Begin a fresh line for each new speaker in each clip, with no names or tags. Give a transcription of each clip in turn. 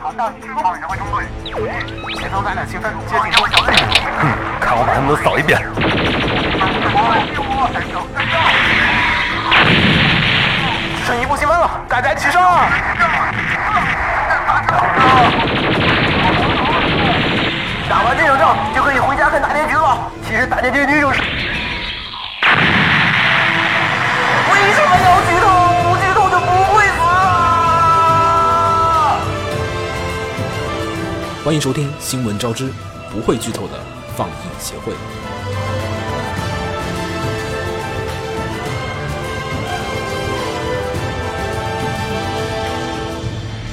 好，到你后指挥中队。前头咱俩兴奋，接近我小队。
看我把他们都扫一遍。
剩一步积分了，大家齐上！打完这场仗就可以回家看大结局了。其实大结局就是……为什么要剧透？不剧透就不会死啊！
欢迎收听《新闻招之》，不会剧透的放映协会。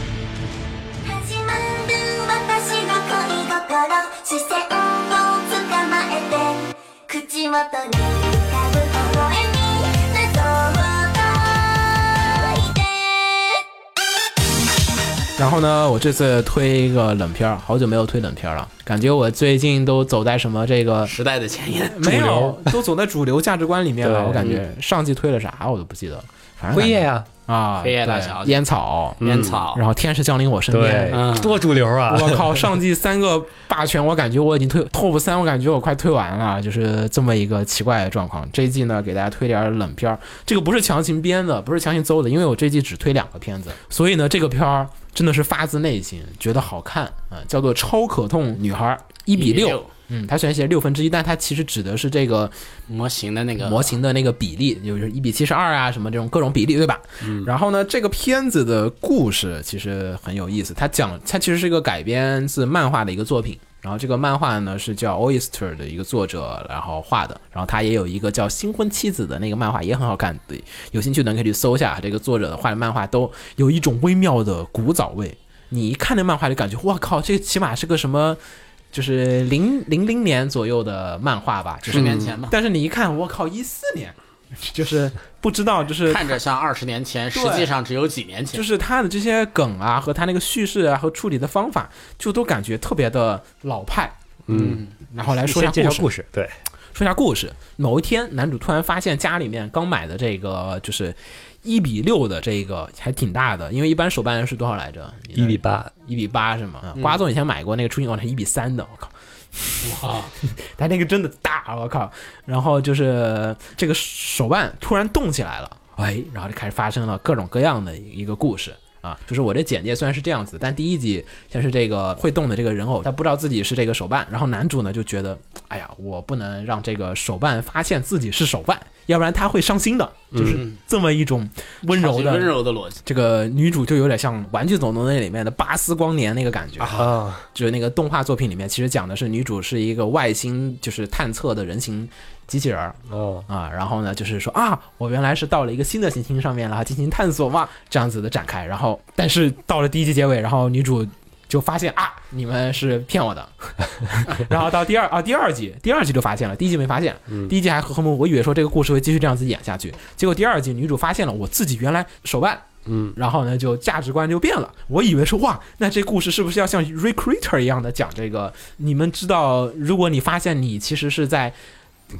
始まる私の恋心視線を捕まえて口元に浮かぶ微笑に謎を解いて
然后呢，我这次推一个冷片儿，好久没有推冷片儿了，感觉我最近都走在什么这个
时代的前沿。
没有， 都走在主流价值观里面了。
对
我感觉上季推了啥我都不记得了，反正
辉夜呀，
啊，
辉夜大
对
小姐
烟草，
烟草，
然后天使降临我身边。
嗯
多主流啊！
我靠，上季三个霸权，我感觉我已经推 top 三，我感觉我快推完了，就是这么一个奇怪的状况。这一季呢，给大家推点儿冷片儿，这个不是强行编的，不是强行邹的，因为我这季只推两个片子，所以呢，这个片儿真的是发自内心觉得好看啊、叫做《超可痛女孩》一比六
1:6，
嗯，它虽然写六分之一，但它其实指的是这个
模型的那个
嗯模型的那个比例，就是一比七十二啊，什么这种各种比例，对吧？
嗯
然后呢，这个片子的故事其实很有意思，它讲它其实是一个改编自漫画的一个作品。然后这个漫画呢是叫 Oyster 的一个作者，然后画的，然后他也有一个叫《新婚妻子》的那个漫画也很好看，对，有兴趣的人可以去搜一下，这个作者画的漫画都有一种微妙的古早味，你一看那漫画就感觉，我靠，这起码是个什么，就是零零零年左右的漫画吧，
嗯
就是
十年前嘛，
但是你一看，我靠，一四 年，就是不知道，就是
看着像二十年前，实
对
际上只有几年前
就。是他的这些梗啊，和他那个叙事啊，和处理的方法，就都感觉特别的老派。嗯，然后来说一
先
下
介绍
故事
故，事，对，
说一下故事。某一天，男主突然发现家里面刚买的这个就是一比六的这个还挺大的，因为一般手办人是多少来着？
一比八，
一比八是吗？瓜总以前买过那个出镜广场一比三的，我靠。
哇，
但那个真的大，我靠！然后就是这个手腕突然动起来了，哎，然后就开始发生了各种各样的一个故事啊。就是我这简介虽然是这样子，但第一集先是这个会动的这个人偶，他不知道自己是这个手办，然后男主呢就觉得，哎呀，我不能让这个手办发现自己是手办，要不然他会伤心的。就是这么一种温柔
超级
的
温柔的逻辑，
这个女主就有点像《玩具总动员》里面的巴斯光年那个感觉
啊，
就是那个动画作品里面，其实讲的是女主是一个外星就是探测的人形机器人儿
哦，
啊，然后呢就是说啊，我原来是到了一个新的行星上面了，进行探索嘛，这样子的展开。然后但是到了第一集结尾，然后女主就发现啊，你们是骗我的。然后到第二啊第二集，第二集就发现了，第一集没发现。第一集还和和睦，我以为说这个故事会继续这样子演下去，结果第二集女主发现了我自己原来手办
嗯，
然后呢，就价值观就变了。我以为说哇，那这故事是不是要像 Recruiter 一样的讲这个？你们知道，如果你发现你其实是在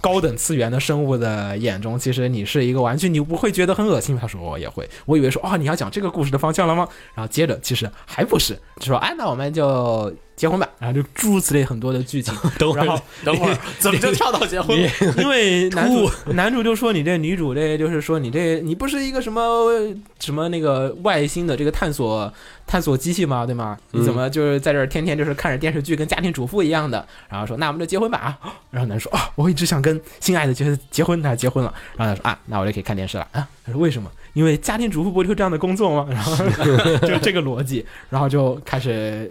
高等次元的生物的眼中，其实你是一个玩具，你不会觉得很恶心吗？他说我也会，我以为说哦，你要讲这个故事的方向了吗？然后接着其实还不是，就说哎，那我们就结婚吧，然后就诸如此类很多的剧情。
等会
然
儿
后，
等 会儿怎么就跳到结婚了？
因为男主男主就说你这女主这就是说你这你不是一个什么什么那个外星的这个探索探索机器吗？对吗？你怎么就是在这儿天天就是看着电视剧跟家庭主妇一样的？然后说那我们就结婚吧 啊！然后男主说啊，我一直想跟心爱的结结婚，他结婚了。然后他说啊，那我就可以看电视了啊。他说为什么？因为家庭主妇不就是这样的工作吗？ 然后就这个逻辑，然后就开始。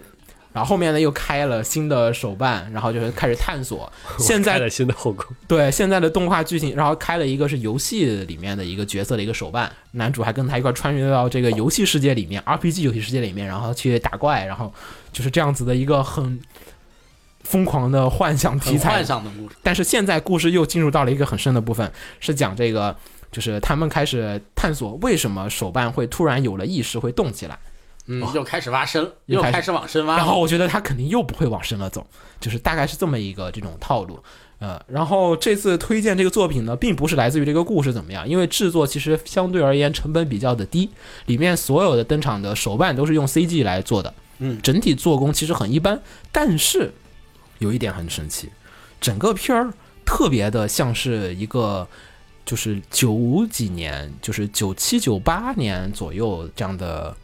然后后面呢，又开了新的手办，然后就是开始探索。现在
开了新的后宫，
对现在的动画剧情，然后开了一个是游戏里面的一个角色的一个手办，男主还跟他一块儿穿越到这个游戏世界里面，RPG 游戏世界里面，然后去打怪，然后就是这样子的一个很疯狂的幻想题
很
材
幻。想的故事，
但是现在故事又进入到了一个很深的部分，是讲这个就是他们开始探索为什么手办会突然有了意识会动起来。
嗯，又开始挖深，
哦又
又
开始
开始往深挖。
然后我觉得他肯定又不会往深了走，就是大概是这么一个这种套路。呃，然后这次推荐这个作品呢，并不是来自于这个故事怎么样，因为制作其实相对而言成本比较的低，里面所有的登场的手办都是用 CG 来做的，
嗯
整体做工其实很一般，但是有一点很神奇，整个片儿特别的像是一个就是九几年，就是九七九八年左右这样的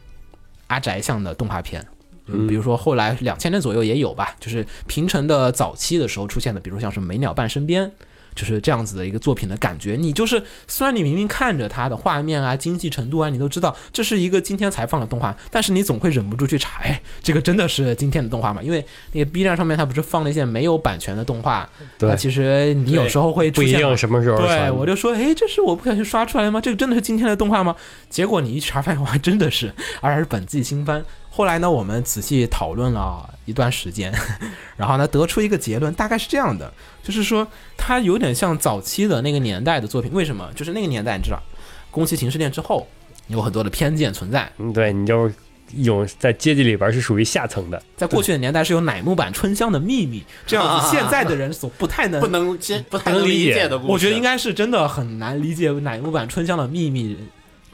阿宅向的动画片。嗯
嗯
比如说后来两千年左右也有吧，就是平成的早期的时候出现的，比如像是《美鸟伴身边》，就是这样子的一个作品的感觉。你就是虽然你明明看着它的画面啊、精细程度啊，你都知道这是一个今天才放的动画，但是你总会忍不住去查，哎，这个真的是今天的动画吗？因为那个 B 站上面它不是放了一些没有版权的动画，
对
那其实你有时候会出
不一
现
定什么时候
对，
传。
我就说，哎，这是我不小心刷出来的吗？这个真的是今天的动画吗？结果你一查发现，哇，真的是， 而且是本季新番。后来呢，我们仔细讨论了一段时间， 然后呢，得出一个结论，大概是这样的，就是说它有点像早期的那个年代的作品。为什么？就是那个年代，你知道，宫崎勤事件之后，有很多的偏见存在。
嗯对你就是一种在阶级里边是属于下层的，
在过去的年代是有乃木坂春香的秘密这样子，现在的人所不太能
不能接，不太
能
能
理解
解的故事。
我觉得应该是真的很难理解乃木坂春香的秘密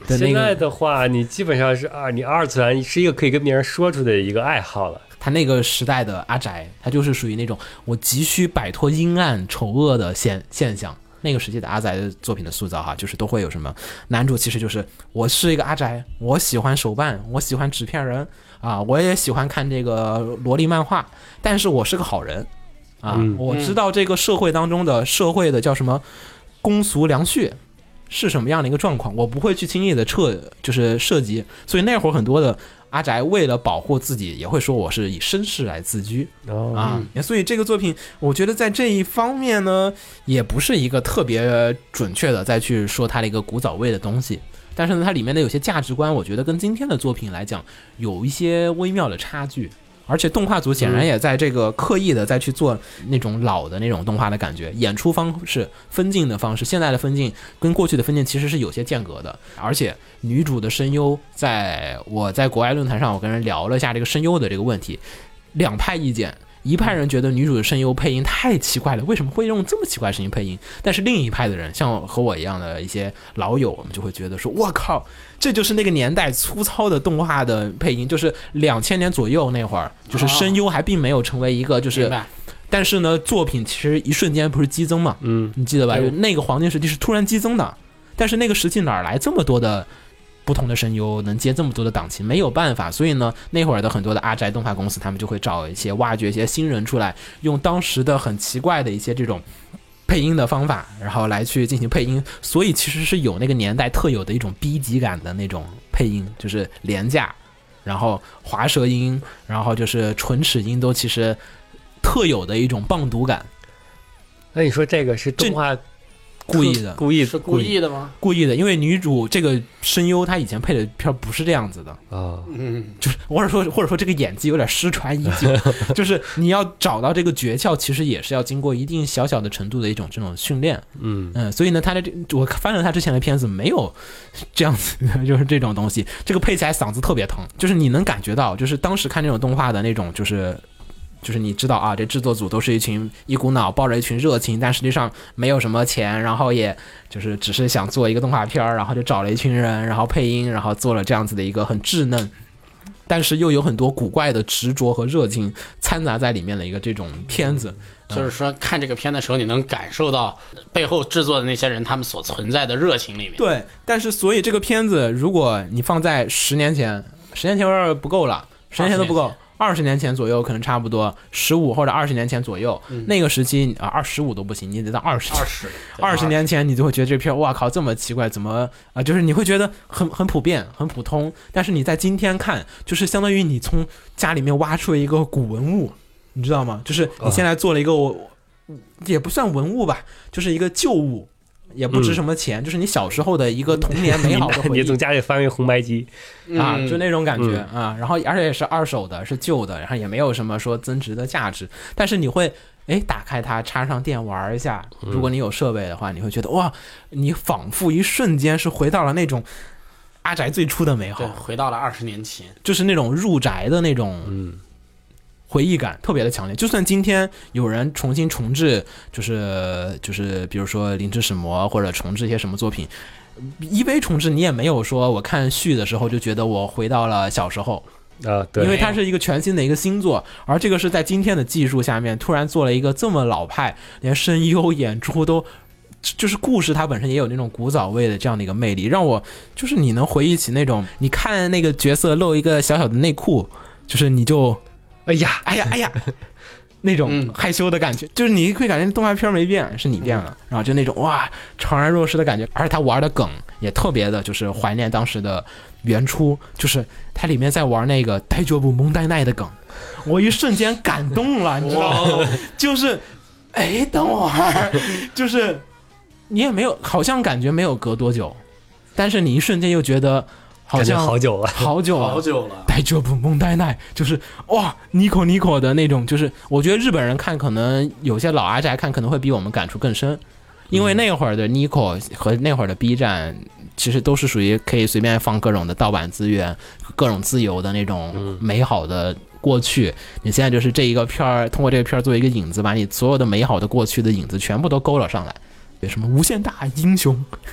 的那
现在
个，
的话，你基本上是二，你二次元是一个可以跟别人说出的一个爱好了。
他那个时代的阿宅，他就是属于那种我急需摆脱阴暗丑恶的现现象。那个时期的阿宅的作品的塑造哈，就是都会有什么男主其实就是我是一个阿宅，我喜欢手办，我喜欢纸片人啊，我也喜欢看这个萝莉漫画，但是我是个好人啊，
嗯
我知道这个社会当中的社会的叫什么公俗良序，是什么样的一个状况，我不会去轻易的撤，就是涉及。所以那会儿很多的阿宅为了保护自己，也会说我是以绅士来自居
哦，
啊。所以这个作品，我觉得在这一方面呢，也不是一个特别准确的再去说它的一个古早味的东西。但是呢，它里面的有些价值观，我觉得跟今天的作品来讲有一些微妙的差距。而且动画组显然也在这个刻意的再去做那种老的那种动画的感觉，演出方式、分镜的方式，现在的分镜跟过去的分镜其实是有些间隔的。而且女主的声优，在我在国外论坛上，我跟人聊了一下这个声优的这个问题，两派意见。一派人觉得女主的声优配音太奇怪了，为什么会用这么奇怪的声音配音？但是另一派的人，像和我一样的一些老友，我们就会觉得说，我靠，这就是那个年代粗糙的动画的配音，就是两千年左右那会儿，就是声优还并没有成为一个就是
啊明白，
但是呢，作品其实一瞬间不是激增嘛，
嗯，
你记得吧？
对
就那个黄金时期是突然激增的，但是那个时期哪儿来这么多的不同的声优能接这么多的档期？没有办法，所以呢，那会儿的很多的阿宅动画公司，他们就会找一些挖掘一些新人出来，用当时的很奇怪的一些这种。配音的方法，然后来去进行配音，所以其实是有那个年代特有的一种逼急感的那种配音，就是廉价，然后滑舌音，然后就是唇齿音都其实特有的一种棒读感，
那你说这个是动画
故意的，
故意
是故意的吗？
故意的，因为女主这个声优她以前配的片儿不是这样子的，
啊？
嗯，
就是或者说或者说这个演技有点失传已久，就是你要找到这个诀窍，其实也是要经过一定小小的程度的一种这种训练，
嗯，
嗯，所以呢，她的这我翻了她之前的片子，没有这样子的，就是这种东西，这个配起来嗓子特别疼，就是你能感觉到，就是当时看这种动画的那种，就是就是你知道啊，这制作组都是一群一股脑抱着一群热情，但实际上没有什么钱，然后也就是只是想做一个动画片儿，然后就找了一群人，然后配音，然后做了这样子的一个很稚嫩，但是又有很多古怪的执着和热情掺杂在里面的一个这种片子。
就是说看这个片的时候，你能感受到背后制作的那些人他们所存在的热情里面。
对，但是所以这个片子，如果你放在十年前，十年前有点不够了，十年前都不够，二十年前左右可能差不多，十五或者二十年前左右，那个时期啊，二十五都不行，你得到二十。
二十，
二十年前，你就会觉得这片儿，哇靠，这么奇怪，怎么啊、就是你会觉得很很普遍、很普通，但是你在今天看，就是相当于你从家里面挖出了一个古文物，你知道吗？就是
啊
你现在做了一个，我也不算文物吧，就是一个旧物，也不值什么钱，就是你小时候的一个童年美好的回
嗯 你
忆。
从家里翻个红白机，
啊，
嗯
就那种感觉啊。然后而且也是二手的，是旧的，然后也没有什么说增值的价值。但是你会哎打开它，插上电玩一下，如果你有设备的话，你会觉得哇，你仿佛一瞬间是回到了那种阿宅最初的美
对，
好，
回到了二十年前。
就是那种入宅的那种。
嗯
回忆感特别的强烈，就算今天有人重新重置，就是就是比如说《灵之使魔》或者重置一些什么作品，一 v 重置你也没有说我看续的时候就觉得我回到了小时候，
啊，对，
因为它是一个全新的一个星座，而这个是在今天的技术下面突然做了一个这么老派，连声优、演出都。就是故事它本身也有那种古早味的这样的一个魅力，让我就是你能回忆起那种，你看那个角色露一个小小的内裤，就是你就
哎呀，
哎呀哎呀 那种
嗯
害羞的感觉，就是你会感觉动画片没变，是你变
嗯
了，然后就那种哇怅然若失的感觉，而且他玩的梗也特别的，就是怀念当时的原初，就是它里面在玩那个呆脚布蒙呆奈的梗，我一瞬间感动了，你知道吗？ 就是，哎，等会儿， 就是你也没有，好像感觉没有隔多久，但是你一瞬间又觉得好
感觉
像
好 久了，
好久了
好久了，
呆这不蒙呆奈，就是哇，Nico Nico 的那种，就是我觉得日本人看可能有些老阿宅看可能会比我们感触更深，因为那会儿的 Nico 和那会儿的 B 站其实都是属于可以随便放各种的盗版资源、各种自由的那种美好的过去。你现在就是这一个片儿，通过这个片儿做一个影子，把你所有的美好的过去的影子全部都勾了上来。对什么无限大英雄，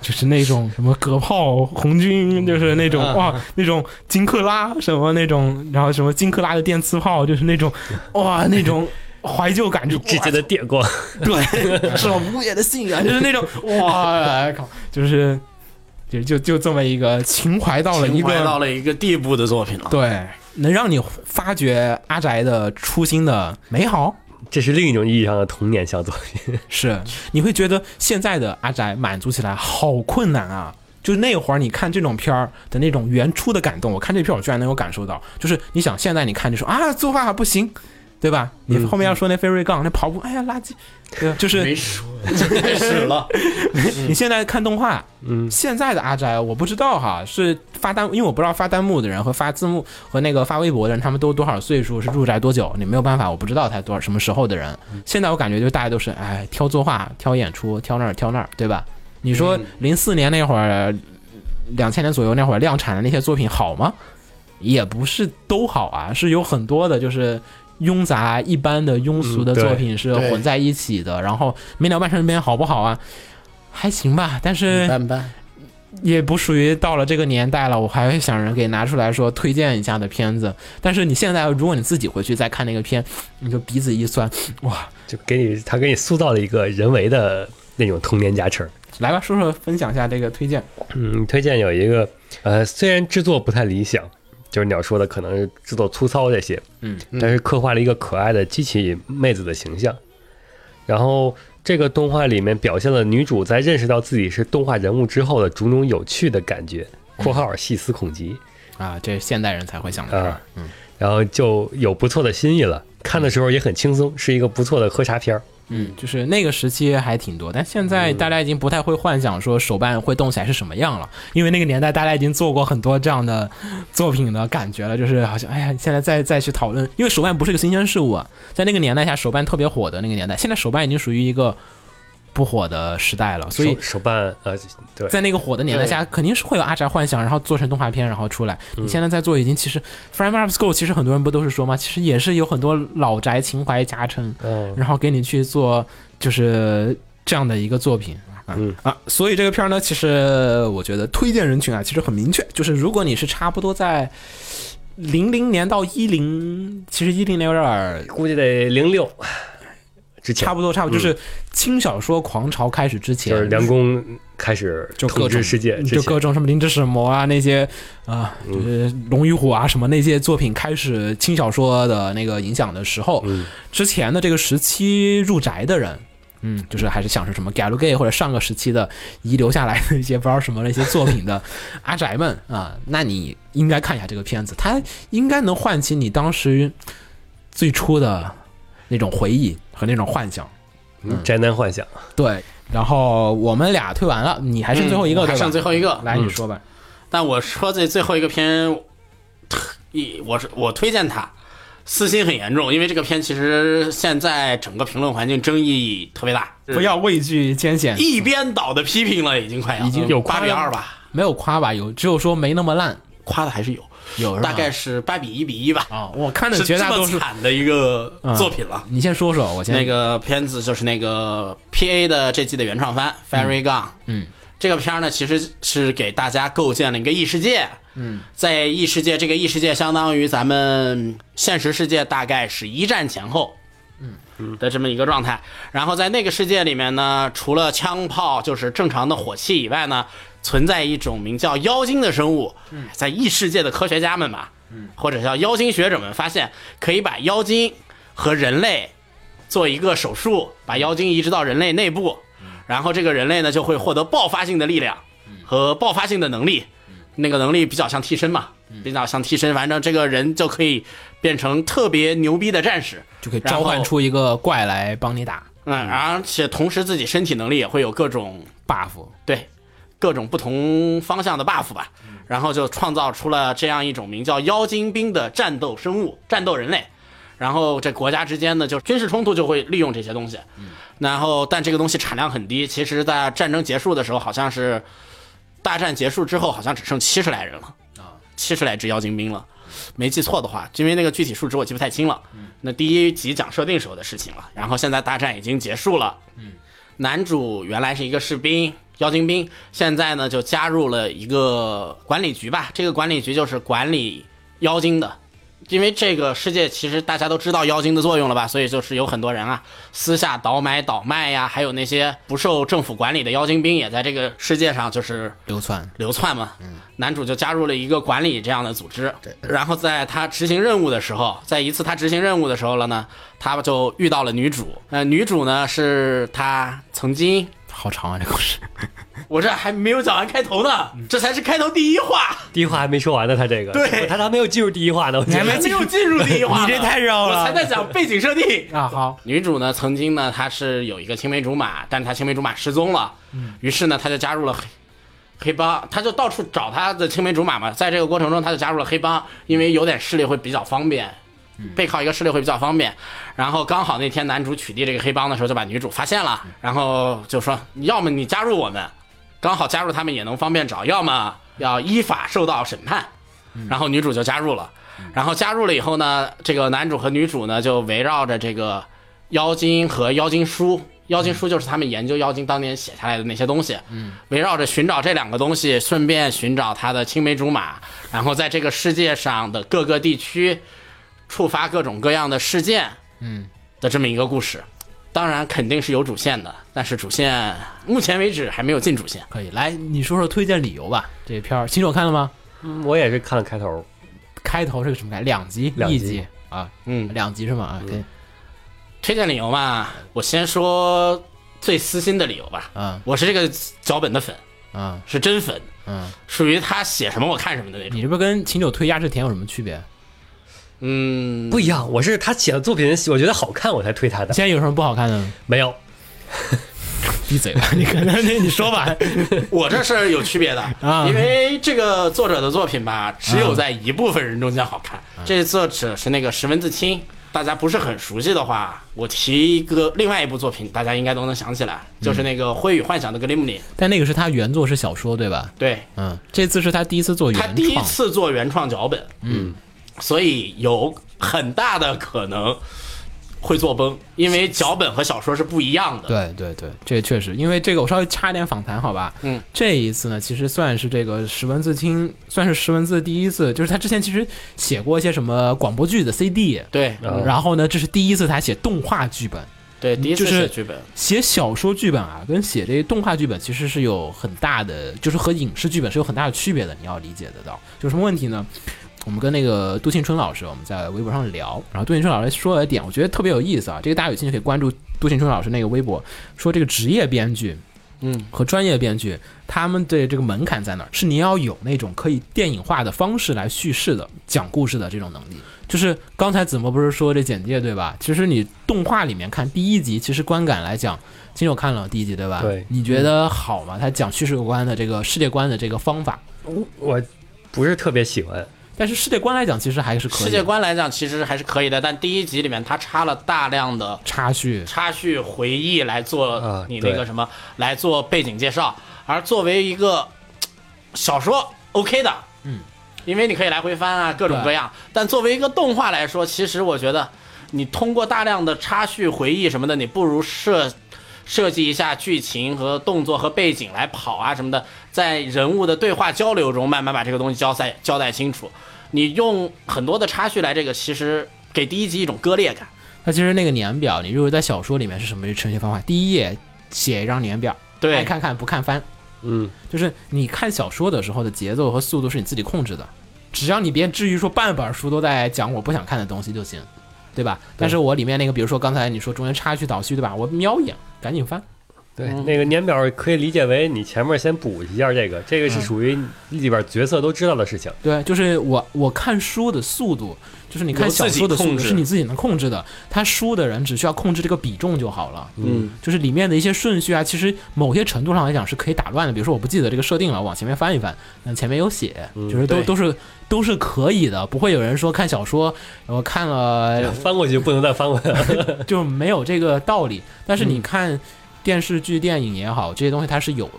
就是那种什么葛炮、红军，就是那种
嗯
哇，那种金克拉什么那种，然后什么金克拉的电磁炮，就是那 种哇，那种怀旧感就
直接的电光，
对，是我无言的信仰，就是那种哇，靠，就是就就就这么一个情怀到了一
情怀到
个
了一个地步的作品了。
对，能让你发掘阿宅的初心的美好。
这是另一种意义上的童年向作品。
是，你会觉得现在的阿宅满足起来好困难啊！就那会儿你看这种片儿的那种原初的感动，我看这片儿我居然能有感受到。就是你想现在你看就说啊，作画不行，对吧？你后面要说那飞瑞杠那跑步，哎呀垃圾，对吧就是
没说，就开始 了。
你现在看动画，
嗯
现在的阿宅我不知道哈，是发弹，因为我不知道发弹幕的人和发字幕和那个发微博的人，他们都多少岁数，是入宅多久，你没有办法，我不知道他多少什么时候的人。
嗯
现在我感觉就大家都是哎，挑作画，挑演出，挑那儿挑那儿，对吧？你说
嗯
零四年那会儿，两千年左右那会儿量产的那些作品好吗？也不是都好啊，是有很多的，就是庸杂一般的庸俗的
嗯对
作品是
对
混在一起的。然后没了半生边好不好啊？还行吧，但是
般般，
也不属于到了这个年代了，我还会想着给拿出来说推荐一下的片子。但是你现在如果你自己回去再看那个片，你就鼻子一酸，哇！
就给你，他给你塑造了一个人为的那种童年加成。
来吧，说说分享一下这个推荐。
嗯，推荐有一个，呃，虽然制作不太理想，就是鸟说的可能是制作粗糙这些，
嗯，
但是刻画了一个可爱的机器妹子的形象。然后这个动画里面表现了女主在认识到自己是动画人物之后的种种有趣的感觉（括号细思恐极
啊，这是现代人才会想）的事儿
啊，然后就有不错的新意了。看的时候也很轻松，是一个不错的喝茶片儿。
嗯，就是那个时期还挺多，但现
嗯
在大家已经不太会幻想说手办会动起来是什么样了，因为那个年代大家已经做过很多这样的作品的感觉了，就是好像哎呀，现在再再去讨论，因为手办不是个新鲜事物啊，在那个年代下，手办特别火的那个年代，现在手办已经属于一个不火的时代了，所以
手手办呃，对，嗯
在那个火的年代下，肯定是会有阿宅幻想，然后做成动画片，然后出来。你现在在做，已经其实《Frame Up School》其实很多人不都是说吗？其实也是有很多老宅情怀加成，
嗯
然后给你去做就是这样的一个作品。啊
嗯
啊，所以这个片儿呢，其实我觉得推荐人群啊，其实很明确，就是如果你是差不多在零零年到一零，其实一零年有点儿
估计得零六之前
差，不多，差不多就是轻小说狂潮开始之前，
嗯就是梁公开始
就各
统
种嗯
治世界之
就
前
各，种什么灵之使魔啊那些啊，就是龙与虎啊什么那些作品开始轻小说的那个影响的时候，
嗯
之前的这个时期入宅的人。嗯，就是还是享受什么 Galgame 或者上个时期的遗留下来的一些不知道什么那些作品的阿宅们啊，那你应该看一下这个片子，它应该能唤起你当时最初的那种回忆和那种幻想。
嗯宅男幻想。
对，然后我们俩推完了，你还剩最后一个、
嗯我还
对吧
剩最后一个
来你说吧。
但我说这最后一个片，一我是我推荐它，私心很严重，因为这个片其实现在整个评论环境争议特别大，
不要畏惧艰险，
一边倒的批评了，已经快要
已经
有
八
夸
比
了
二吧，
没有夸吧？有，只有说没那么烂，
夸的还是有，
有是吧
大概是八比一比一吧，
啊、我看的
是
绝
这
大多
么
数
惨的一个
嗯
作品了。
你先说说，我先
那个片子就是那个 P A 的这季的原创番《Fairy Gun》。
嗯，
这个片儿呢，其实是给大家构建了一个异世界。
嗯，
在异世界，这个异世界相当于咱们现实世界大概是一战前后，嗯的这么一个状态。然后在那个世界里面呢，除了枪炮就是正常的火器以外呢，存在一种名叫妖精的生物，
嗯
在异世界的科学家们吧，或者叫妖精学者们发现，可以把妖精和人类做一个手术，把妖精移植到人类内部，然后这个人类呢就会获得爆发性的力量和爆发性的能力，那个能力比较像替身嘛，比较像替身，反正这个人就可以变成特别牛逼的战士，
就可以召唤出一个怪来帮你打
嗯，而且同时自己身体能力也会有各种
buff。
对各种不同方向的 buff 吧，然后就创造出了这样一种名叫妖精兵的战斗生物，战斗人类。然后这国家之间呢，就军事冲突就会利用这些东西，然后但这个东西产量很低。其实，在战争结束的时候，好像是大战结束之后，好像只剩七十来人了，七十来只妖精兵了。没记错的话，因为那个具体数值我记不太清了。那第一集讲设定时候的事情了，然后现在大战已经结束了，男主原来是一个士兵，妖精兵，现在呢就加入了一个管理局吧。这个管理局就是管理妖精的，因为这个世界其实大家都知道妖精的作用了吧，所以就是有很多人啊私下倒买倒卖呀，还有那些不受政府管理的妖精兵也在这个世界上就是
流窜，
流窜嘛，
嗯
男主就加入了一个管理这样的组织。然后在他执行任务的时候，在一次他执行任务的时候了呢，他就遇到了女主。呃，女主呢是他曾经，
好长啊，这故事。
我这还没有讲完开头呢，
嗯
这才是开头第一话，
第一话还没说完呢，他这个，
对
他他没有进入第一话呢，我觉
你还
得
没
还没有进入第一话呢，
你这太绕了
我才在讲背景设定。
啊，好，
女主呢，曾经呢，她是有一个青梅竹马，但是她青梅竹马失踪了，于是呢，她就加入了黑黑帮，她就到处找她的青梅竹马嘛。在这个过程中，她就加入了黑帮，因为有点势力会比较方便，背靠一个势力会比较方便。然后刚好那天男主取缔这个黑帮的时候，就把女主发现了，然后就说，要么你加入我们，刚好加入他们也能方便找，要么要依法受到审判。然后女主就加入了，然后加入了以后呢，这个男主和女主呢就围绕着这个妖精和妖精书，妖精书就是他们研究妖精当年写下来的那些东西，嗯，围绕着寻找这两个东西，顺便寻找他的青梅竹马，然后在这个世界上的各个地区触发各种各样的事件，
嗯
的这么一个故事。当然肯定是有主线的，但是主线目前为止还没有进主线。
可以。来，你说说推荐理由吧。这片儿新手看了吗？
嗯我也是看了开头，
开头是个什么开？两集，
两集
一集啊，
嗯，
两集是吗？啊，对，
推荐理由嘛，我先说最私心的理由吧。
嗯
我是这个脚本的粉，
嗯
是真粉，
嗯。
属于他写什么我看什么的那种。
你这不跟秦九推压制田有什么区别？
嗯，
不一样。我是他写的作品，我觉得好看，我才推他的。
现在有什么不好看的？
没有，
闭嘴吧，你可能你说吧。
我这是有区别的
啊，
因为这个作者的作品吧，只有在一部分人中间好看。这作者是那个石文字清，大家不是很熟悉的话，我提一个另外一部作品，大家应该都能想起来，就是那个《灰与幻想》的格林姆林。
但那个是他原作是小说对吧？
对，
嗯，这次是他第一次做原
他
创，
第一次做原创脚本，嗯，所以有很大的可能会做崩，因为脚本和小说是不一样的。
对对对，这也确实，因为这个我稍微插一点访谈，好吧？
嗯，
这一次呢，其实算是这个石文字清，算是石文字第一次，就是他之前其实写过一些什么广播剧的 CD，
对
嗯
然后呢，这是第一次他写动画剧本，
对，第一次
就是
写剧本，
写小说剧本啊，跟写这动画剧本其实是有很大的，就是和影视剧本是有很大的区别的，你要理解得到。有什么问题呢？我们跟那个杜庆春老师，我们在微博上聊，然后杜庆春老师说了一哎点，我觉得特别有意思啊，这个大家有兴趣可以关注杜庆春老师那个微博，说这个职业编剧。
嗯，
和专业编剧，他们对这个门槛在哪儿？是你要有那种可以电影化的方式来叙事的、讲故事的这种能力。就是刚才子墨不是说这简介对吧？其实你动画里面看第一集，其实观感来讲，金手看了第一集对吧？
对
你觉得好吗？他讲叙事观的这个世界观的这个方法，
我我不是特别喜欢。
但是世界观来讲，其实还是可以的。
世界观来讲其实还是可以的，但第一集里面它插了大量的
插叙，
插叙回忆来做
啊
你那个
对
什么、来做背景介绍，而作为一个嘖小说 OK 的，嗯，因为你可以来回翻啊，各种
对
各样。但作为一个动画来说，其实我觉得你通过大量的插叙回忆什么的，你不如设。设计一下剧情和动作和背景来跑啊什么的，在人物的对话交流中，慢慢把这个东西交代交代清楚。你用很多的插叙来这个，其实给第一集一种割裂感。
那其实那个年表，你如果在小说里面是什么呈现方法？第一页写一张年表，爱
对，
看看不看翻，
嗯，
就是你看小说的时候的节奏和速度是你自己控制的，只要你别至于说半本书都在讲我不想看的东西就行，对吧？但是我里面那个，比如说刚才你说中间插叙倒叙，对吧？我瞄一眼，赶紧翻。
对，那个年表可以理解为你前面先补一下这个，这个
嗯
是属于里边角色都知道的事情。
对，就是我我看书的速度，就是你看
由自
小
己
说的速
控
度
制
是你自己能控制的，他书的人只需要控制这个比重就好了。
嗯，
就是里面的一些顺序啊，其实某些程度上来讲是可以打乱的。比如说我不记得这个设定了，往前面翻一翻，那前面有写，就是都
嗯对
都是都是可以的，不会有人说看小说我看 了
翻过去就不能再翻过来 了。
就没有这个道理。但是
嗯
你看电视剧、电影也好，这些东西它是有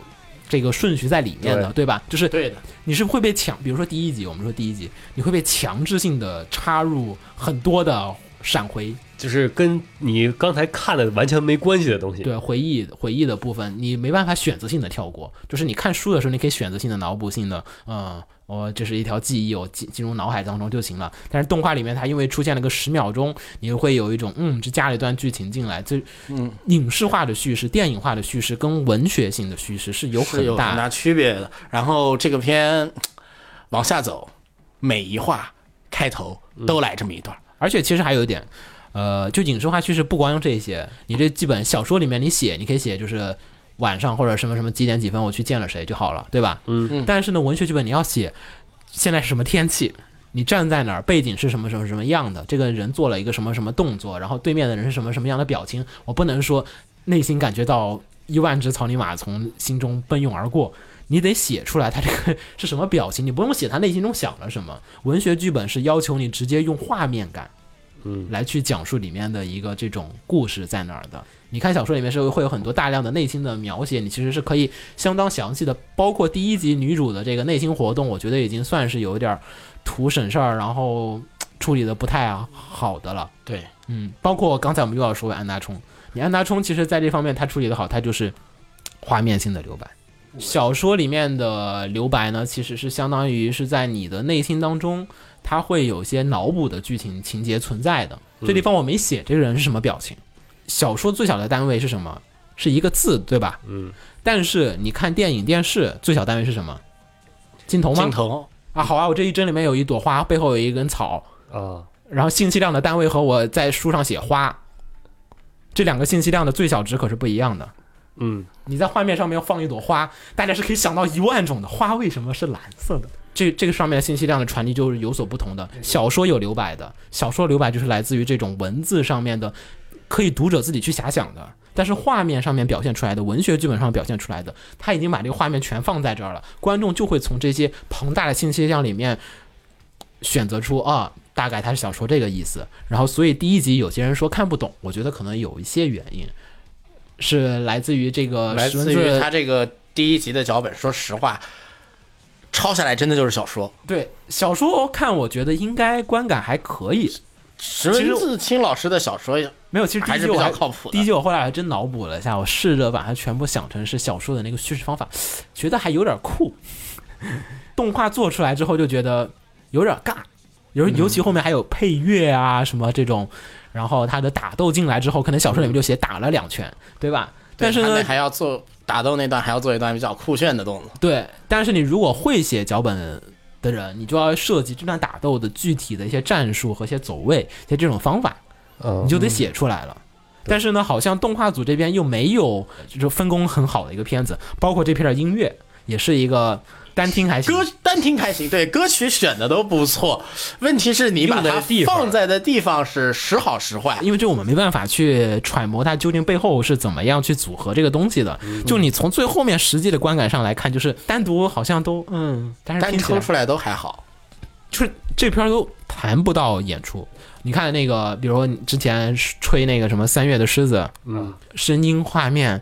这个顺序在里面的，对吧？就是
对的，
你是会被强，比如说第一集，我们说第一集，你会被强制性的插入很多的闪回
就是跟你刚才看的完全没关系的东西。
对回忆回忆的部分，你没办法选择性的跳过。就是你看书的时候，你可以选择性的脑补性的，嗯，我这是一条记忆，我进进入脑海当中就行了。但是动画里面它因为出现了个十秒钟，你会有一种嗯，这加了一段剧情进来，这嗯，影视化的叙事、电影化的叙事跟文学性的叙事是有
是有
很
很
大
大区别的。然后这个片往下走，每一话开头都来这么一段。
而且其实还有一点，呃，就影视化叙事不光用这些，你这基本小说里面你写，你可以写就是晚上或者什么什么几点几分我去见了谁就好了，对吧？嗯。但是呢，文学剧本你要写现在是什么天气。你站在哪儿，背景是什么什么什么样的？这个人做了一个什么什么动作，然后对面的人是什么什么样的表情？我不能说内心感觉到一万只草泥马从心中奔涌而过，你得写出来他这个是什么表情，你不用写他内心中想了什么。文学剧本是要求你直接用画面感，嗯，来去讲述里面的一个这种故事在哪儿的。你看小说里面是会有很多大量的内心的描写，你其实是可以相当详细的，包括第一集女主的这个内心活动，我觉得已经算是有一点儿图省事儿，然后嘖处理的不太好的了。
对，
嗯，包括刚才我们又要说安达充，你安达充其实在这方面他处理的好，他就是画面性的留白。小说里面的留白呢，其实是相当于是在你的内心当中，它会有些脑补的剧情情节存在的。这地方我没写这个人是什么表情。小说最小的单位是什么？是一个字，对吧？
嗯。
但是你看电影、电视，最小单位是什么？镜头吗？
镜头
啊，好啊，我这一帧里面有一朵花，背后有一根草，
啊，
然后信息量的单位和我在书上写花，这两个信息量的最小值可是不一样的。
嗯，
你在画面上面放一朵花，大家是可以想到一万种的花为什么是蓝色的。这这个上面的信息量的传递就是有所不同的。小说有留白的，小说留白就是来自于这种文字上面的，可以读者自己去遐想的。但是画面上面表现出来的，文学剧本上表现出来的，他已经把这个画面全放在这儿了，观众就会从这些庞大的信息量里面选择出啊，大概他是想说这个意思。然后，所以第一集有些人说看不懂，我觉得可能有一些原因，是来自于这个
来
史文
自于
字
他这个第一集的脚本。说实话，抄下来真的就是小说。
对小说看，我觉得应该观感还可以。
石
其实
文字清老师的小说
没有，其实第
还
一
是
季
比
我
较靠谱的
第一季我后来还真脑补了一下，我试着把它全部想成是小说的那个叙事方法，觉得还有点酷。动画做出来之后就觉得有点尬，尤
嗯
尤其后面还有配乐啊什么这种，然后他的打斗进来之后，可能小说里面就写打了两拳，对吧？但是
嗯他
呢
那，还要做打斗那段，还要做一段比较酷炫的动作。
对，但是你如果会写脚本的人，你就要设计这段打斗的具体的一些战术和一些走位，一些这种方法。
啊
你嗯就得写出来了。但是呢，好像动画组这边又没有就是分工很好的一个片子，包括这片的音乐也是一个单听还行
歌，单听还行，对歌曲选的都不错。问题是你把
用的
它
地方
放在的地方是时好时坏。
因为这我们没办法去揣摩它究竟背后是怎么样去组合这个东西的。就你从最后面实际的观感上来看，就是单独好像都嗯，但是
单
听起来
抽出来都还好。
就是这片儿都谈不到演出。你看那个，比如说你之前吹那个什么三月的狮子，
嗯，
声音、画面，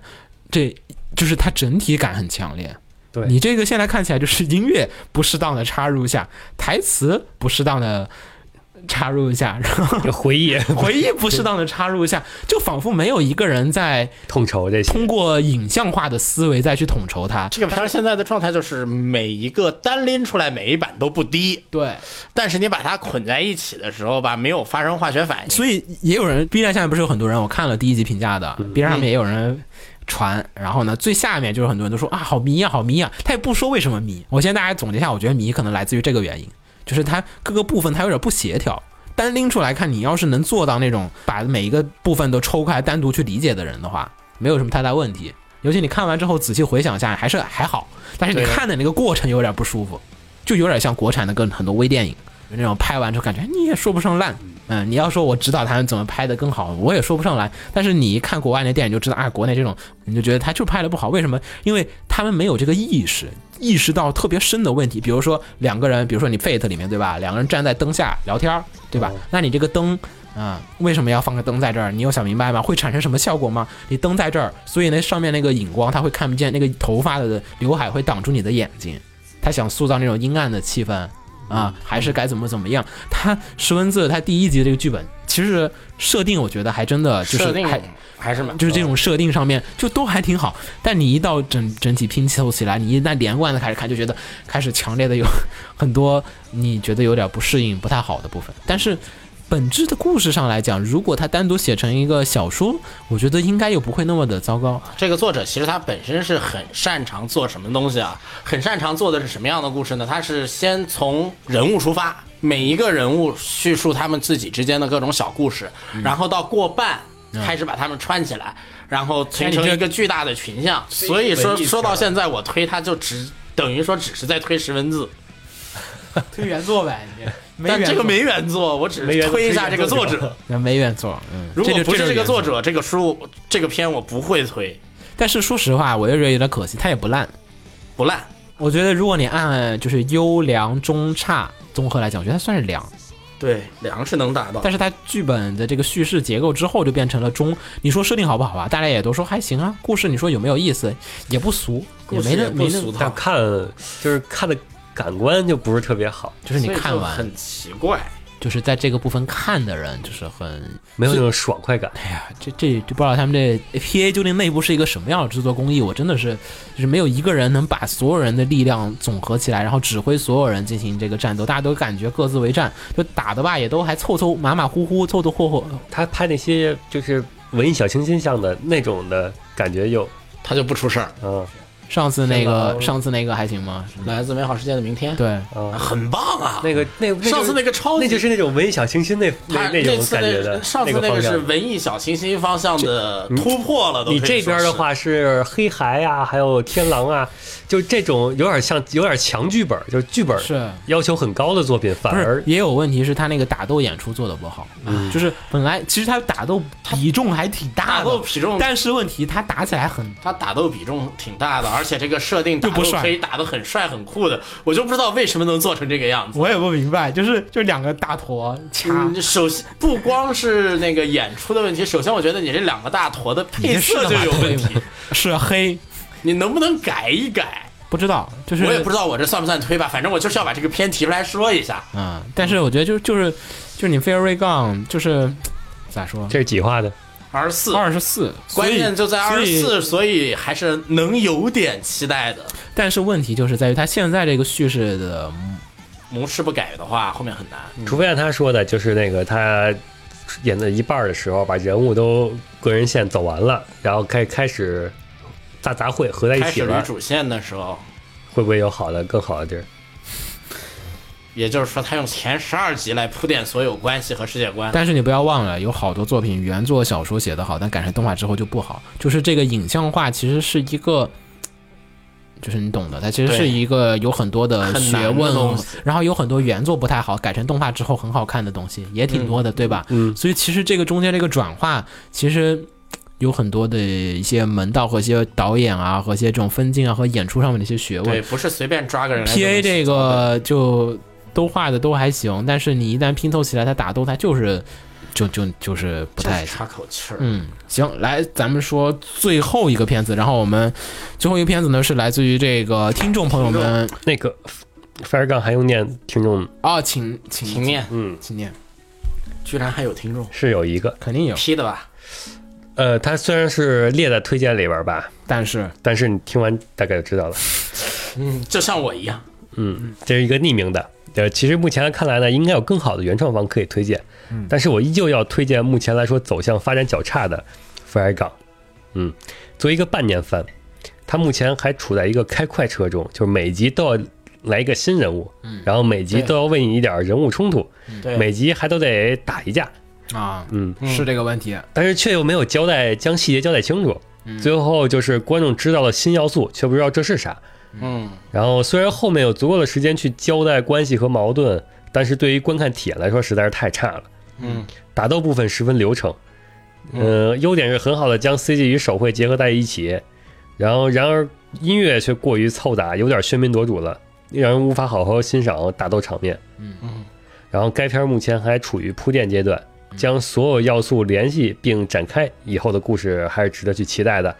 这就是它整体感很强烈。
对
你这个现在看起来就是音乐不适当的插入下，台词不适当的插入一下， 然后
回忆
回忆不适当的插入一下，就仿佛没有一个人在
统筹这些。
通过影像化的思维再去统筹它。
这个片儿现在的状态就是每一个单拎出来每一版都不低，
对，
但是你把它捆在一起的时候吧，没有发生化学反应。
所以也有人 B 站下面不是有很多人，我看了第一集评价的，B 站上面也有人传，然后呢，最下面就是很多人都说啊，好迷啊，好迷啊，他也不说为什么迷。我先大家总结一下，我觉得迷可能来自于这个原因，就是它各个部分它有点不协调。单拎出来看，你要是能做到那种把每一个部分都抽开来单独去理解的人的话，没有什么太大问题。尤其你看完之后仔细回想一下，还是还好，但是你
对
看的那个过程有点不舒服，就有点像国产的跟很多微电影那种拍完之后感觉哎你也说不上烂，嗯，你要说我指导他们怎么拍的更好，我也说不上来。但是你一看国外那电影就知道啊，国内这种你就觉得他就拍的不好，为什么？因为他们没有这个意识，意识到特别深的问题，比如说两个人，比如说你 Fate 里面对吧，两个人站在灯下聊天儿，对吧？那你这个灯。啊、为什么要放个灯在这儿？你有想明白吗？会产生什么效果吗？你灯在这儿，所以那上面那个影光它会看不见，那个头发的刘海会挡住你的眼睛。他想塑造那种阴暗的气氛
嗯
啊，还是该怎么怎么样？他石文字他第一集这个剧本其实设定，我觉得还真的就
设
是
定
还
还是蛮嗯
就是这种设定上面就都还挺好，但你一到整整体拼凑起来，你一旦连贯的开始看，就觉得开始强烈的有很多你觉得有点不适应、不太好的部分。但是本质的故事上来讲，如果它单独写成一个小说，我觉得应该又不会那么的糟糕。
这个作者其实他本身是很擅长做什么东西啊？很擅长做的是什么样的故事呢？他是先从人物出发，每一个人物叙述他们自己之间的各种小故事，
嗯
然后到过半开始把他们串起来，然
哎
后形成一个巨大的群像。所以说
文艺圈
说到现在，我推他就只等于说只是在推识文字，
推原作呗，你
但这个没原作，我只是推一下这个作者。
没原作，嗯，
如果
就
不
就
是这个
原
作者，这个书这个片我不会推，
但是说实话，我又觉得有点可惜，它也不烂。
不烂。
我觉得如果你按就是优良中差综合来讲，我觉得它算是良，
对，粮食能达到。
但是它剧本的这个叙事结构之后就变成了中。你说设定好不好啊？大家也都说还行啊。故事你说有没有意思？也不俗，也没那没
故事也不
那
俗，套
但看就是看的感官就不是特别好，
就是你
所以
看
就
完
很奇怪。
就是在这个部分看的人就是很
没有那种爽快感。
哎呀，这这就不知道他们这 PA 究竟内部是一个什么样的制作工艺，我真的是就是没有一个人能把所有人的力量总合起来，然后指挥所有人进行这个战斗，大家都感觉各自为战，就打的吧也都还凑凑马马虎虎，凑凑合合。
他拍那些就是文艺小清新像的那种的感觉又，
他就不出事儿。
嗯
上次那
是
个
吧
上次那个还行吗？
来自美好世界的明天，
对，
啊，
嗯，
很棒啊！
那个那那
上次那
个
个超级，
那就是那种文艺小清新那
他
那那种
次
感觉的
那上次
那
个
方
是
向。
文艺小清新方向的突破了。都可
你
以
这
说
边的
是，
话是黑孩啊，还有天狼啊，就这种有点像有点强剧本，就是剧本
是
要求很高的作品，反
不是
而
也有问题是他那个打斗演出做的不好，就是本来其实嗯他打斗比重还挺大
打斗
的，
比重，
但是问题他打起来很
他打斗比重挺大的，而且这个设定打
就
斗
不帅
可以打得很帅很酷的，我就不知道为什么能做成这个样子。
我也不明白，就是就两个大坨掐。
嗯，首先不光是那个演出的问题，首先我觉得你这两个大坨的
你
配
这是
色就
干嘛
有问题，
是黑，
你能不能改一改？
不知道，就是
我也不知道我这算不算推吧，反正我就是要把这个片提出来说一下。
嗯，但是我觉得就是就是就是你 Fairy Gun 就是咋说，
这是几画的？
二十四，
二十四，
关键就在二
所
十
以
四，所以还是能有点期待的。
但是问题就是在于它现在这个叙事的，
模式不改的话，后面很难。
除非按他说的，就是那个他演到一半儿的时候，把人物都个人线走完了，然后开开始大杂烩合在一
开
起
始捋
了，
主线的时候，
会不会有好的更好的地儿？
也就是说，他用前十二集来铺垫所有关系和世界观。
但是你不要忘了，有好多作品原作小说写得好，但改成动画之后就不好，就是这个影像化其实是一个。就是你懂的，它其实
对
是一个有很多的
很难
学
的
问
东西，
然后有很多原作不太好，改成动画之后很好看的东西也挺多的，对吧？嗯，所以其实这个中间这个转化，其实有很多的一些门道和一些导演啊，和一些这种分镜啊和演出上面的一些学
对，
问。
不是随便抓个人来
P A 这
么搞
个
的
就都画的都还行，但是你一旦拼凑起来，它打斗它就是就就就是不
就
太
是插口气儿。
嗯，行，来，咱们说最后一个片子，然后我们最后一个片子呢是来自于这个听众朋友们
那个 f i r e g u n 还用念听众
啊，请请
平面
嗯
请念，
居然还有听众
是有一个，
肯定有，
批的吧？
呃，它虽然是列在推荐里边儿吧，
但是
但是你听完大概就知道了。
嗯，就像我一样，
嗯，这是一个匿名的。呃，其实目前看来呢，应该有更好的原创方可以推荐，
嗯
但是我依旧要推荐目前来说走向发展较差的《福尔港》。嗯，作为一个半年番，它目前还处在一个开快车中，就是每集都要来一个新人物，然后每
嗯
集
对嗯
都要为你一点人物冲突，
对，
每集还都得打一架。
啊，
嗯，
是这个问题，啊
但是却又没有交代将细节交代清楚。最后就是观众知道了新要素，却不知道这是啥。
嗯，
然后虽然后面有足够的时间去交代关系和矛盾，但是对于观看体验来说实在是太差了。
嗯，
打斗部分十分流程，呃，优点是很好的将 CG 与手绘结合在一起，然后然而音乐却过于凑杂，有点喧宾夺主了，让人无法好好欣赏打斗场面。
嗯
嗯，
然后该片目前还处于铺垫阶段。将所有要素联系并展开，以后的故事还是值得去期待的，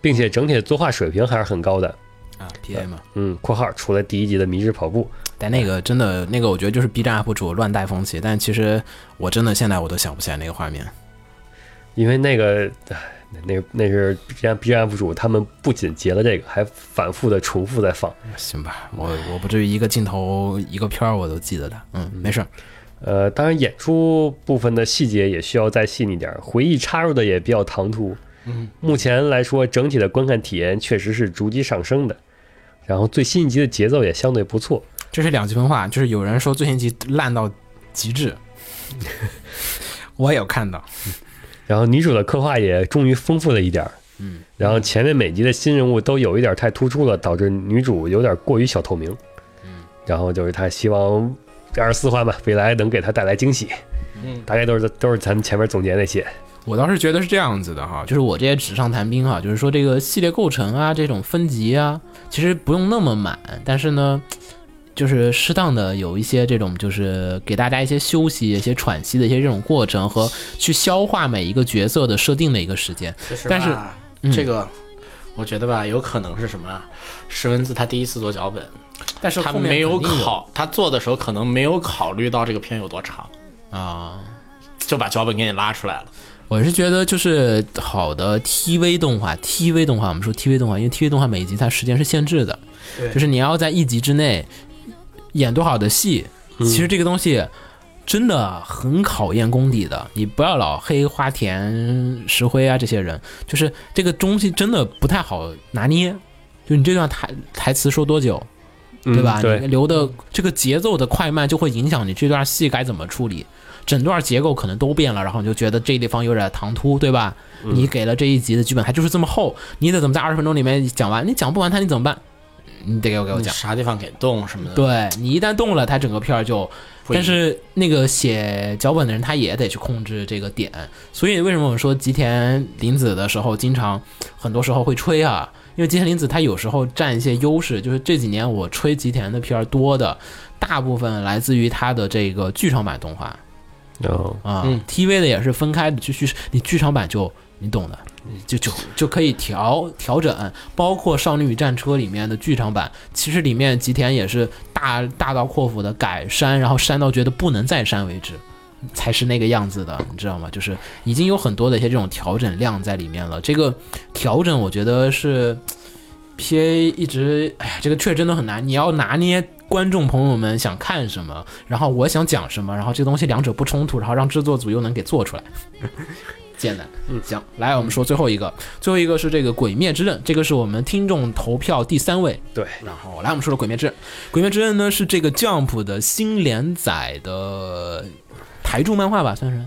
并且整体的作画水平还是很高的。
啊，P A 嘛，
嗯，括号除了第一集的迷之跑步，
但那个真的，那个我觉得就是 B 站 UP 主乱带风气，但其实我真的现在我都想不起来那个画面。
因为那个，唉那那是 B 站 B 站 UP 主，他们不仅截了这个，还反复的重复在放。
行吧，我我不至于一个镜头一个片儿我都记得的，嗯，没事儿，
呃，当然演出部分的细节也需要再细腻点儿，回忆插入的也比较唐突。嗯，目前来说，整体的观看体验确实是逐级上升的，然后最新一集的节奏也相对不错。
这是两极分化，就是有人说最新集烂到极 致，我也有看到，
然后女主的刻画也终于丰富了一点儿。嗯，然后前面每集的新人物都有一点儿太突出了，导致女主有点儿过于小透明。嗯，然后就是她希望二十四话吧，未来能给她带来惊喜。嗯，大概都是都是咱们前面总结那些。
我倒是觉得是这样子的哈，就是我这些纸上谈兵哈，啊就是说这个系列构成啊，这种分级啊，其实不用那么满，但是呢，就是适当的有一些这种，就是给大家一些休息、一些喘息的一些这种过程和去消化每一个角色的设定的一个时间。
其实
但是
吧
嗯
这个，我觉得吧，有可能是什么啊？石文字他第一次做脚本，
但是
他没有考，他做的时候可能没有考虑到这个片有多长，
啊。
就把脚本给你拉出来
嗯
了。
我是觉得，就是好的 TV 动画，TV 动画，我们说 TV 动画，因为 TV 动画每一集它时间是限制的，就是你要在一集之内演多少的戏，其实这个东西真的很考验功底的。你不要老黑花田石灰啊这些人，就是这个东西真的不太好拿捏。就你这段台台词说多久，嗯对吧？你
嗯对，
留的这个节奏的快慢就会影响你这段戏该怎么处理，整段结构可能都变了，然后你就觉得这地方有点唐突，对吧？你给了这一集的剧本，它就是这么厚，你得怎么在二十分钟里面讲完？你讲不完它，你怎么办？你得给我给我
你
讲。
啥地方给动什么的，
对你一旦动了，它整个片儿就。
不一
但
定
是那个写脚本的人，他也得去控制这个点。所以为什么我们说吉田林子的时候，经常很多时候会吹啊？因为吉田林子他有时候占一些优势，就是这几年我吹吉田的片儿多的，大部分来自于他的这个剧场版动画
哦，
啊、
嗯
t v 的也是分开的，就去你剧场版就你懂的，就就就可以调调整，包括《少女与战车》里面的剧场版，其实里面吉田也是大大刀阔斧的改删，然后删到觉得不能再删为止，才是那个样子的，你知道吗？就是已经有很多的一些这种调整量在里面了。这个调整，我觉得是 P A 一直，哎呀，这个确实真的很难，你要拿捏。观众朋友们想看什么，然后我想讲什么，然后这个东西两者不冲突，然后让制作组又能给做 出来，简单。行，来，我们说最后一个，最后一个是这个《鬼灭之刃》，这个是我们听众投票第三位。
对，
然后来，我们说说《鬼灭之刃》，《鬼灭之刃》呢是这个 Jump 的新连载的台柱漫画吧，算 是。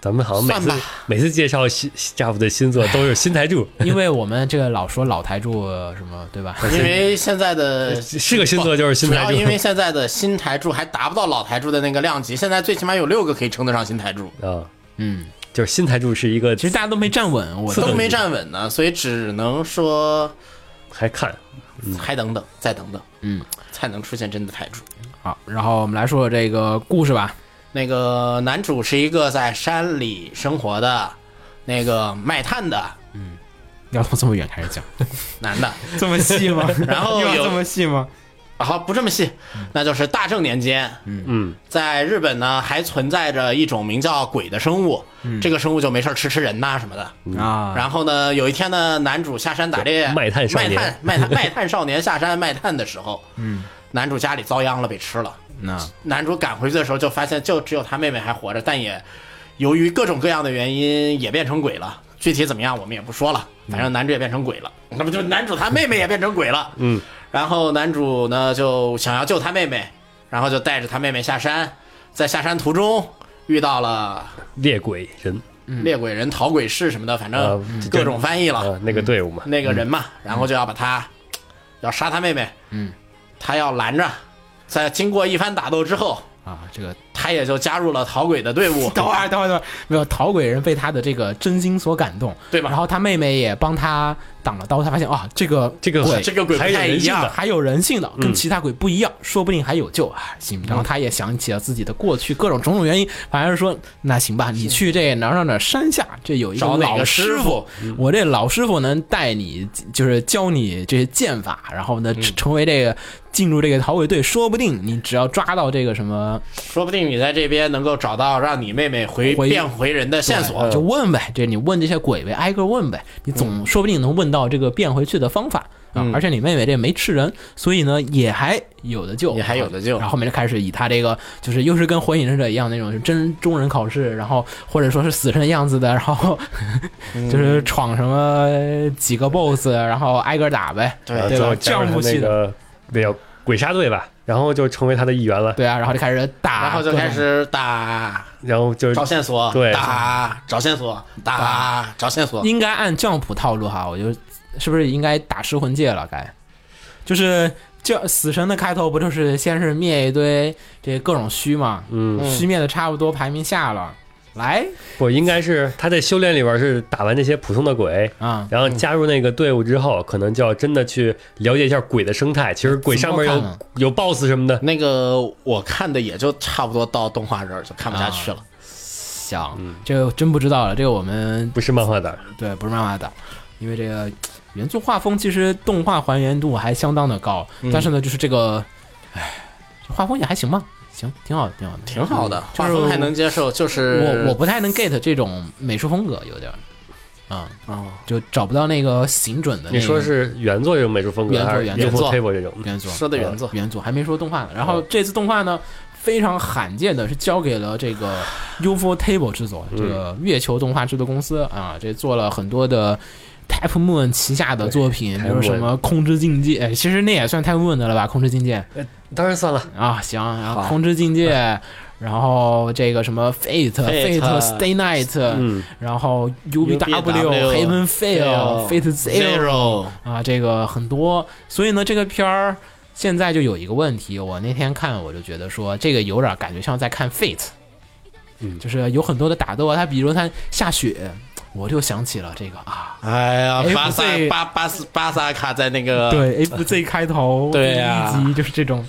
咱们好像每
算
次每次介绍新 staff 的新作都是新台柱，
因为我们这个老说老台柱什么，对 吧？
因为现在的
是个新作就是新
主
台
要
柱。
因为现在的新台柱还达不到老台柱的那个量级，现在最起码有六个可以称得上新台柱，
啊，
嗯，
就是新台柱是一个
其实大家都没站稳，我
是的
都没站稳呢，所以只能说
还看，嗯
还等等，再等等，
嗯，
才能出现真的台柱。
好。然后我们来说说这个故事吧。
那个男主是一个在山里生活的，那个卖炭的
要从这么远开始讲，
男的，
这么细吗？
然后有
细吗？
啊、啊，好，不这么细，那就是大正年间，
嗯，
在日本呢还存在着一种名叫鬼的生物，
嗯
这个生物就没事儿吃吃人呐、什么的。
啊，
然后呢，有一天呢，男主下山打猎，
卖炭少年
卖炭卖炭卖炭少年下山卖炭的时 候，嗯，男主家里遭殃了，被吃了。
那
男主赶回去的时候，就发现就只有他妹妹还活着，但也由于各种各样的原因，也变成鬼了。具体怎么样，我们也不说了。反正男主也变成鬼了，嗯那不就男主他妹妹也变成鬼了。
嗯，
然后男主呢就想要救他妹妹，然后就带着他妹妹下山，在下山途中遇到了
猎鬼人
猎鬼人、讨鬼士什么的，反
呃
正各种翻译
啊、
了。
那个队伍嘛，
那个人嘛，然后就要把他要杀他妹妹，
嗯，
他要拦着，在经过一番打斗之后，
啊，这个
他也就加入了讨鬼的队伍
。等会儿，等会儿，等会儿，没有讨鬼人被他的这个真心所感动，
对吧
然后他妹妹也帮他挡了刀，他发现啊，这个
这个
鬼
这个鬼不
还有
太
人
一
性
样
的，
还有人性的，跟
嗯
其他鬼不一样，说不定还有救啊！行，然后他也想起了自己的过去各种种种原因，反正说那行吧，你去这哪儿哪儿哪儿山下，这有一
找哪
老
个
师
师
傅
傅，
我这老师傅能带你，就是教你这些剑法，然后呢，成为这个进入这个讨鬼队，说不定你只要抓到这个什么，
说不定你在这边能够找到让你妹妹回
回
变回人的线索。
就问呗，这你问这些鬼呗，挨个问呗，你总说不定能问到这个变回去的方法。啊！
嗯
而且你妹妹这没吃人，所以呢也还有的救，啊
也还有的救
然后后面就开始以他这个就是又是跟火影忍者一样那种是真中人考试，然后或者说是死神的样子的，然后
嗯
就是闯什么几个 BOSS，然后挨个打呗。对
对
最
吧
后啊加入他
降不
那
起
个那叫鬼杀队吧，然后就成为他的一员了，
对啊，然后就开始打，
然后就
各种
开始打
然后就
找线索，
对
打找线索，打找线索。
应该按降谱套路哈，我就是不是应该打噬魂戒了？该就是叫死神的开头不就是先是灭一堆这各种虚嘛，
嗯，
虚灭的差不多排名下了，来
不应该是他在修炼里边是打完这些普通的鬼，
啊、
然后加入那个队伍之后，可能就要真的去了解一下鬼的生态。其实鬼上面
怎么看呢
有有 BOSS 什么的，
那个我看的也就差不多到动画这儿就看不下去了。
嗯想这个真不知道了，这个我们
不是漫画党。
对，不是漫画党，因为这个原作画风其实动画还原度还相当的高，
嗯
但是呢，就是这个，唉，画风也还行吧，行，挺好的，挺好的，
挺好的，
嗯就
画
是
风还能接受，就是
我我不太能 get 这种美术风格，有点儿，啊、
哦
就找不到那个行准的、那个。
你说是原作这种美术风
嗯
格，
原作嗯
还是
原
u
作
f o table 这种？
原作？
说的原作，
原作还没说动画呢。然
哦
后这次动画呢，非常罕见的是交给了这 个 UFO Table 制作，这个
嗯
月球动画制作公司啊，这做了很多的 Type Moon 旗下的作品，比如
Type Moon
什么《空之境界》，哎，其实那也算 Type Moon 的了吧，《空之境界》
当然算了，
啊，行，然后《空之境界》。然后这个什么 Fate、
Fate
Stay Night，、
嗯，
然后 UBW、Heaven Fail、Fate Zero，
Zero
啊，这个很多，所以呢，这个片儿现在就有一个问题，我那天看我就觉得说，这个有点感觉像在看 Fate，
嗯
就是有很多的打斗啊，它比如它下雪，我就想起了这个啊，
哎呀，
哎
巴萨
不对
巴巴斯巴萨卡在那个
对 A 部 Z 开 头，
对啊
第一集就是这种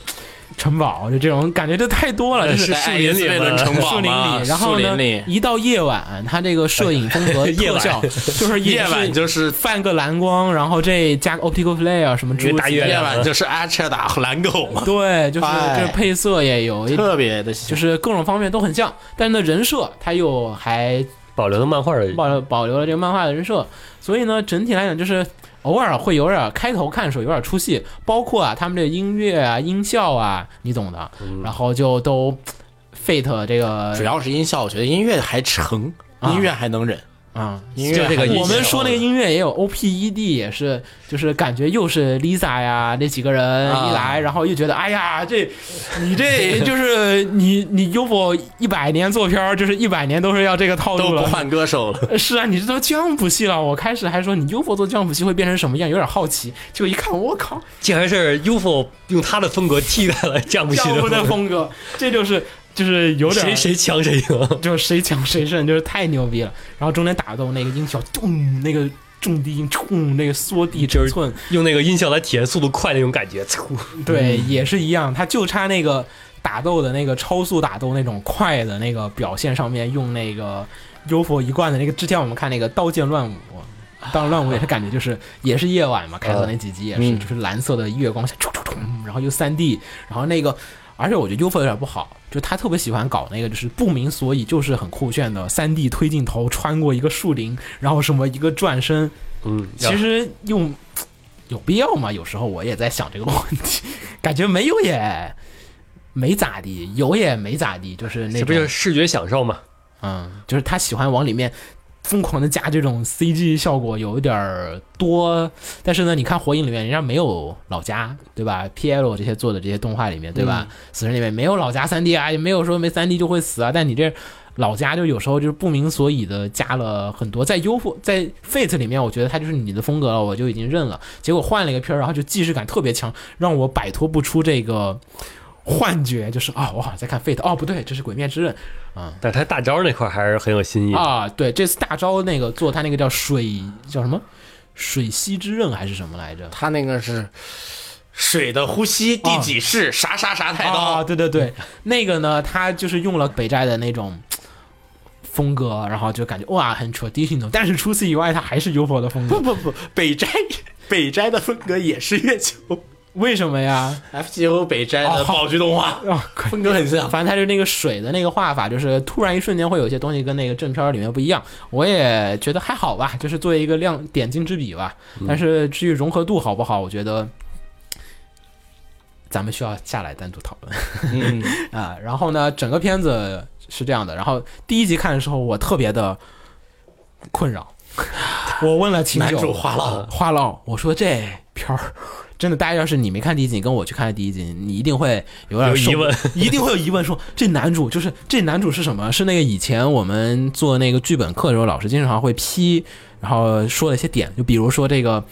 城堡，就这种感觉，这太多了，就是
在
树
爱
林
因斯
里
贝伦
吗
城堡
哎树林
吗
里，然后
树
呢
林里，
一到夜晚，它这个摄影风 格
夜
特
晚
效就是也
夜晚
是
就是
泛个蓝光，然后这加个 optical flare 啊什么
一个
诸
大
如此
月
夜
亮
晚就是阿彻打蓝狗嘛，
对，就是这
哎
配色也有一，
特别的
就
就是
各种方面都很像，但是呢，人设他又还
保留了漫画的
保留保留了这个漫画的人设，所以呢，整体来讲就是偶尔会有点儿开头看的时候有点儿出戏，包括啊他们这音乐啊、音效啊，你懂的，然后就都 Fate 这个
嗯主要是音效，我觉得音乐还成，
啊
音乐还能忍，
啊。
音乐
就这个
还能
音
我们说那个
忍
音乐也有 O P E D，也是，就是感觉又是 Lisa 呀那几个人
啊
一来，然后又觉得，哎呀，这你 这就是你你 UFO 一百年做片儿，就是一百年都是要这个套
都
路
不
了。
换歌手了，
是啊，你这都 Jump 系了，我开始还说你 UFO 做 Jump 系会变成什么样，有点好奇，结果一看，我靠，
竟然是 UFO 用他的风格替代了降不起
Jump 的
的
风格，这就是就是有点
谁谁强谁赢。
就是谁强谁胜，就是太牛逼了。然后中间打斗那个音效，咚，那个重低音，冲，那个缩地
就
成
是
寸。
用那个音效来体验速度快那种感觉， 嗖
对，也是一样，他就差那个打斗的那个超速打斗那种快的那个表现上面用那个 UFO 一贯的那个。之前我们看那个《刀剑乱舞》当然，乱舞也是感觉就是也是夜晚嘛，开头那几集也是，
嗯
就是蓝色的月光下，冲冲冲，然后又三 D，然后那个，而且我觉得 UFO 有点不好，就他特别喜欢搞那个就是不明所以，就是很酷炫的三 D 推镜头穿过一个树林，然后什么一个转身，
嗯，
其实用有必要吗？有时候我也在想这个问题，感觉没有也没咋地，有也没咋地，就是那
这
种
不就是视觉享受嘛？
嗯，就是他喜欢往里面疯狂的加这种 CG 效果，有一点儿多。但是呢，你看《火影》里面，人家没有老家，对吧？PL 这些做的这些动画里面，对吧？死神里面没有老家 3D 啊，也没有说没 3D 就会死啊。但你这老家就有时候就是不明所以的加了很多。在 U 在 Fate 里面，我觉得它就是你的风格了，我就已经认了。结果换了一个片儿，然后就既视感特别强，让我摆脱不出这个。幻觉就是啊、我好像在看 Fate，哦，不对，这是《鬼灭之刃》，
但他大招那块还是很有新意的。
啊，对，这次大招那个做他那个叫水叫什么水息之刃还是什么来着？
他那个是水的呼吸第几式，啥啥啥太
啊，
刀，
对对对，那个呢，他就是用了北斋的那种风格，然后就感觉哇很 traditional，但是除此以外，他还是 UFO 的风格
不，不不，北斋北斋的风格也是月 球
为什么呀？
FGO 北斋的宝具动画
啊，可
风格很像，
反正他就那个水的那个画法，就是突然一瞬间会有一些东西跟那个正片儿里面不一样。我也觉得还好吧，就是作为一个亮点睛之笔吧。但是至于融合度好不好，我觉得咱们需要下来单独讨论。
嗯，
啊，然后呢，整个片子是这样的。然后第一集看的时候，我特别的困扰，我问了秦
男
九
主话痨
话痨，我说这片儿真的，大家要是你没看第一集，你跟我去看第一集，你一定会有点
有疑
受不
问，
一定会有疑问说，这男主就是这男主是什么？是那个以前我们做那个剧本课的时候，老师经常会批，然后说了一些点，就比如说这个。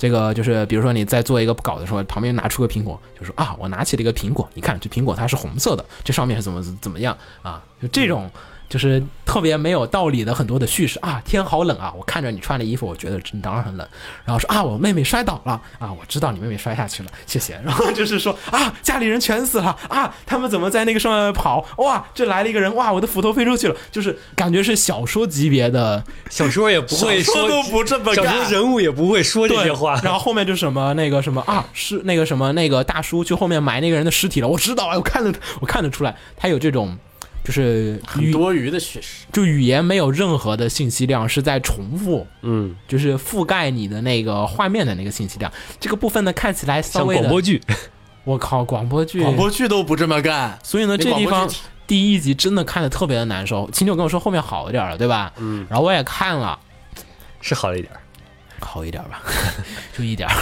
这个就是，比如说你在做一个稿的时候，旁边拿出个苹果，就说啊，我拿起了一个苹果，你看这苹果它是红色的，这上面是怎么怎么样啊？就这种就是特别没有道理的很多的叙事啊，天好冷啊，我看着你穿的衣服，我觉得当然很冷。然后说啊，我妹妹摔倒了啊，我知道你妹妹摔下去了，谢谢。然后就是说啊，家里人全死了啊，他们怎么在那个上面跑？哇，这来了一个人，哇，我的斧头飞出去了，就是感觉是小说级别的
小说也不会
小说
说，
都不这么
小
干
说人物也不会说这
对
些
啊
话。
然后后面就是什么那个什么啊，是那个什么那个大叔去后面埋那个人的尸体了，我知道啊，我看得我看得出来，他有这种就是
很
语
多余的叙事，
就语言没有任何的信息量是在重复。
嗯，
就是覆盖你的那个画面的那个信息量，这个部分呢看起来稍
像
微的
广播剧，
我靠，广播剧，
广播剧都不这么干，
所以呢，
你
这地
广播
方
剧
第一集真的看的特别的难受。秦九跟我说后面好一点了，对吧？嗯，然后我也看了，
是好了一点儿。
好一点吧， 就一点儿。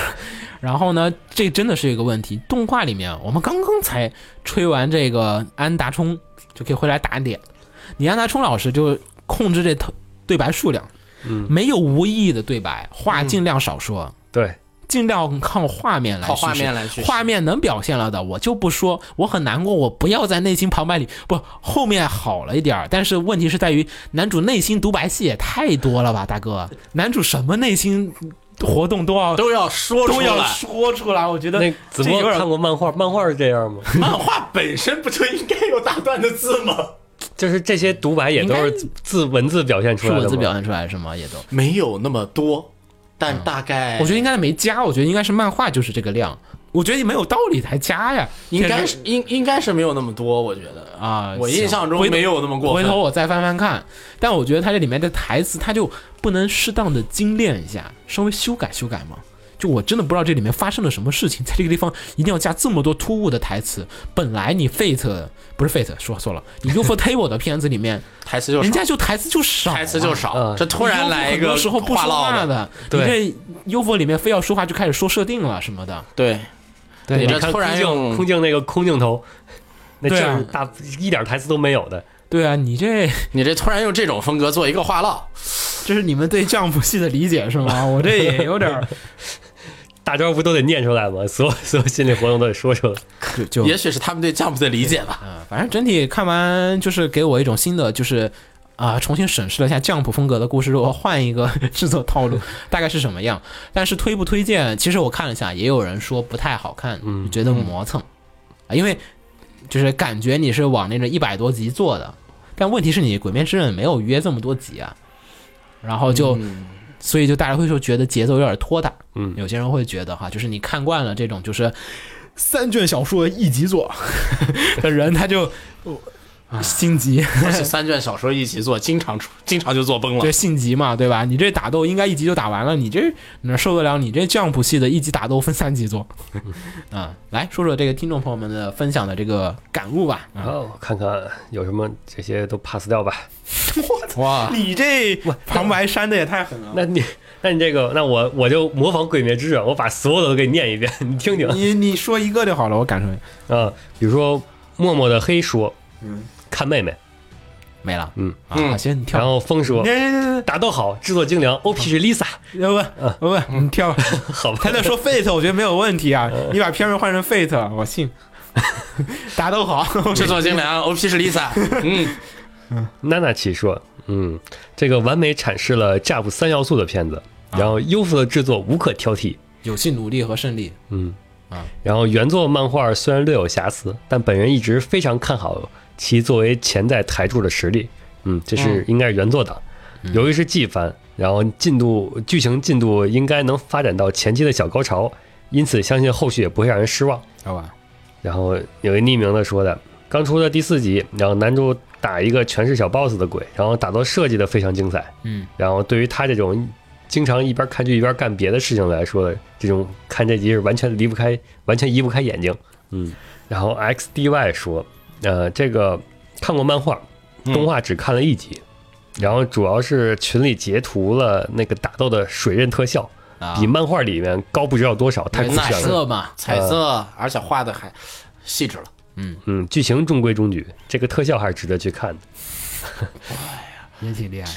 然后呢，这真的是一个问题。动画里面，我们刚刚才吹完这个安达充，就可以回来打点。你安达充老师就控制这头对白数量，嗯，没有无意义的对白，话尽量少说。
对，
尽量靠画面来
靠
叙事
画面来叙事
画面能表现了的，我就不说。我很难过，我不要在内心旁白里不后面好了一点儿，但是问题是在于男主内心独白戏也太多了吧，大哥，男主什么内心活动都 要
都要说出
都要
来。
说出来，我觉得
那子
这
墨
有点
看过漫画，漫画是这样吗？
漫画本身不就应该有大段的字吗？
就是这些独白也都是
应该
字字文字表现出
是
来
文
的
字表
吗？
现出来是吗？也都，
没有那么多，但大概
我觉得应该没加，我觉得应该是漫画就是这个量，我觉得没有道理才加呀，
应该
确实
是应应该是没有那么多，我觉得
啊
我
行
印象中
回头
没有那么过
回
分。
头我再翻翻看，但我觉得它这里面的台词，它就不能适当的精炼一下，稍微修改修改吗？就我真的不知道这里面发生了什么事情，在这个地方一定要加这么多突兀的台词。本来你 Fate 不是 Fate 说 错了，你 UFO Table 的片子里面，
台词就
人
少，
家就台词就少、
台词就。少，
嗯
这突然来一
很
个
多时候不说
话
话
唠，
的，你
对
这 UFO 里面非要说话就开始说设定了什么的，
对，
对，
对
你
这
看
突然
空
用
镜空镜那个空镜头，那
对
劲
啊
儿大，一点台词都没有的。
对啊，你这
你这突然用这种风格做一个话唠，
这是你们对 Jump 系的理解是吗？我这也有点儿
大招不都得念出来吗？所有所有心理活动都得说出来。
就就
也许是他们对 Jump 的理解吧。
嗯，反正整体看完就是给我一种新的，就是啊、重新审视了一下 Jump 风格的故事，如果换一个 制作套路，大概是什么样。但是推不推荐，其实我看了一下，也有人说不太好看，觉得磨蹭啊，因为就是感觉你是往那个一百多集做的，但问题是你《鬼灭之刃》没有约这么多集啊，然后就所以就大家会说觉得节奏有点拖沓。
嗯
有些人会觉得哈，就是你看惯了这种就是三卷小说一集做的人，他就心急，
而且三卷小说一起做，经常出，经常就做崩了
对，。性急嘛，对吧？你这打斗应该一集就打完了，你这哪受得了？你这 Jump 系的一集打斗分三集做， 啊，来说说这个听众朋友们的分享的这个感悟吧。啊、
好，哦看看有什么这些都 pass 掉吧。
哇，
你这旁白删的也太狠了。
那你，那你这个，那我我就模仿《鬼灭之刃》，我把所有的都给你念一遍， 你听听
你你说一个就好了，我感受一下
啊。比如说默默的黑说，嗯，看妹妹，
没了。
嗯
啊，行，你跳
然。后风说
你你
打斗好，制作精良，OP 是 Lisa，
你要不不，你 跳吧。
好吧？
他在说 Fate，我觉得没有问题啊。你把片名换成 Fate，我 信。打斗好，
制作精良，OP 是 Lisa，嗯，
娜娜奇说：“嗯，这个完美阐释了 Jump 三要素的片子，
啊
然后优秀的制作无可挑剔。
有幸努力和胜利。
然后原作漫画虽然略有瑕疵，但本人一直非常看好其作为潜在台柱的实力。嗯，这是应该是原作党，由于是季番，然后进度剧情进度应该能发展到前期的小高潮，因此相信后续也不会让人失望。”
好吧，
然后有一匿名的说的，刚出的第四集，然后男主打一个全是小 boss 的鬼，然后打斗设计的非常精彩，
嗯，
然后对于他这种经常一边看剧一边干别的事情来说的，这种看这集是完全离不开，完全移不开眼睛，嗯。然后 XDY 说，呃，这个看过漫画，嗯动画只看了一集，然后主要是群里截图了那个打斗的水刃特效，
啊
比漫画里面高不知道多少，太酷
那
炫
是
了。
色嘛，嗯
彩色，而且画的还细致了。
嗯，剧情中规中矩，这个特效还是值得去看的。
也挺厉害，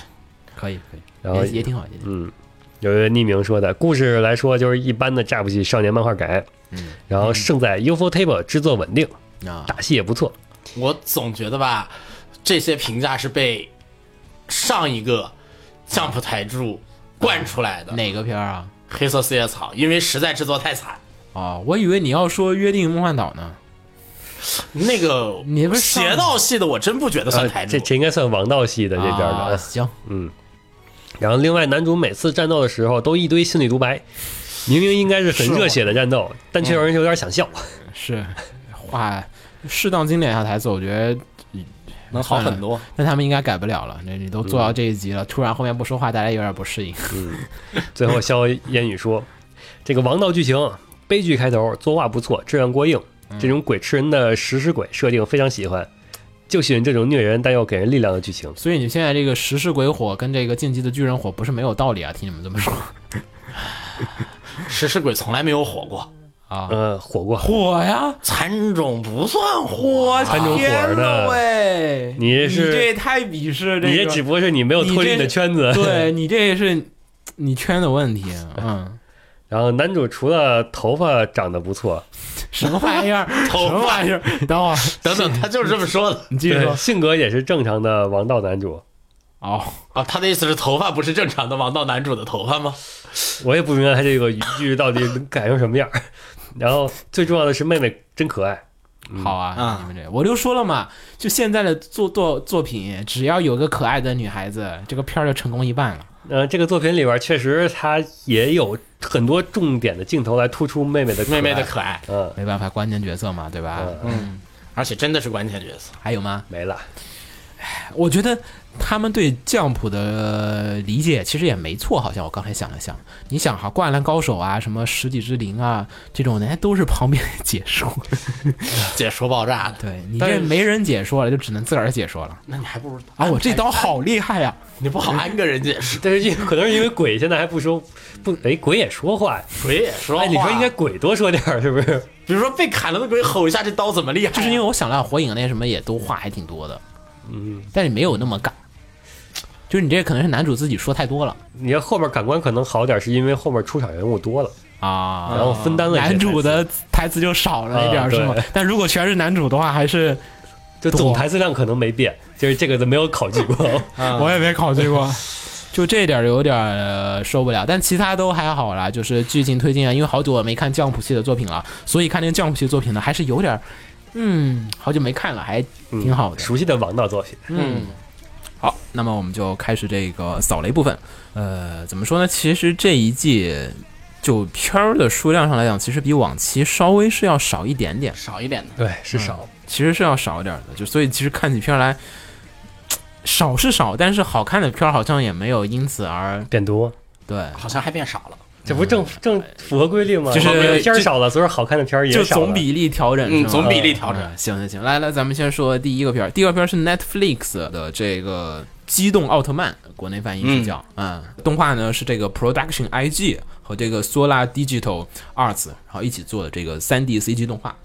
可以可以，
然后
也也挺好，也挺好
嗯，有一个匿名说的，故事来说就是一般的炸不系少年漫画改，嗯，然后胜在 UFO Table 制作稳定，
啊。
打戏也不错。
我总觉得吧，这些评价是被上一个 Jump 台柱
啊
惯出来的。
哪个片儿啊？
黑色四叶草，因为实在制作太惨，
哦，我以为你要说《约定梦幻岛》呢。
那个
你不是上
邪道系的，我真不觉得算台
呃、
柱
这。这应该算王道系的这边的。
啊行，
然后另外男主每次战斗的时候都一堆心理独白，明明应该是很热血的战斗，但
嗯
却让人有点想笑。
是话适当经典一下台词，我觉得
能好很多。
那他们应该改不了了。那你都做到这一集了，突然后面不说话，大家有点不适应。
嗯最后萧烟雨说：“这个王道剧情，悲剧开头，作画不错，质量过硬。
嗯
这种鬼吃人的食尸鬼设定非常喜欢，就喜欢这种虐人但又给人力量的剧情。
所以你现在这个食尸鬼火跟这个进击的巨人火不是没有道理啊，听你们这么说
食尸鬼从来没有火过，
啊，
呃，火 过，
火呀，
蚕种不算火
我
啊，
种火
天呐
的
喂，
你这是
你这也太鄙视这个，
你这只不过是你没有脱离你的圈子。
对你这是你圈的问题，嗯。
然后男主除了头发长得不错，
什么玩意儿？什
头发
么玩意儿？等会儿，
等等，他就是这么说 的。
你继续
对
说。
性格也是正常的王道男主。
哦，
啊，他的意思是头发不是正常的王道男主的头 发吗？
我也不明白他这个语句到底能改成什么样儿。然后最重要的是妹妹真可爱。
好啊，
啊
你们这我就说了嘛，就现在的作作作品，只要有个可爱的女孩子，这个片儿就成功一半了。
呃，这个作品里边确实它也有很多重点的镜头来突出妹妹的可爱
妹妹的可爱，
嗯
没办法，关键角色嘛，对吧？
而且真的是关键角色。
还有吗？
没了，
我觉得他们对降谱的理解其实也没错，好像我刚才想了想，你想哈，《灌篮高手》啊，什么《十几之灵》啊，这种人家都是旁边的解说，
解说爆炸的，
对你
但
这
是
没人解说了，就只能自个儿解说了。
那你还不如
啊，我这刀好厉害啊呀、
你不好安个人解释，
但是因为可能是因为鬼现在还不说不，哎，鬼也说话呀。
鬼也说话。
哎，你说应该，鬼多说点儿是不是？
比如说被砍了的鬼吼一下，这刀怎么啊厉害？
就是因为我想到火影那些什么也都话还挺多的，嗯，但是没有那么尬。就是你这可能是男主自己说太多了
你要后面感官可能好点儿，是因为后面出场人物多了，
啊，
然后分担了一些
男主的台词就少了一点儿
啊
是吗
对？
但如果全是男主的话，还是
就
多
总台词量可能没变，就是这个都没有考据过。嗯
我也没考虑 过。就这点儿有点儿呃受不了，但其他都还好啦。就是剧情推进啊，因为好久我没看降谱系的作品了，所以看那个降谱系的作品呢，还是有点儿，嗯，好久没看了，还挺好的。
熟悉的王道作品，
嗯，
好，那么我们就开始这个扫雷部分。呃，怎么说呢？其实这一季就片儿的数量上来讲，其实比往期稍微是要少一点点，
少一点的。
对，是少。
其实是要少一点的。就所以其实看起片儿来，少是少，但是好看的片儿好像也没有因此而
变多，
对。
好像还变少了，
这不正正符合规律吗？
就是
好看的片儿
就
少了，所以好看的片儿也少
就
了。
总比例调整，是
嗯，
吗
总比例调整。
嗯行行行，来来，咱们先说第一个片儿，第一个片儿是 Netflix 的这个《机动奥特曼》，国内翻译是叫嗯动画呢是这个 Production IG 和这个 Sola Digital Arts 然后一起做的这个 3D CG 动画，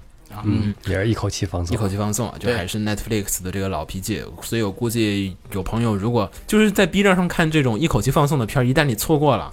嗯，也是一口气放
一
松。
口气放送啊，就
对
还是 Netflix 的这个老脾气，所以我估计有朋友如果就是在 B 站上看这种一口气放送的片儿，一旦你错过了，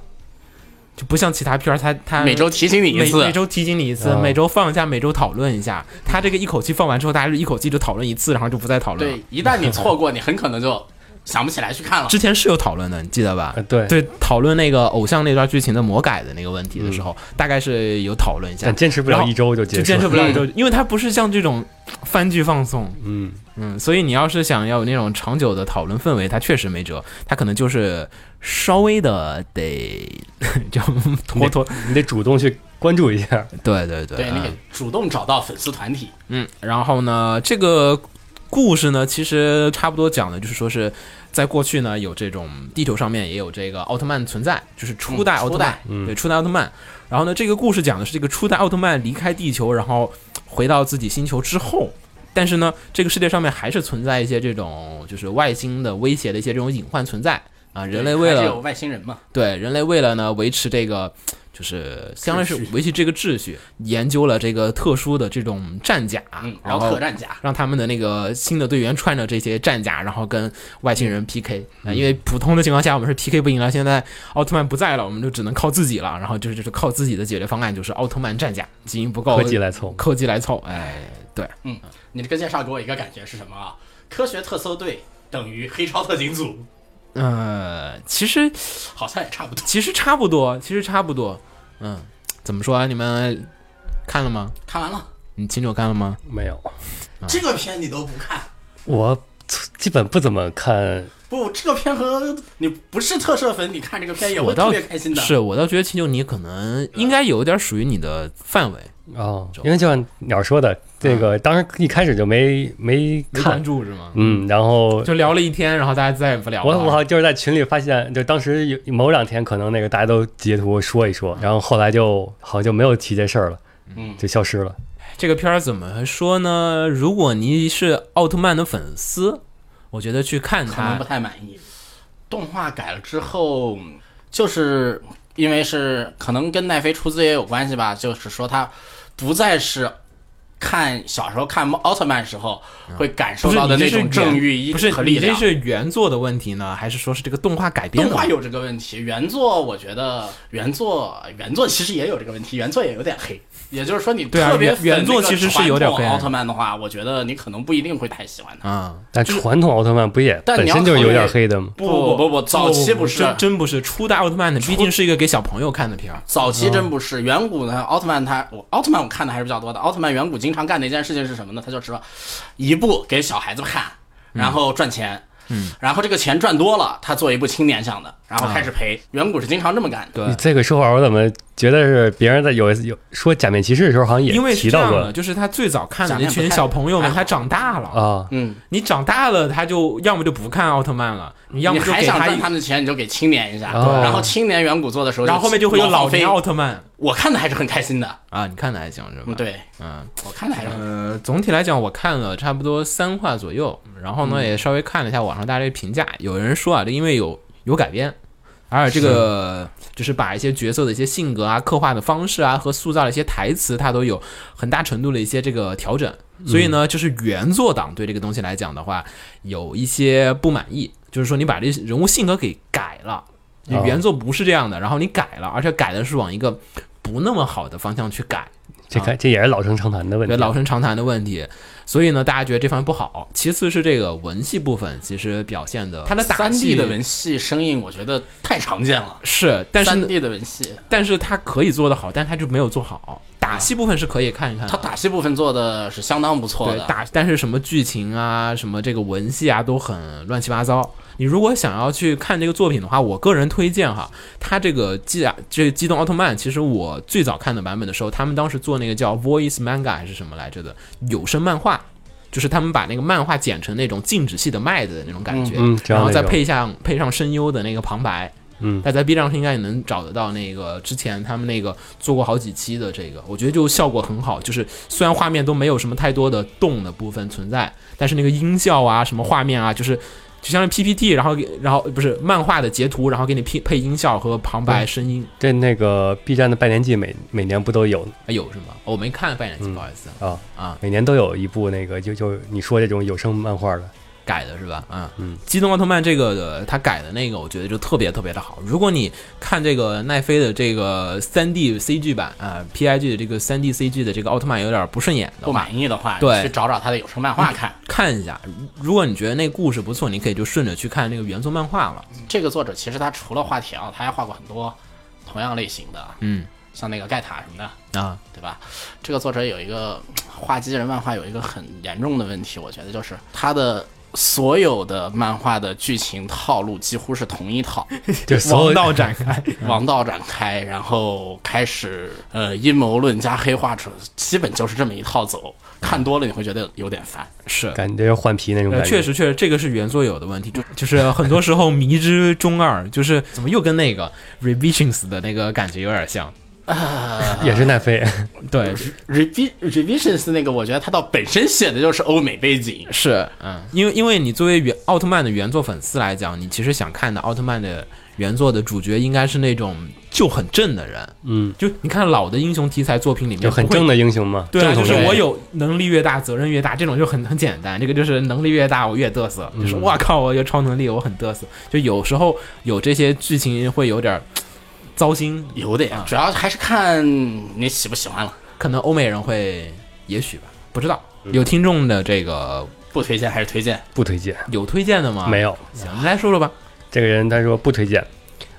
就不像其他片儿，它它
每周提醒你一
每
次
每，周提醒你一次，
啊
每周放一下，每周讨论一下。他这个一口气放完之后，大家就一口气就讨论一次，然后就不再讨论了。
对，一旦你错过，你很可能就想不起来去看了。
之前是有讨论的，你记得吧
呃？对
对，讨论那个偶像那段剧情的魔改的那个问题的时候，大概是有讨论一下。
但坚持不了
然后
一周就结束
就坚持不了一周，因为它不是像这种番剧放送，
嗯
嗯，所以你要是想要有那种长久的讨论氛围，它确实没辙，它可能就是稍微的得 就拖拖，
你得主动去关注一下。
对对对，
对，你
嗯
得主动找到粉丝团体，
嗯，然后呢，这个故事呢，其实差不多讲的就是说是在过去呢，有这种地球上面也有这个奥特曼存在，就是初代
嗯
奥特
初
曼
代，
对，初代奥特曼。然后呢，这个故事讲的是这个初代奥特曼离开地球，然后回到自己星球之后。但是呢，这个世界上面还是存在一些这种就是外星的威胁的一些这种隐患存在啊。人类为
还
了
是有外星人嘛，
对，人类为了呢维持这个，就是相当于是
秩序
维持这个秩序，研究了这个特殊的这种战甲，
嗯，然
然
后
后
特战甲，
让他们的那个新的队员穿着这些战甲，然后跟外星人 PK、呃因为普通的情况下我们是 PK 不赢了，现在奥特曼不在了，我们就只能靠自己了。然后就是就是靠自己的解决方案，就是奥特曼战甲，基因不够，
科技来凑
科技来凑，哎，对，
嗯，你这个介绍给我一个感觉是什么啊？科学特搜队等于黑超特警组，
呃，其实
好像也差不多。
其实差不多，其实差不多，嗯，怎么说、啊？你们看了吗？
看完了，
你秦九看了吗？
没有，
这个片你都不看，
我基本不怎么看。
不，这个片和你不是特摄粉，你看这个片也
我
会
倒
哎特别开心的。
是我倒觉得秦九你可能应该有点属于你的范围，
哦，因为就像鸟说的，这个当时一开始就没没
嗯没关
看，
注是吗？
嗯，然后
就聊了一天，然后大家再也不聊
我
了。
我好像就是在群里发现，就当时有某两天可能那个大家都截图说一说，然后后来就好像就没有提这事儿了，
嗯
就消失了。
这个片儿怎么说呢？如果你是奥特曼的粉丝，我觉得去看
可能
它
不，太满意。动画改了之后，就是因为是可能跟奈飞出资也有关系吧，就是说它不再是看小时候看奥特曼时候会感
不
受
是
到的
你
那
这是
种正
原
义一
嗯不是
和
你
力
这
量。
是原作的问题呢，还是说是这个动画改编
动
的
画
问题？
有这个问题，原作我觉得原作原作其实也有这个问题，原作也有点黑。也就是说，你
对啊
特别
原
粉
原作
那个
其实是有点
传统
黑暗
奥特曼的话，我觉得你可能不一定会太喜欢它。
啊、
但传统奥特曼不也
但
本
你要
身就是有点
考虑
黑的吗？
不不不不，早期不是
真真不是初代奥特曼的，毕竟是一个给小朋友看的片儿。
早期真
嗯
不是，远古呢，奥特曼他我奥特曼我看的还是比较多的。奥特曼远古经常干的一件事情是什么呢？他就知道一部给小孩子看，然后赚钱，嗯，然后这个钱赚多了，他做一部青年向的，然后开始赔。远古是经常这么干的。
啊对
你这个说法，我怎么觉得是别人在有有说假面骑士的时候，好像也
因为是
提
这
到
样
过
的，就是他最早看的
假
那
面不哎
群
太
小朋友们，
还好
他长大了
啊？
嗯，
你长大了，他就要么就不看奥特曼了，你要
你
么就
还
给
想
他
赚
一
他，们的钱，你就给青年一下。
哦
然后青年远古做的时候，
然后后面就会有老
飞
年。奥特曼
我看的还是很开心的。
啊。你看的还行是吧？
嗯，，对
嗯。
我看的还是很。
呃，总体来讲，我看了差不多三话左右，然后呢，也稍微看了一下网上大家的评价。有人说啊，这因为有有改编，而且这个就是把一些角色的一些性格啊、刻画的方式啊和塑造的一些台词，它都有很大程度的一些这个调整。所以呢，就是原作党对这个东西来讲的话，有一些不满意，就是说你把这人物性格给改了，你
哦
原作不是这样的，然后你改了，而且改的是往一个不那么好的方向去改。
这看这也是老生常谈的问题。
啊对老生常谈的问题，所以呢，大家觉得这方面不好。其次是这个文戏部分，其实表现的它的打
三 D
戏
的文戏生硬，我觉得太常见了。
是，但是
三
呢
D 啊的文戏，
但是它可以做得好，但它就没有做好。打打戏部分是可以看一看的。
他打戏部分做的是相当不错
对
的，
打，但是什么剧情啊，什么这个文戏啊，都很乱七八糟。你如果想要去看这个作品的话，我个人推荐哈，他这个机啊，这个机动奥特曼，其实我最早看的版本的时候，他们当时做那个叫 Voice Manga 还是什么来着的有声漫画，就是他们把那个漫画剪成那种静止系的麦子的那种感觉，
嗯嗯知道
然后再
那种
配上配上声优的那个旁白。
嗯
大家 B 站上应该也能找得到那个之前他们那个做过好几期的这个，我觉得就效果很好，就是虽然画面都没有什么太多的动的部分存在，但是那个音效啊、什么画面啊，就是就像是 PPT，然后给然后不是漫画的截图，然后给你配配音效和旁
嗯
白声音，
这那个 B 站的拜年季每每年不都有
哎有是吗？我没看《扮演机》，不好意思，
啊
啊
每年都有一部那个就就你说这种有声漫画的，
改的是吧？嗯
嗯，
机动奥特曼这个的他改的那个，我觉得就特别特别的好。如果你看这个奈飞的这个三 D CG 版啊、p i g 的这个三 D CG 的这个奥特曼有点不顺眼的
不
话，
满意的话，
对
你去找找他的有声漫画看。
看一下。如果你觉得那故事不错，你可以就顺着去看那个原作漫画了。
这个作者其实他除了画铁奥，他还画过很多同样类型的，
嗯
像那个盖塔什么 的，
啊，
对吧？这个作者有一个画机器人漫画有一个很严重的问题，我觉得就是他的所有的漫画的剧情套路几乎是同 一套，
就所有
展开，
王道展开，然后开始呃阴谋论加黑化者，基本就是这么一套走。看多了你会觉得有点烦，
是。
感觉要换皮那种感
呃，
觉，
确实，确实，这个是原作有的问题，就就是很多时候迷之中二，就是怎么又跟那个 revisions 的那个感觉有点像，
也是奈飞，
对，
Revi- revisions 那个，我觉得他倒本身写的就是欧美背景，
是，嗯，因为因为你作为原奥特曼的原作粉丝来讲，你其实想看的奥特曼的原作的主角应该是那种就很正的人，
嗯，
就你看老的英雄题材作品里面
就很
不会
正的英雄嘛，
对啊，
正
就
统
是
的
我有能力越大，责任越大，这种就很很简单。这个就是能力越大，我越嘚瑟，
嗯
就是哇靠，我有超能力，我很嘚瑟。就有时候有这些剧情会有点儿糟心，
有点，
啊
主要还是看你喜不喜欢了。
可能欧美人会，也许吧，不知道。
嗯
有听众的这个
不推荐还是推荐？
啊
不推荐，
有推荐的吗？
没，有。
行，你来说说吧。
这个人他说不推荐，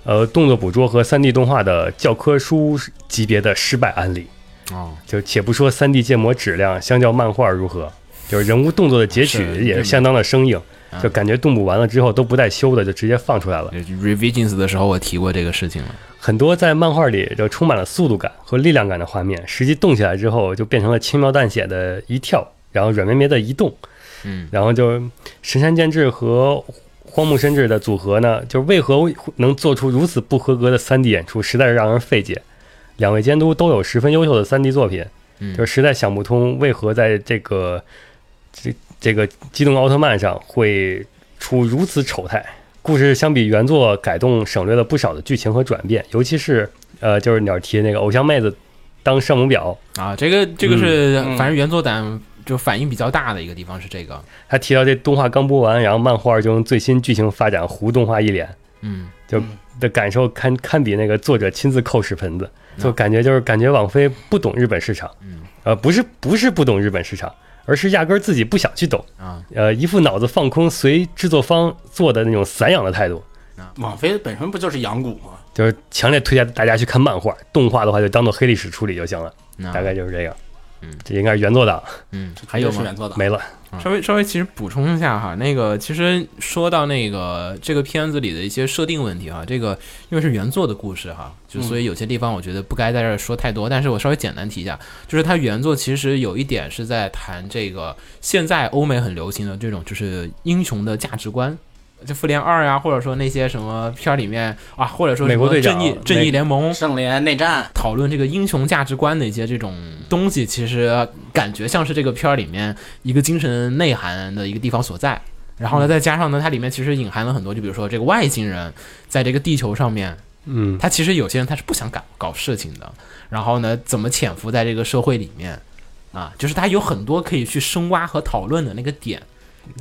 呃，动作捕捉和 3D 动画的教科书级别的失败案例。
哦，
就且不说 3D 建模质量相较漫画如何，就是人物动作的截取
是
也是相当的生硬，就感觉动捕完了之后都不带修的，就直接放出来了。
呃 revisions 的时候我提过这个事情了。
很多在漫画里就充满了速度感和力量感的画面，实际动起来之后就变成了轻描淡写的一跳，然后软绵绵的一动。
嗯，
然后就神山健治和荒木伸治的组合呢，就是为何能做出如此不合格的 3D 演出，实在是让人费解。两位监督都有十分优秀的 3D 作品，
嗯
就实在想不通为何在这个这这个机动奥特曼上会出如此丑态。故事相比原作改动省略了不少的剧情和转变，尤其是呃，就是鸟提那个偶像妹子当圣母婊，
啊，这个这个是、
嗯
反正原作党就反应比较大的一个地方是这个。
他提到这动画刚播完，然后漫画就用最新剧情发展糊动画一脸，
嗯，
就的感受堪堪比那个作者亲自扣屎盆子，就感觉就是感觉网飞不懂日本市场，呃，不是不是不懂日本市场，而是压根儿自己不想去懂
啊，
呃，一副脑子放空随制作方做的那种散养的态度，
网飞本身不就是养蛊吗？
就是强烈推荐大家去看漫画，动画的话就当做黑历史处理就行了，
那
大概就是这样。这应该是原作党
嗯，
这
还有
绝对是
吗
原？作的，
没了，
稍微稍微其实补充一下哈，那个其实说到那个这个片子里的一些设定问题哈，这个因为是原作的故事哈，就所以有些地方我觉得不该在这儿说太多，但是我稍微简单提一下，就是它原作其实有一点是在谈这个现在欧美很流行的这种就是英雄的价值观。就复联二呀、或者说那些什么片儿里面啊，或者说什
美国
么
队
正
长
义正义
美
联盟，
圣联内战
讨论这个英雄价值观的一些这种东西，其实感觉像是这个片儿里面一个精神内涵的一个地方所在。然后呢，再加上呢，它里面其实隐含了很多，就比如说这个外星人在这个地球上面，
嗯，
他其实有些人他是不想搞搞事情的，然后呢，怎么潜伏在这个社会里面啊？就是他有很多可以去深挖和讨论的那个点。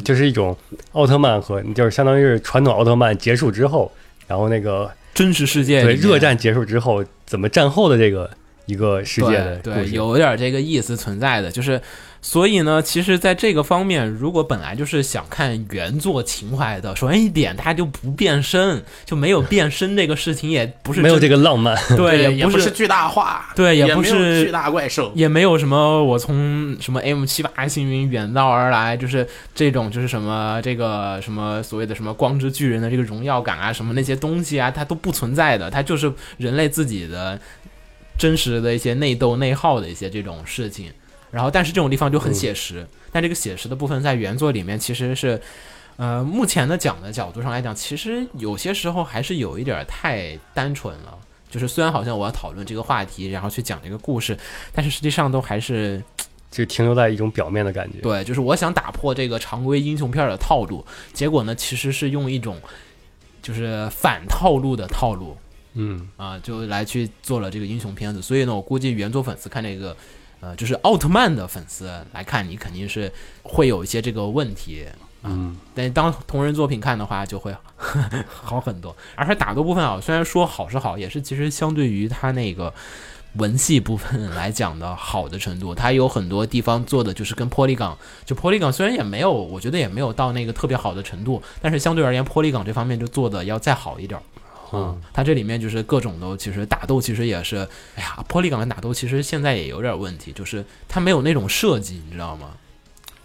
就是一种奥特曼和就是相当于是传统奥特曼结束之后，然后那个
真实世界
对
里面
热战结束之后怎么战后的这个一个世界
对
的故
对，
事。
有点这个意思存在的，就是所以呢，其实在这个方面，如果本来就是想看原作情怀的，首先一点，他就不变身，就没有变身这个事情，也不是
没有这
个
个浪漫，
对，
也
不
是巨大化，
对也
也
不
没有
是
巨大怪兽，
也没有什么我从什么 M 七八星云远道而来，就是这种就是什么这个什么所谓的什么光之巨人的这个荣耀感啊，什么那些东西啊，它都不存在的，它就是人类自己的真实的一些内斗内耗的一些这种事情。然后，但是这种地方就很写实，但这个写实的部分在原作里面其实是，呃，目前的讲的角度上来讲，其实有些时候还是有一点儿太单纯了。就是虽然好像我要讨论这个话题，然后去讲这个故事，但是实际上都还是
就停留在一种表面的感觉。
对，就是我想打破这个常规英雄片儿的套路，结果呢，其实是用一种就是反套路的套路
嗯，
啊、就来去做了这个英雄片子。所以呢，我估计原作粉丝看这个，呃，就是奥特曼的粉丝来看，你肯定是会有一些这个问题。啊
嗯，
但是当同人作品看的话，就会 好很多。而且打斗部分啊，虽然说好是好，也是其实相对于它那个文戏部分来讲的好的程度，它有很多地方做的就是跟 Polygon，就 Polygon 虽然也没有，我觉得也没有到那个特别好的程度，但是相对而言，Polygon 这方面就做的要再好一点儿。
嗯，
它这里面就是各种都，其实打斗其实也是，哎呀，Polygon 的打斗其实现在也有点问题，就是它没有那种设计，你知道吗？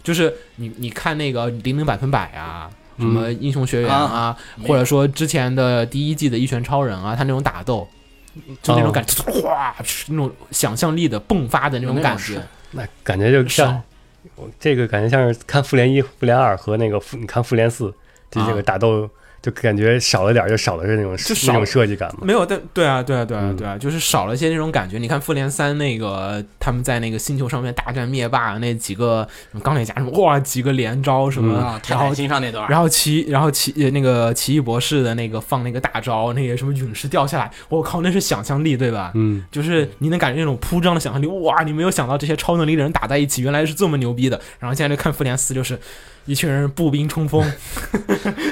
就是你你看那个零零百分百啊，什么英雄学员啊，或者说之前的第一季的一拳超人啊，他那种打斗，就那种感觉，哗，那种想象力的迸发的那种
有那种
感觉
是，
那感觉就
啊
像我这个感觉像是看复联一、复联二和那个复你看复联四，就这
啊
个打斗就感觉少了点儿，就少了是那种
就少
那种设计感嘛。
没有，但对啊，对啊，对啊，
嗯
对啊，就是少了一些那种感觉。你看《复联三》那个他们在那个星球上面大战灭霸那几个什么钢铁侠什么，哇，几个连招什么，
啊，
嗯
泰
然后
坦星上那段，
然后奇，然后奇呃那个奇异博士的那个放那个大招，那个什么陨石掉下来，我靠，那是想象力对吧？
嗯，
就是你能感觉那种铺张的想象力，哇，你没有想到这些超能力的人打在一起原来是这么牛逼的。然后现在就看复联四，就是一群人步兵冲锋，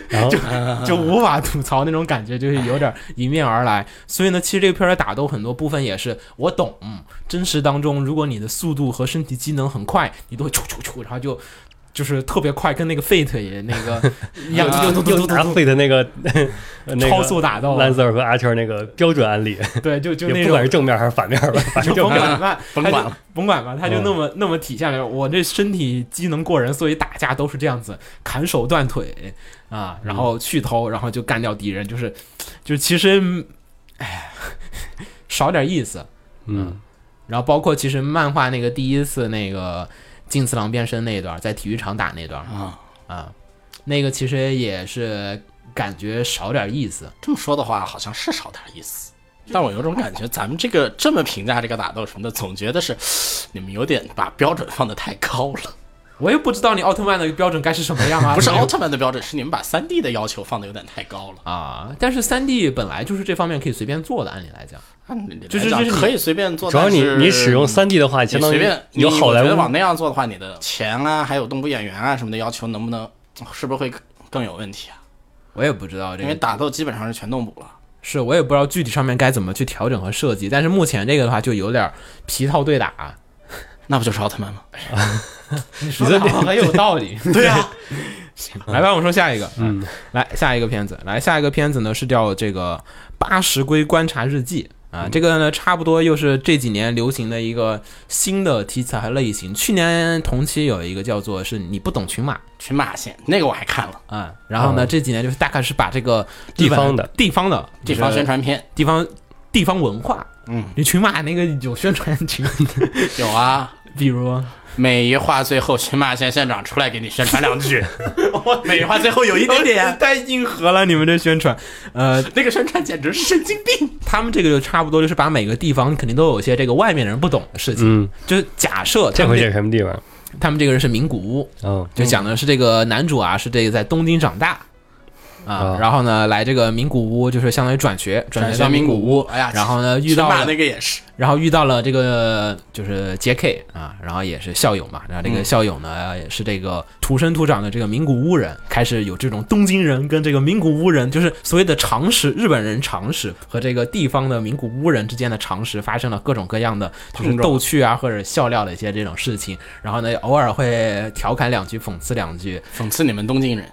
然后
就无法吐槽那种感觉，就是有点迎面而来。所以呢，其实这个片儿的打斗很多部分也是我懂，嗯真实当中，如果你的速度和身体机能很快，你都会出出出，然后就就是特别快，跟那个 Fate 也那 个一样，就就就
又
就
拿
就
费的那个 那个
超速打斗，
兰 sir 和阿 r 那个标准案例，
对，哦就就
也
那
不管是
种。
正面还是反面吧，反正
就
就
甭
看
管吧，
甭
他就
管了嗯
甭管吧，他就那么那么体现了我这身体机能过人，所以打架都是这样子，砍手断腿啊，
嗯
然后去头，然后就干掉敌人，就是就其实，哎，少点意思。
嗯
然后包括其实漫画那个第一次那个进次郎变身那一段，在体育场打那段
啊。
啊，那个其实也是感觉少点意思。
这么说的话，好像是少点意思。但我有种感觉，咱们这个这么评价这个打斗什么的，总觉得是 你们有点把标准放得太高了。
我也不知道你奥特曼的标准该是什么样啊，
不是
没有
奥特曼的标准，是你们把三 D 的要求放得有点太高了。
啊，但是三 D 本来就是这方面可以随便做的，按理来讲，
按理
就是就
嗯来讲
是你
可以随便做，
主要你
但是
你使用三 D 的话，相
你
当
随
于
便
有
你
好莱
我觉得往
坞
那样做的话，你的钱啊，还有动捕演员啊什么的要求，能不能是不是会更更有问题啊？
我也不知道这
因为
个，
打斗基本上是全动捕了。
是我也不知道具体上面该怎么去调整和设计，但是目前这个的话就有点皮套对打，
那不就是奥特曼吗？哎
你说的好像很有道理，对 啊。来吧，我说下一个，嗯，来下一个片子，来下一个片子呢是叫这个《八十龟观察日记》啊，这个呢差不多又是这几年流行的一个新的题材和类型。去年同期有一个叫做是你不懂群马，
群马县那个我还看了，
啊、然后呢，这几年就是大概是把这个日本
地方的
地方的
地方
就是
宣传片
地方地方文化，
嗯，
你群马那个有宣传群，
有啊。
比如
每一话最后群马县县长出来给你宣传两句， 每一话最后有一点点，
哦太硬核了，你们这宣传，呃，
那个宣传简直是神经 病。
他们这个就差不多就是把每个地方肯定都有一些这个外面人不懂的事情，
嗯，
就是假设他
这
们
回这是什么地方？
他们这个人是名古屋，啊
嗯
就讲的是这个男主啊，是这个在东京长大，啊，然后呢来这个名古屋，就是相当于转学，转学到名呃古屋，
哎呀，
然后呢遇
神
到
马
了
那个也是，
然后遇到了这个就是杰 K 啊，然后也是校友嘛，然后这个校友呢、也是这个土生土长的这个名古屋人，开始有这种东京人跟这个名古屋人，就是所谓的常识，日本人常识和这个地方的名古屋人之间的常识发生了各种各样的就是
碰撞
逗趣啊或者笑料的一些这种事情，然后呢偶尔会调侃两句， 讽刺两句，
讽刺你们东京人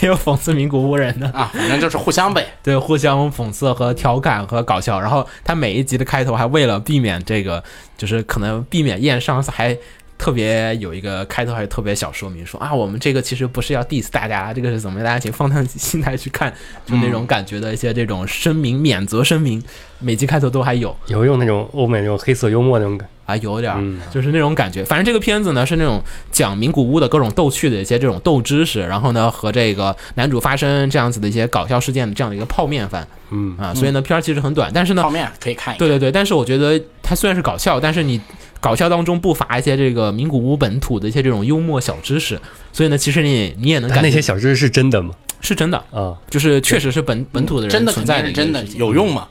也有讽刺名古屋人的。
啊，反正就是互 相呗。
对，互相讽刺和调侃和搞笑。然后他每一集的开头还为了避免这个，就是可能避免验伤，还特别有一个开头还特别小说明说啊，我们这个其实不是要 diss 大家，这个是怎么大家请放淡心态去看，就那种感觉的一些这种声明、免责声明，每集开头都还有。
有用那种欧美那种黑色幽默那种感，
啊，有点儿
嗯，
就是那种感觉。反正这个片子呢是那种讲名古屋的各种逗趣的一些这种斗知识，然后呢和这个男主发生这样子的一些搞笑事件的这样的一个泡面番
嗯
啊，所以呢片儿其实很短，但是呢
泡面可以看一看，
对对对，但是我觉得它虽然是搞笑，但是你搞笑当中不乏一些这个名古屋本土的一些这种幽默小知识，所以呢，其实你也你也能
但
感
那
觉
些小知识是真的吗？
是真的，
啊，
就是确实是本本土的人
嗯真的
存
肯
在的
定是
一个
真的
事情
有用吗？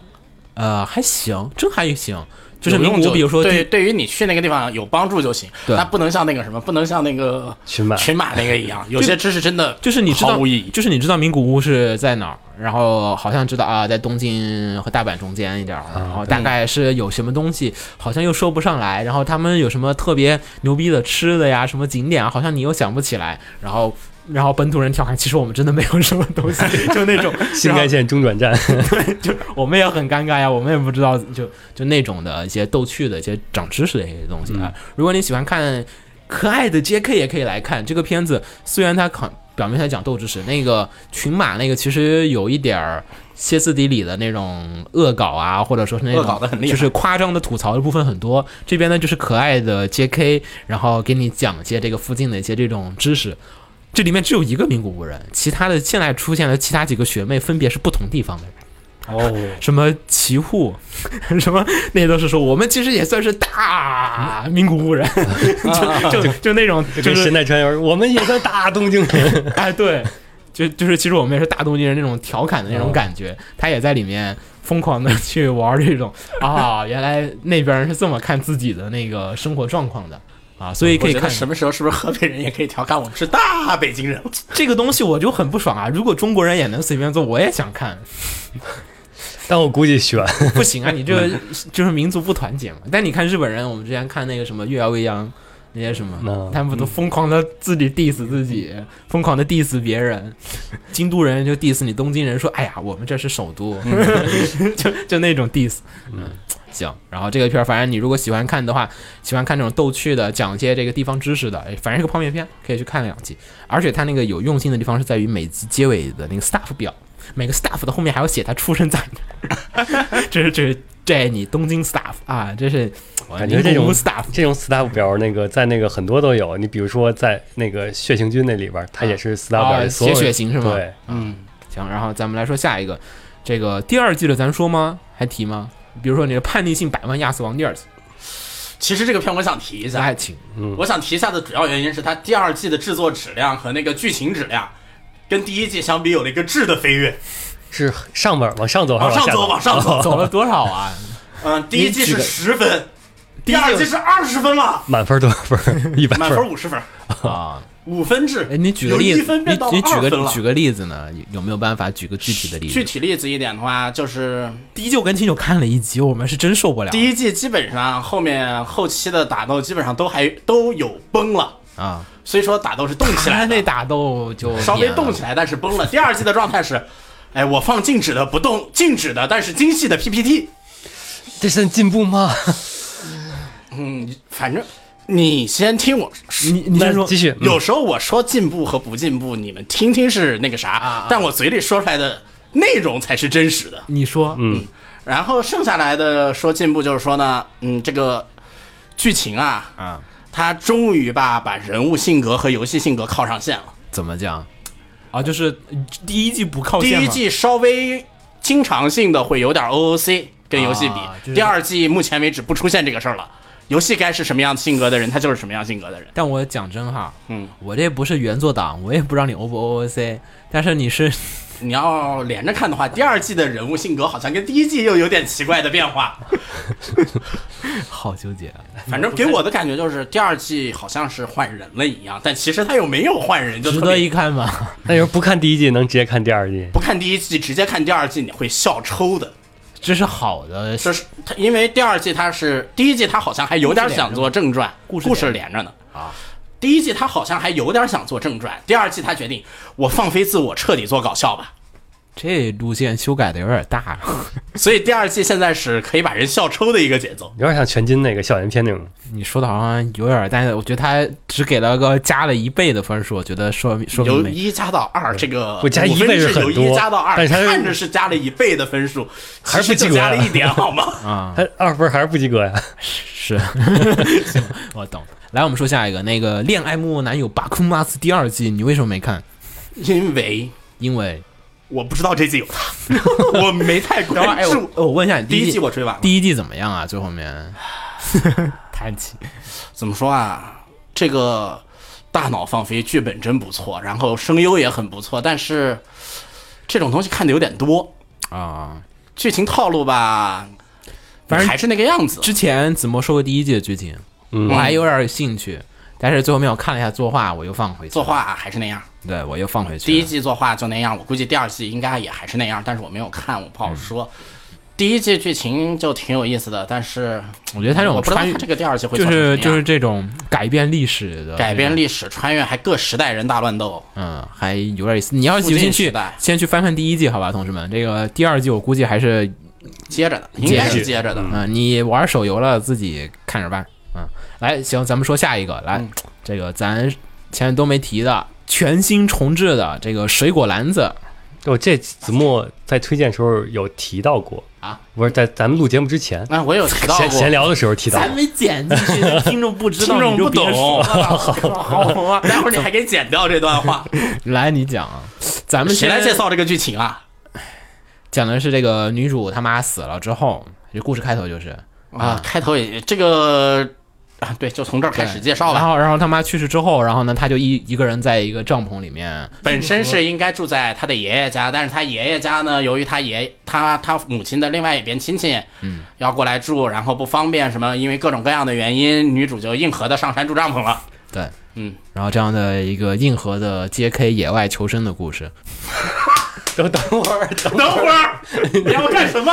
呃，还行，真还行，就是
嗯有
名古
用
屋，
就
比如说
对，
地
对于你去那个地方有帮助就行，
对
但不能像那个什么，不能像那个
群马
群马那 个一样，有些知识真的
就是你知
毫
道
无意义，。
就是你知道名古屋是在哪儿，然后好像知道啊，在东京和大阪中间一点儿，
啊
然后大概是有什么东西，好像又说不上来，然后他们有什么特别牛逼的吃的呀，什么景点啊，好像你又想不起来，然后。然后本土人调侃，其实我们真的没有什么东西， 就那种
新干线中转站，
就我们也很尴尬呀，我们也不知道，就就那种的一些逗趣的一些长知识的一些东西
嗯
啊。如果你喜欢看可爱的 J.K. 也可以来看这个片子，虽然它可表面上讲斗知识，那个群马那个其实有一点儿歇斯底里的那种恶搞啊，或者说是那种
恶搞得很厉害
就是夸张的吐槽的部分很多。这边呢就是可爱的 J.K.，然后给你讲一些这个附近的一些这种知识。这里面只有一个名古屋人，其他的现在出现了其他几个学妹，分别是不同地方的人。
哦，
什么奇户， 什么那些都是说我们其实也算是大名古屋人，
啊
就就就那种就
跟神
是
奈川园，我们也算大东京人，
哎对，就就是其实我们也是大东京人那种调侃的那种感
啊
觉，他也在里面疯狂的去玩这种啊，原来那边人是这么看自己的那个生活状况的。啊，所以可
我
以
觉得
看
什么时候是不是河北人也可以调侃我们是大北京人了？
这个东西，我就很不爽啊！如果中国人也能随便做，我也想看。
但我估计选
不行啊，你这个就是民族不团结嘛。但你看日本人，我们之前看那个什么月牙未央那些什么
嗯，
他们都疯狂的自己 diss 自己，疯狂的 diss 别人。京都人就 diss 你东京人说：“哎呀，我们这是首都。” 就就那种 diss。嗯，行。然后这个片儿，反正你如果喜欢看的话，喜欢看这种逗趣的，讲一些这个地方知识的，哎反正是个泡面片，可以去看两集。而且它那个有用心的地方是在于每集结尾的那个 staff 表。每个 staff 的后面还要写他出生在哪 这是这是这你东京 staff 啊，这是
感觉这
名
种
古屋 staff
这种 staff 表，那个在那个很多都有。你比如说在那个血型军那里边，它也是 staff
啊
表，所有
写血型是吗
对，
嗯，
行，然后咱们来说下一个，这个第二季的咱说吗？还提吗？比如说你的叛逆性百万亚瑟王第二季
其实这个片我想提一
的
下，
爱 情，
我想提一下的主要原因是它第二季的制作质量和那个剧情质量，跟第一季相比有了一个质的飞跃，
是上边儿往上走还
往
是
上
下
走，哦往上走。
走了多少啊？
嗯，第一季是十分，第二季是二十分了，
满分多少分？一百
满
分
分
儿。
五十分，
啊，
五分制。
哎，你举个例
由一
子，
分
你
变到
你举
二分
个
了
举个例子呢？有有没有办法举个具体的例
具
子？
体例子一点的话，就是
第九跟秦九看了一集，我们是真受不了
第一季基本上后面后期的打斗基本上都还都有崩了，
啊！
所以说打斗是动起来
他
的
那打斗就
稍微
免了
动起来，但是崩了。第二季的状态是，哎，我放静止的不动，静止的但是精细的 PPT。
这算进步吗？
嗯，反正你先听我说。
你你先说
那继续。嗯
有时候我说进步和不进步，你们听听是那个
啊
啥，但我嘴里说出来的内容才是真实的。
你说，嗯，
然后剩下来的说进步就是说呢，嗯，这个剧情啊，
啊，
它终于吧把人物性格和游戏性格靠上线了。
怎么讲？啊，就是第一季不靠
第
哦线
一
嘛
季稍微经常性的会有点 OOC 跟游戏比，
啊就是
第二季目前为止不出现这个事儿了。游戏该是什么样性格的人，他就是什么样性格的人。
但我讲真哈，
嗯，
我这不是原作党，我也不知道你 O 不 OOC，但是你是
你要连着看的话，第二季的人物性格好像跟第一季又有点奇怪的 变化。
好纠结啊。
反正给我的感觉就是，第二季好像是换人了一样，但其实他又没有换人，就
值
特
得
别
一看 吗？
那要是不看第一季，能直接看第二季？
不看第一季，直接看第二季，你会笑抽的。
这是好的，
这是他，因为第二季他是第一季，他好像还有点想做正传，
故
故
事
事
连着
连着呢啊。第一季他好像还有点想做正传，第二季他决定我放飞自我，彻底做搞笑吧。
这路线修改的有点大。啊
所以第二季现在是可以把人笑抽的一个节奏。
有点像全金那个校园片那种。
你说的好像有点儿，但是我觉得他只给了个加了一倍的分数，我觉得说明说明
由
没
一加到二，这个
不加一倍
是
是很
由一
多
加到二，
但是它是
看着是加了一倍的分数，
还是不
其实
及
就
格
加了一 点，好吗？
啊，
他二分还是不及格呀？
是， 我懂。来，我们说下一个，那个《恋爱木偶男友巴库马斯》第二季，你为什么没看？
因为
因为
我不知道这季有 他，我没太
等会儿，
关
哎，我
注。
我问一下，你
第
一
一季我追完了，
第一季怎么样啊？最后 面叹气，
怎么说啊？这个大脑放飞，剧本真不错，然后声优也很不错，但是这种东西看的有点多，
啊。
剧情套路吧，
反正
还是那个样子。
之前子墨说过第一季的剧情，我还有点兴趣，但是最后面我看了一下作画，我又放回去。
作，画还是那样，
对我又放回去了。
第一季作画就那样，我估计第二季应该也还是那样，但是我没有看，我不
嗯
好说。第一季剧情就挺有意思的，但是
我觉得他这
我
种
不知道
穿越
他这个第二季会
就
做成什么
是
样
就是这种改变历史的
改变
历，
历史穿越，还各时代人大乱斗。
嗯，还有点意思。你要是有兴
附近
趣
时代，
先去翻看第一季，好吧，同志们。这个第二季我估计还是，
接着的，应该是接着的。
嗯，你玩手游了自己看着办。嗯，来，行，咱们说下一个，来，
嗯
这个咱前面都没提的全新重置的这个水果篮子，
我这子墨在推荐时候有提到过
啊，
不是在咱们录节目之前
那、我有提到
闲闲
过，
聊的时候提到过，
没剪进去，听众不知
听众不懂，
好啊，
待会儿你还给剪掉这段话。
来，你讲啊，咱们
谁来
先
介绍这个剧情啊？
讲的是这个女主她妈死了之后，这故事开头就是
啊，开头也这个啊，对，就从这儿开始介绍
然
吧。
后，然后他妈去世之后，然后呢，他就一一个人在一个帐篷里面，
本身是应该住在他的爷爷家，但是他爷爷家呢，由于他爷他他母亲的另外一边亲戚，嗯，要过来住，然后不方便什么，因为各种各样的原因，女主就硬核的上山住帐篷了。
对，
嗯，
然后这样的一个硬核的 J.K. 野外求生的故事。
等等会儿，等
等会儿你要干什么？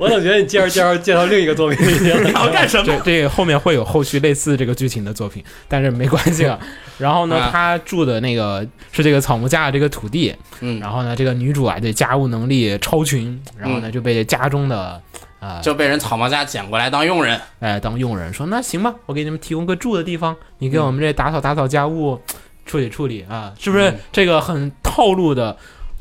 我总觉得你介绍介绍介绍另一个作品已经
你要 干什
这？这后面会有后续类似这个剧情的作品，但是没关 系了。然后呢
啊，
他住的那个是这个草木家的这个土地，
嗯
然后呢，这个女主啊，对家务能力超群，然
嗯
后呢就被家中的啊
就被人草帽家捡过来当佣人。
哎当佣人说，那行吧，我给你们提供个住的地方，你给我们这打扫打扫家务，处理处理啊，是不是
嗯
这个很套路的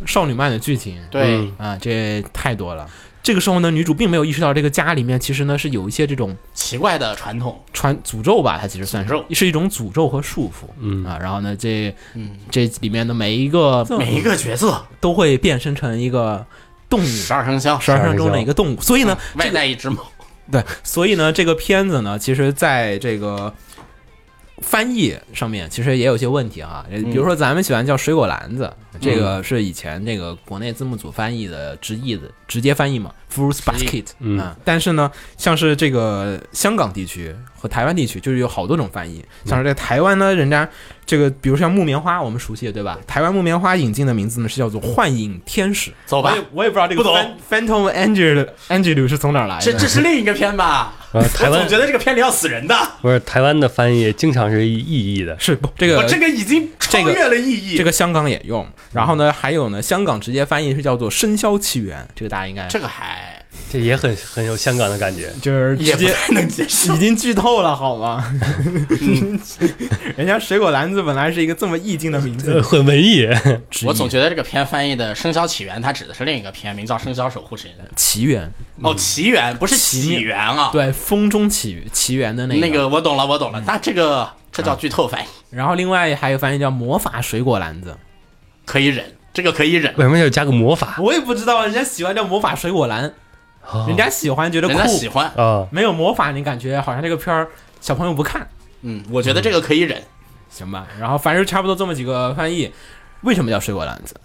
少女漫的剧情？
对，
嗯
啊，这太多了。这个时候呢，女主并没有意识到这个家里面其实呢是有一些这种
奇怪的传统，
传诅咒吧，它其实算
诅
是
咒
是一种诅咒和束缚。
嗯
啊，然后呢，这
嗯，
这里面的每一个
每一个角色
都会变身成一个动物，
十二生嗯肖，
十二生肖中的一个动物。所以呢，
外带一只猫，
对，所以呢，这个片子呢，其实在这个翻译上面其实也有些问题啊。呃比
嗯
如说咱们喜欢叫水果篮子，这个是以前这个国内字幕组翻译的直译的直接翻译嘛，fruits basket
嗯
啊。但是呢，像是这个香港地区和台湾地区，就是有好多种翻译。
嗯
像是在台湾呢，人家这个比如像木棉花，我们熟悉的对吧？台湾木棉花引进的名字呢是叫做幻影天使。
走吧。
我也不知道这
个不懂
Phantom Angel Angel 是从哪儿来的。
哦这这是另一个片吧？
呃台
我
湾
总觉得这个片里要死人的，
不是台湾的翻译，经常是意译的。
是不这
我
个
这个已经超越了意义。
这个香港也用，然后呢，还有呢，香港直接翻译是叫做《生肖起源》，这个大家应该
这个还
这也很很有香港的感觉。
就是
也
直
不
接
太能接受
已。经剧透了，好吗？嗯 人家水果篮子本来是一个这么意境的名
呃，
字，
很文艺，
直译
我总觉得这个片翻译的《生肖起源》，它指的是另一个片名叫《生肖守护神
起源，》。
哦，起源不是起源啊。
对，风中起起源的那
那个我懂了，我懂了。那这个这叫剧透翻译，
然后另外还有翻译叫魔法水果篮子，
可以忍，这个可以忍。
为什么要加个魔法？
我也不知道人家喜欢叫魔法水果篮，
哦
人家喜欢觉得酷
人，家喜欢，
啊，
没有魔法，你感觉好像这个片儿小朋友不看，
嗯，我觉得这个可以忍，
行吧？然后反正差不多这么几个翻译。为什么叫水果篮子？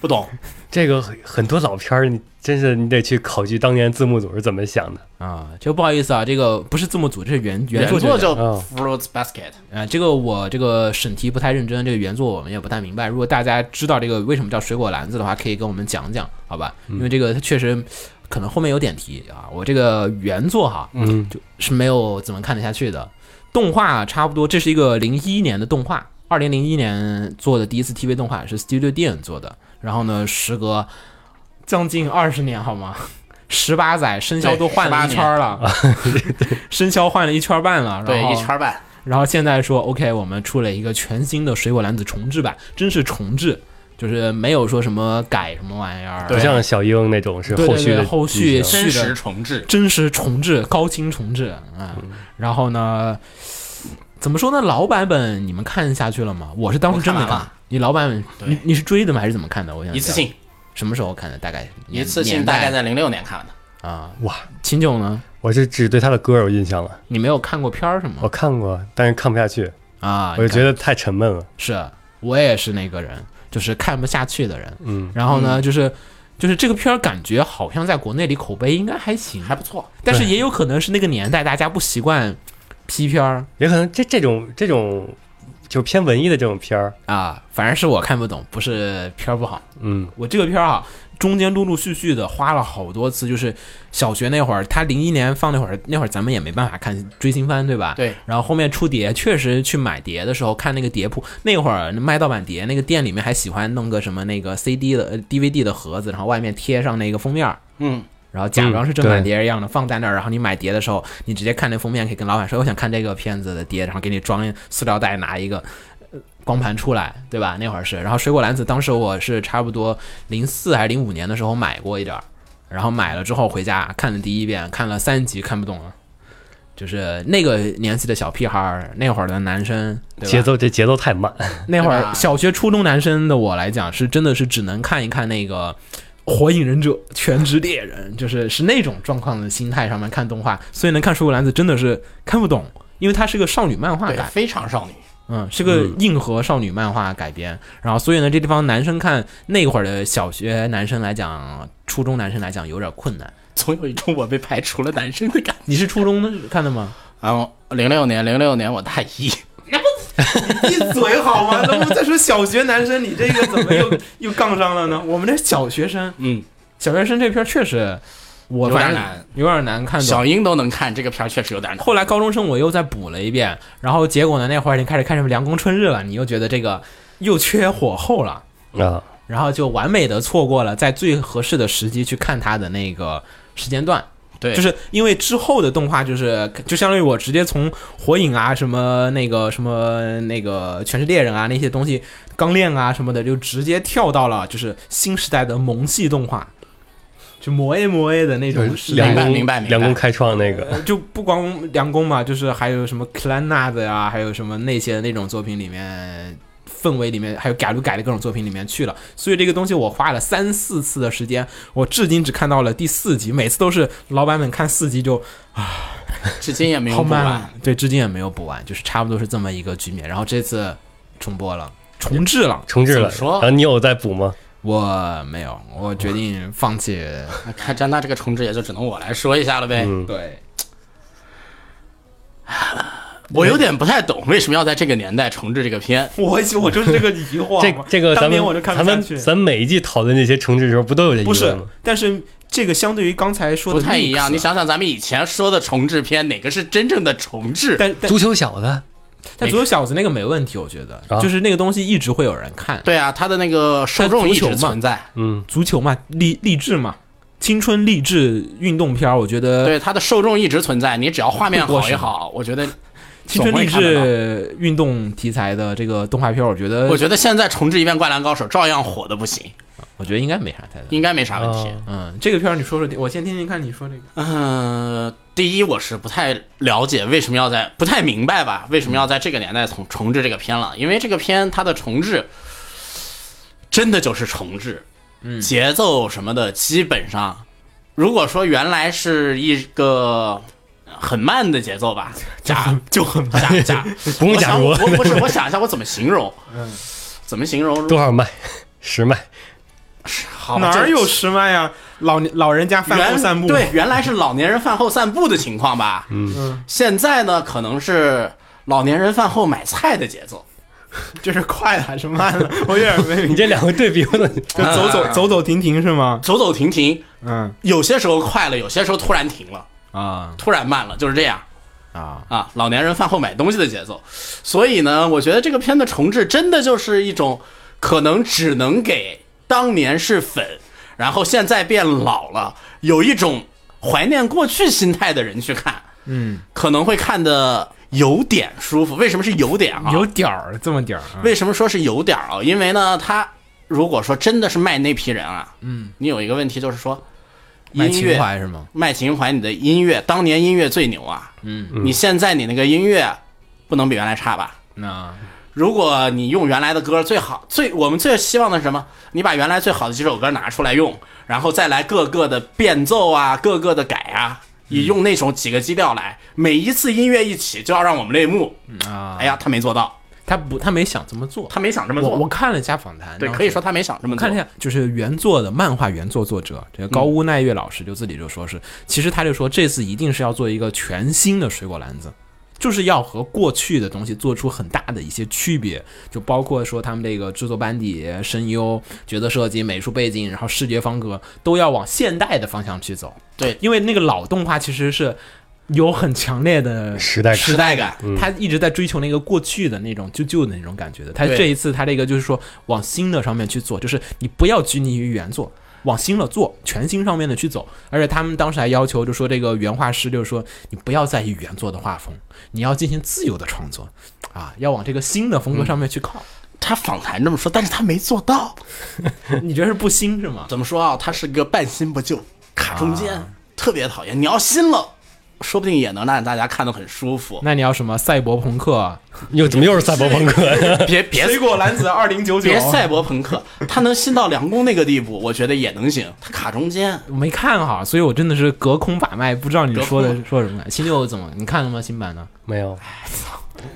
不懂，
这个很很多老片儿，你真是你得去考据当年字幕组是怎么想的。
啊，就不好意思啊，这个不是字幕组，这是原原
原
作者
作就
嗯
Fruits Basket，
啊，这个我这个审题不太认真，这个原作我们也不太明白。如果大家知道这个为什么叫水果篮子的话，可以跟我们讲讲，好吧？因为这个它确实可能后面有点题啊。我这个原作哈，
嗯，
是没有怎么看得下去的。动画差不多，这是一个零一年的动画，二零零一年做的第一次 TV 动画是 Studio d n 做的。然后呢，时隔将近二十年，好吗？十八载，生肖都换了一圈了， 生肖换了一圈半嗯了，然
对，
后
一圈半，
然后现在说 OK，我们出了一个全新的水果篮子重制版，真是重制，就是没有说什么改什么玩意儿，
不像小鹰那种是
对对
后续的
对后续
剧情
真
是的
实重置，
真实重制、高清重制啊、
嗯
然后呢，怎么说呢？老版本你们看下去了吗？我是当时真没
我看
看。
完了
你老版本，
对
你你是追的吗？还是怎么看的？我想
一
知
次
道
性，
什么时候看的？大概
一
年
次性
年
大概在零六年看的，
啊。
哇，
秦九呢？
我是只对他的歌有印象了，
你没有看过片儿是
我
吗？
看过，但是看不下去，
啊，
我就
你看
哎觉得太沉闷了。
是我也是那个人，就是看不下去的人。
嗯，
然后呢，就是就是这个片儿感觉好像在国内里口碑应该还行，
还不错，
但是也有可能是那个年代大家不习惯 P 片儿
也可能这这种这种就是偏文艺的这种片儿，
啊，反正是我看不懂，不是片儿不好。
嗯，
我这个片儿啊，中间陆陆续续的花了好多次，就是小学那会儿，他零一年放那会儿，那会儿咱们也没办法看追星番，对吧？
对。
然后后面出碟，确实去买碟的时候看那个碟铺，那会儿卖盗版碟那个店里面还喜欢弄个什么那个 CD 的呃 DVD 的盒子，然后外面贴上那个封面儿，
嗯，
然后假装是正
嗯
版
对
碟一样的放在那儿，然后啊你买碟的时候，你直接看那封面，可以跟老板说我想看这个片子的碟，然后给你装塑料袋拿一个。呃光盘出来，对吧？那会儿是，然后水果篮子，当时我是差不多零四还是零五年的时候买过一点儿，然后买了之后回家看了第一遍，看了三集看不懂了，就是那个年纪的小屁孩儿，那会儿的男生，对吧
节奏这节奏太慢，
那会
对吧
儿小学、初中男生的我来讲，是真的是只能看一看那个《火影忍者》《全职猎人》，就是是那种状况的心态上面看动画，所以能看《水果篮子》真的是看不懂，因为它是个少女漫画
对，
改，
非常少女，
嗯，是个硬核少女漫画改
嗯
编。然后所以呢，这地方男生看那会儿的小学男生来讲，初中男生来讲有点困难。
总有一种我被排除了男生的感觉。
你是初中的看的吗？
然后嗯零六年，零六年我大一，
闭嘴好吗？那不再说小学男生，你这个怎么 又又杠上了呢？我们这小学生。
嗯，
小学生这片儿确实，我
有点
反正
难，
有点难看懂
小。樱都能看这个片儿，确实有点难。
后来高中生我又再补了一遍，然后结果呢，那会儿你开始看什么《凉宫春日》了，你又觉得这个又缺火候了，
啊，
然后就完美的错过了在最合适的时机去看它的那个时间段。
对，
就是因为之后的动画就是就相当于我直接从火影啊什么那个什么那个全职猎人啊那些东西钢炼啊什么的，就直接跳到了就是新时代的萌系动画，就魔 A 魔 A 的那种时代
梁
明白
工
明白明白
梁工开创那个，
就不光梁工嘛，就是还有什么克兰纳的呀，还有什么那些那种作品里面氛围里面，还有改路改的各种作品里面去了。所以这个东西我花了三四次的时间，我至今只看到了第四集，每次都是老版本看四集就
至今也没有
好
补
慢
完
啊。，对，至今也没有补完，就是差不多是这么一个局面。然后这次重播了，重置了，
重置
怎么
了。
说
然后你有在补吗？
我没有，我决定放 弃。
那看张大这个重置，也就只能我来说一下了呗。
嗯，
对，
我有点不太懂为什么要在这个年代重置这个片。
我我就是这个疑惑
这这个咱
当
们
年我就看不
咱
下
们
去。
咱每一季讨论这些重置的时候，不都有这疑
不是
问吗？，
但是这个相对于刚才说
不
的
太一
mix 啊
样，你，想想咱们以前说的重置片，哪个是真正的重置？
但但
足球小子，
但足球小子那个没问题，我觉得
啊
就是那个东西一直会有人看，
对啊，它的那个受众一直存在，
嗯，
足球嘛，励励志嘛，青春励志运动片儿，我觉得
对它的受众一直存在。你只要画面好一好，我觉得
青春
总会
励
看得到
志运动题材的这个动画片儿，我觉得
我觉得现在重置一遍《灌篮高手》照样火的不行，
我觉得应该没啥太大。
应该没啥问题。
啊
嗯，这个片儿你说说，我先听听看你说这个。
嗯、第一我是不太了解为什么要在不太明白吧，为什么要在这个年代重重置这个片了？因为这个片它的重置真的就是重置，
嗯
节奏什么的基本上如果说原来是一个很慢的节奏吧，假就很假 假，
不用假如
我想我我不是，我想一下我怎么形容，怎么形容？
多少麦？十麦，
好
哪儿
这
有十万呀？老年老人家饭
原
后散步，
对，原来是老年人饭后散步的情况吧？嗯，现在呢，可能是老年人饭后买菜的节奏。
这是快了还是慢了？我有点没
你
明白，
这两个对比，我怎么
就走走走走停停是吗？
走走停停，
嗯
有些时候快了，有些时候突然停了，
啊
突然慢了，就是这样
啊，
啊。老年人饭后买东西的节奏，所以呢，我觉得这个片的重置真的就是一种可能只能给当年是粉，然后现在变老了，有一种怀念过去心态的人去看，
嗯，
可能会看的有点舒服。为什么是有点啊？
有点儿这么点儿啊，
为什么说是有点儿啊？因为呢，他如果说真的是卖那批人啊，嗯，你有一个问题就是说，
卖
音乐
情怀是吗？
卖情怀，你的音乐当年音乐最牛啊，嗯，你现在你那个音乐不能比原来差吧？
那
如果你用原来的歌，最好最我们最希望的是什么？你把原来最好的几首歌拿出来用，然后再来各个的变奏啊，各个的改啊，
嗯
你用那种几个基调来，每一次音乐一起就要让我们泪目。
啊，
哎呀，他没做到，
他不，他没想这么做，
他没想这么
我
做。
我看了一下访谈，
对，
当时
可以说他没想这么
我
做。
看
嗯
了一下，就是原作的漫画原作作者这个高屋奈月老师就自己就说是，其实他就说这次一定是要做一个全新的水果篮子。就是要和过去的东西做出很大的一些区别，就包括说他们这个制作班底、声优、角色设计、美术背景，然后视觉风格都要往现代的方向去走。
对
因为那个老动画其实是有很强烈的
时代感
时代感
嗯，
他一直在追求那个过去的那种旧旧的那种感觉的。他
对
这一次他这个就是说往新的上面去做，就是你不要拘泥于原作。往新了做，全新上面的去走，而且他们当时还要求，就说这个原画师就是说，你不要在意原作的画风，你要进行自由的创作，啊，要往这个新的风格上面去靠。
他访谈这么说，但是他没做到。
你觉得是不新是吗？
怎么说啊？他是个半新不旧，卡中间，特别讨厌。你要新了，说不定也能让大家看得很舒服。
那你要什么赛博朋克啊、
又怎么又是赛博朋克呀？
别别
水果 篮子二零九九，
别赛博朋克，他能新到梁工那个地步，我觉得也能行。他卡中间，
我没看哈，所以我真的是隔空把脉，不知道你说
隔
的
空
说什么。新六怎么？你看了吗？新版的？
没有，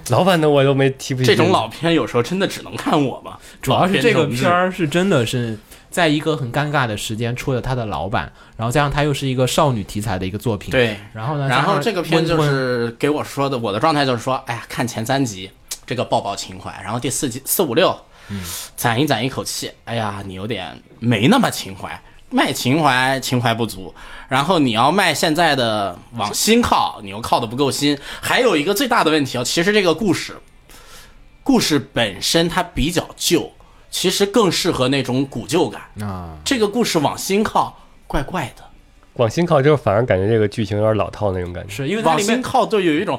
老板的我都没提不起
这
劲
种老片有时候真的只能看我吧。
主要是这个
老
片
重
儿是真的是在一个很尴尬的时间出了他的老版，然后加上他又是一个少女题材的一个作品，
制。对，
然后呢，
然
加
后
上
这个片就
温温
是给我说的，我的状态就是说，哎呀，看前三集这个抱抱情怀，然后第四集四五六，
嗯
攒一攒一口气，哎呀，你有点没那么情怀，卖情怀情怀不足，然后你要卖现在的往新靠，你又靠的不够新，还有一个最大的问题啊，其实这个故事，故事本身它比较旧，其实更适合那种古旧感，
啊，
这个故事往新靠，怪怪的。
往新靠之后，反而感觉这个剧情有点老套那种感觉。
是因为它
往
里
新
面。
靠就有一种，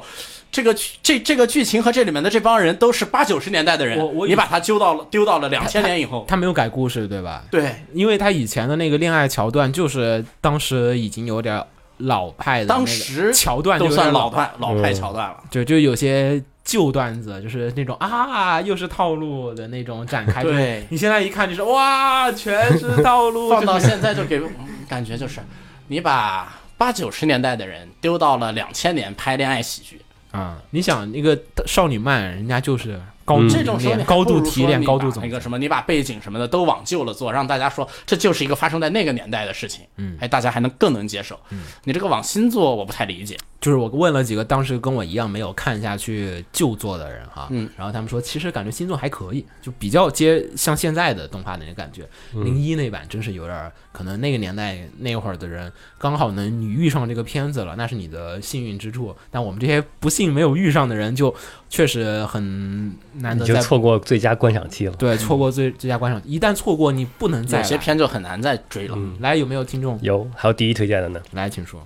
这个剧这这个剧情和这里面的这帮人都是八九十年代的人，
我我以
你把他丢到了丢到了两千年以后，
他没有改故事，对吧？
对，
因为他以前的那个恋爱桥段，就是当时已经有点老派的那个
当时
桥段，
都算
老
老
嗯
派老派桥段了。
就就有些旧段子，就是那种啊，又是套路的那种展开。
对
就是你现在一看就是哇，全是套路。
放到
就是
现在就给嗯感觉就是，你把八九十年代的人丢到了两千年拍恋爱喜剧，
啊，你想那个少女漫，人家就是高
嗯
度
这种时
提
候你
炼、
还不
高
如
度提
说
炼、
你
高度
把
总
那
结
个什么，你把背景什么的都往旧了做，让大家说这就是一个发生在那个年代的事情，
嗯
哎，大家还能更能接受。你这个往新做，我不太理解。
就是我问了几个当时跟我一样没有看下去旧作的人哈，
嗯
然后他们说其实感觉新作还可以，就比较接像现在的动画的那感觉。
嗯
零一那版真是有点儿，可能那个年代那会儿的人刚好能你遇上这个片子了，那是你的幸运之处。但我们这些不幸没有遇上的人，就确实很难
你
得
就
在
错过最佳观赏期了。
对错过最最佳观赏，一旦错过你不能再
有些
来。嗯
片就很难再追了。
嗯
来有没有听众
有，还有第一推荐的呢，
来，请说。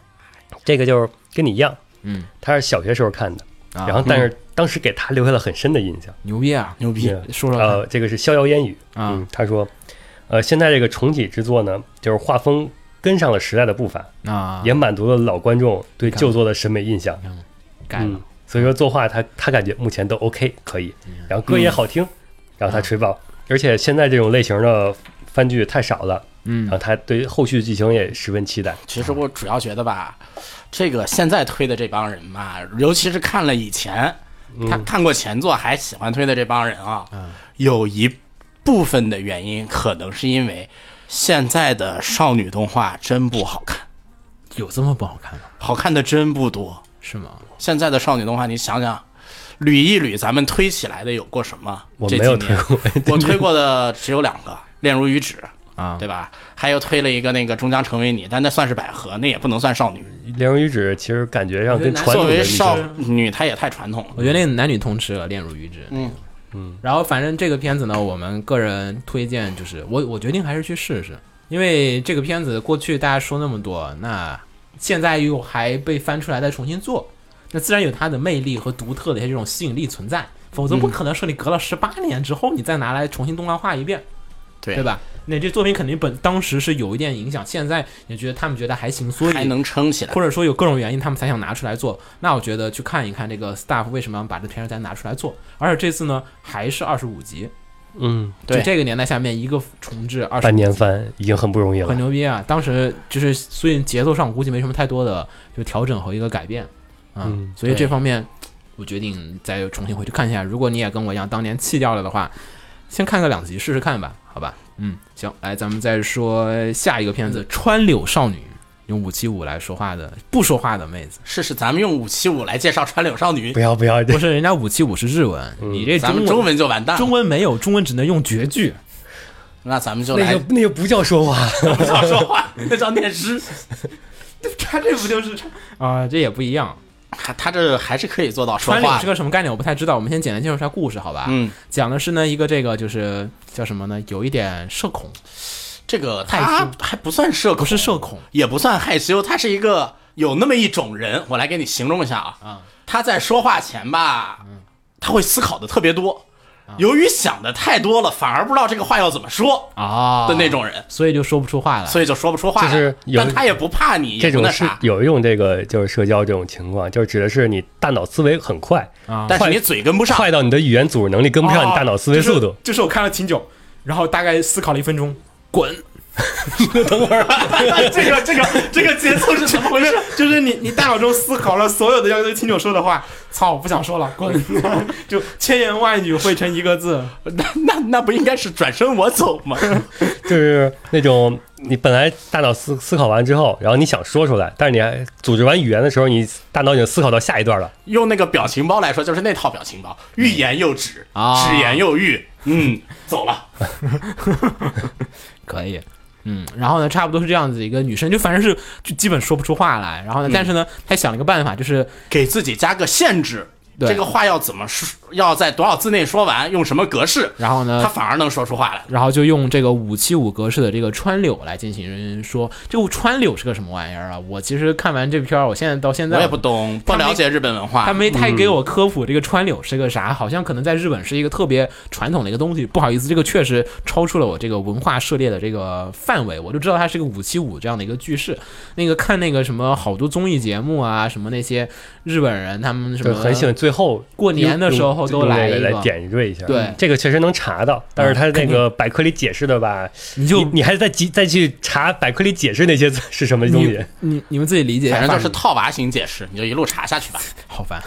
这个就是跟你一样，
嗯，
他是小学时候看的，
啊
然后但是当时给他留下了很深的印象。
牛逼啊，
牛逼
嗯
说说看
呃，这个是逍遥烟雨
啊
嗯，他说，呃，现在这个重启之作呢，就是画风跟上了时代的步伐，
啊，
也满足了老观众对旧作的审美印象。
改了嗯
嗯，所以说作画他他感觉目前都 OK 可以，
啊
然后歌也好听，然后他吹爆，而且现在这种类型的番剧太少了，
嗯
然后他对后续剧情也十分期待。
其实我主要觉得吧，这个现在推的这帮人吧，尤其是看了以前，他
嗯
看过前作还喜欢推的这帮人啊，有一部分的原因可能是因为现在的少女动画真不好看，
有这么不好看吗？
好看的真不多。
是吗？
现在的少女动画，你想想，捋一捋咱们推起来的有过什么？
我
这
没有
几
推
年
过，
我推过的只有两个，《恋如雨止》
啊
对吧？还有推了一个那个《终将成为你》，但那算是百合，那也不能算少女。
《恋如雨止》其实感觉上跟传
作
统的
为
女
少
生
女，她也太传统了。
我觉得那个男女通吃了，恋如鱼脂。
嗯
嗯。然后反正这个片子呢，我们个人推荐就是我我决定还是去试试，因为这个片子过去大家说那么多，那现在又还被翻出来再重新做，那自然有它的魅力和独特的这种吸引力存在，否则不
嗯
可能说你隔了十八年之后你再拿来重新动画化一遍，
对
对吧？那这作品肯定本当时是有一点影响，现在也觉得他们觉得还行，所以
还能撑起来。
或者说有各种原因，他们才想拿出来做。那我觉得去看一看这个 staff 为什么要把这片儿再拿出来做，而且这次呢还是二十五集，
嗯，
对
就这个年代下面一个重置二十
半年番已经很不容易
很
了。
牛逼啊！当时就是所以节奏上我估计没什么太多的就调整和一个改变，啊
嗯
所以这
对
方面我决定再重新回去看一下。如果你也跟我一样当年弃掉了的话，先看个两集试试看吧，好吧？嗯，行，来咱们再说下一个片子《川柳少女》，用五七五来说话的不说话的妹子。
试试咱们用五七五来介绍川柳少女
不，要 不要，
不是，人家五七五是日文，你这
嗯咱
中
们
文
中文就啊完蛋了。
中文没有，中文只能用绝句。
那咱们就
那
来
个那个不叫说话，
不叫说 话，那叫念诗。
他这不就是啊、这也不一样。
他他这还是可以做到说
川柳
话
是
的。
个什么概念？我不太知道。我们先简单介绍一下故事，好吧？
嗯，
讲的是呢一个这个就是叫什么呢？有一点社恐，
这个
太
他
羞
还不算社恐，
不是社恐，
也不算害羞，他是一个有那么一种人，我来给你形容一下啊。他在说话前吧，他会思考的特别多，由于想的太多了，反而不知道这个话要怎么说
啊
的那，种人，
所以就说不出话来。
所以就说不出话来。
就是有
但他也不怕你，
这
也不
种
那
是
啥，
有一种这个就是社交这种情况，就是指的是你大脑思维很快，
啊
但是你嘴跟不上。
快到你的语言组织能力跟不上你大脑思维速度。
哦就是我看了挺久，然后大概思考了一分钟， 滚。
这个这个这个节奏是怎么回 事？
就是你，你大脑中思考了所有的要对清酒说的话，操，我不想说了，滚！ 就千言万语汇成一个字，
那那那不应该是转身我走吗？
就是那种你本来大脑思思考完之后，然后你想说出来，但是你还组织完语言的时候，你大脑已经思考到下一段了。
用那个表情包来说，就是那套表情包，欲言又止，
啊
止言又欲。嗯，走 了。
可以。嗯，然后呢，差不多是这样子一个女生，就反正是就基本说不出话来。然后呢，但是呢，她想了一个办法，就是
给自己加个限制，
对
这个话要怎么说，要在多少字内说完，用什么格式，
然后呢
他反而能说出话来。
然后就用这个五七五格式的这个川柳来进行说。这个川柳是个什么玩意儿啊？我其实看完这片儿，我现在到现在
我也不懂，不
他没
了解日本文化
他。没太给我科普这个川柳是个啥，好像可能在日本是一个特别传统的一个东西。不好意思，这个确实超出了我这个文化涉猎的这个范围，我就知道它是个五七五这样的一个句式。那个看那个什么好多综艺节目啊，什么那些日本人他们什
就
么
很喜欢最后
过年的时候
用
都
用
来
那个
一个
来点缀一下。
对
这个确实能查到，但是他那个百科里解释的吧，
你就
你你还得再记再去查百科里解释那些字是什么东西。
你你们自己理解啊一下
反
范围，
正就是套娃型解释，你就一路查下去吧。
好烦。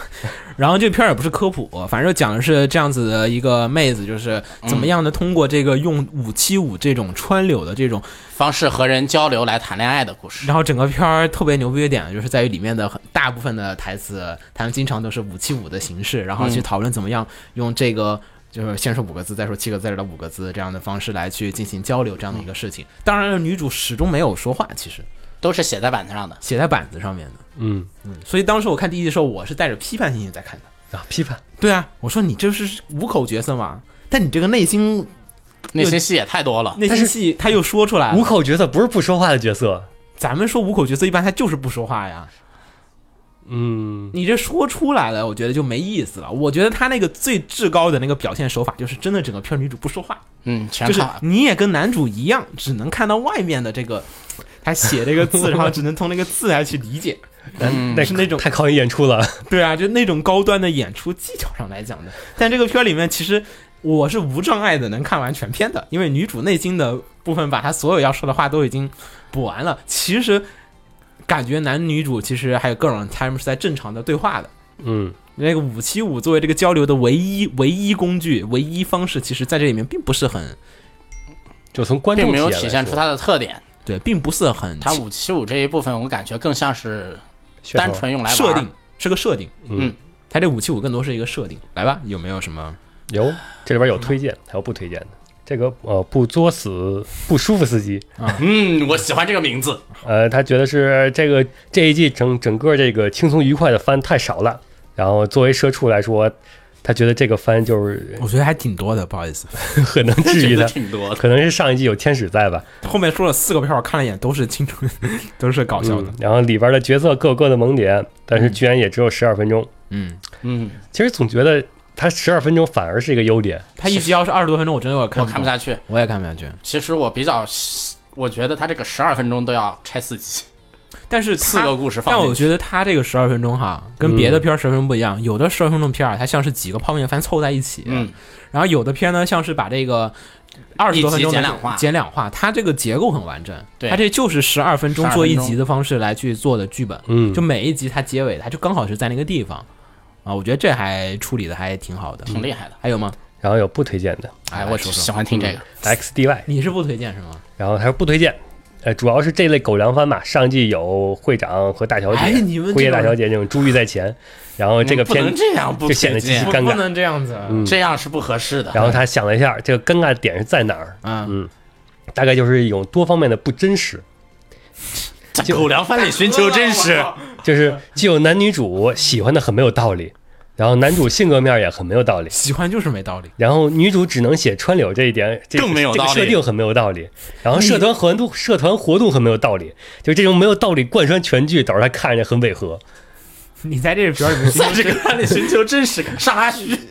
然后这片儿也不是科普，反正讲的是这样子的一个妹子，就是怎么样的通过这个用五七五这种川柳的这种
方式和人交流来谈恋爱的故事，
然后整个片儿特别牛逼的点就是在于里面的很大部分的台词，他们经常都是五七五的形式，然后去讨论怎么样用这个。就是先说五个字，再说七个字，再说五个字这样的方式来去进行交流，这样的一个事情。当然，女主始终没有说话，其实
都是写在板子上的。
写在板子上面的。
嗯
所以当时我看第一集的时候，我是带着批判性在看的。
啊，批判
对啊，我说你这是五口角色嘛，但你这个内心
内心戏也太多了，
内心戏他又说出来了
五口角色不是不说话的角色。
咱们说五口角色一般他就是不说话呀，
嗯，
你这说出来了，我觉得就没意思了。我觉得他那个最至高的那个表现手法，就是真的整个片儿女主不说话，
嗯，全
就是
靠
你也跟男主一样，只能看到外面的这个，他写这个 字，然后只能从那个字来去理解。
那
嗯是那种
太考验演出了。
对啊，就那种高端的演出技巧上来讲的。但这个片儿里面其实。我是无障碍的能看完全片的，因为女主内心的部分把她所有要说的话都已经补完了。其实感觉男女主其实还有各种他们是在正常的对话的。
嗯，
那个五七五作为这个交流的唯一唯一工具、唯一方式，其实在这里面并不是很
就从观众
并没有
体验
体
来
现
说
出它的特点。
对，并不是很
它五七五这一部分，我感觉更像是
噱头
单纯用来玩
设定，是个设定。
嗯，
它这五七五更多是一个设定。来吧，有没有什么？
有这里边有推荐，还有不推荐的。这个呃，不作死不舒服司机，
嗯，我喜欢这个名字。
呃，他觉得是这个这一季整整个这个轻松愉快的番太少了。然后作为社畜来说，他觉得这个番就是
我觉得还挺多的，不好意思。
很能治
觉
愈他
得，挺多的。
可能是上一季有天使在吧。
后面说了四个票，我看了一眼，都是青春， 都是搞笑的
嗯。，然后里边的角色各有各的萌点，但是居然也只有十二分钟。
嗯，
嗯，
其实总觉得他十二分钟反而是一个优点。
它一集要是二十多分钟，我真的有点
我
看
看
懂，
不下去。
我也看不下去。
其实我比较喜，我觉得它这个十二分钟都要拆四集，
但是它
四个故事放
但我
进去。
觉得他这个十二分钟哈，跟别的片儿十分钟不一样，有的十二分钟片儿它像是几个泡面番凑在一起，啊
嗯，
然后有的片呢像是把这个二十多分钟的
一集简两化
简两化，它这个结构很完整，
对
它这就是十二分钟
12
做一
分钟
集的方式来去做的剧本，
嗯
就每一集它结尾它就刚好是在那个地方，啊，我觉得这还处理的还挺好的，
挺厉害的。
还有吗？
然后有不推荐的
哎，我
说
喜
说，
欢听这个。
嗯 XDY，
你是不推荐是吗？
然后他说不推荐，呃，主要是这类狗粮番嘛，上季有会长和大小姐，
哎你们这种
辉夜大小姐这种珠玉在前，然后这个
不
片
能这样，不
就显得
推荐
极其尴尬嗯
不能这样子，啊
这样是不合适的。
然后他想了一下，这个尴尬点是在哪儿？嗯
啊，
大概就是一种多方面的不真实，
在狗粮番里寻求真实，
就是既有男女主喜欢的很没有道理，然后男主性格面也很没有道理，
喜欢就是没道理。
然后女主只能写川柳这一点，这
更没有
这个
道理
设定很没有道理。然后社团活动社团活动很没有道理，就这种没有道理贯穿全剧，导致他看着很违和。
你在这个片儿里面
在这个番里寻求真实感。上阿虚，
不，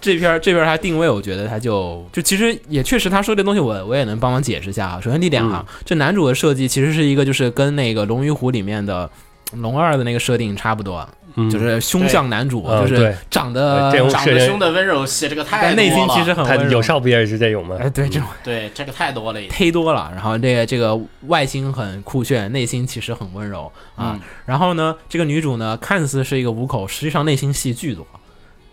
这篇儿这篇儿它定位，我觉得它就就其实也确实，他说这东西我我也能帮忙解释一下啊。首先第一点啊，
嗯
这男主的设计其实是一个就是跟那个《龙与虎》里面的龙二的那个设定差不多，啊就是凶相男主，
嗯对
就是
嗯对
长得
这种
长得凶的温柔系，这个太
但内心其实很
他
温柔
有少不也是这种吗？
哎对这种
对这个太多了。已经。
忒多了。然后这个这个外形很酷炫，内心其实很温柔啊。然后呢，这个女主呢看似是一个五口，实际上内心戏巨多。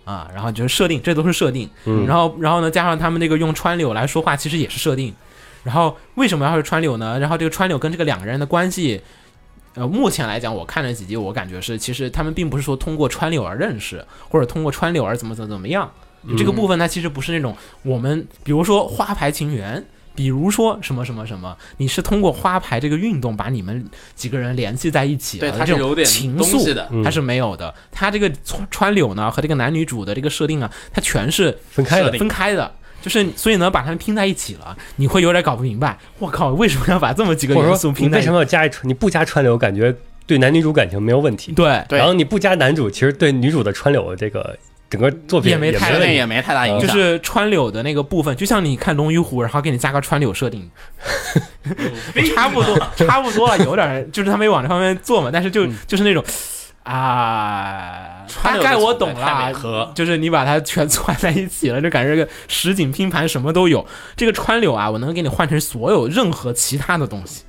啊，然后就是设定，这都是设定。然后，然后呢，加上他们这个用川柳来说话，其实也是设定。然后为什么要是川柳呢？然后这个川柳跟这个两个人的关系，呃，目前来讲，我看了几集，我感觉是，其实他们并不是说通过川柳而认识，或者通过川柳而怎么怎么怎么样。
嗯
就这个部分，它其实不是那种我们，比如说花牌情缘，比如说什么什么什么，你是通过花牌这个运动把你们几个人联系在一起的，啊
对它是
这种
有点
情
东
愫
西的
嗯
它是没有的。它这个川川柳呢和这个男女主的这个设定啊，它全是
分开的
分开的。就是，所以呢，把它们拼在一起了，你会有点搞不明白。我靠，为什么要把这么几个
或
元
者
素
说你
拼在一
为
起
什？么要加一川？你不加川柳，感觉对男女主感情没有问题。
对，
对
然后你不加男主，其实对女主的川柳这个整个作品
也没太
问
那
题
也没太大影
就
响，
是川柳的那个部分，就像你看《龙与虎》，然后给你加个川柳设定，
嗯
差不多，差不多了，有点儿就是他没往这方面做嘛，但是就、就是那种啊，大
川柳
概
的
我
存
懂
在太
了
违和，
就是你把它全串在一起了，就感觉这个实景拼盘什么都有。这个川柳啊，我能给你换成所有任何其他的东西。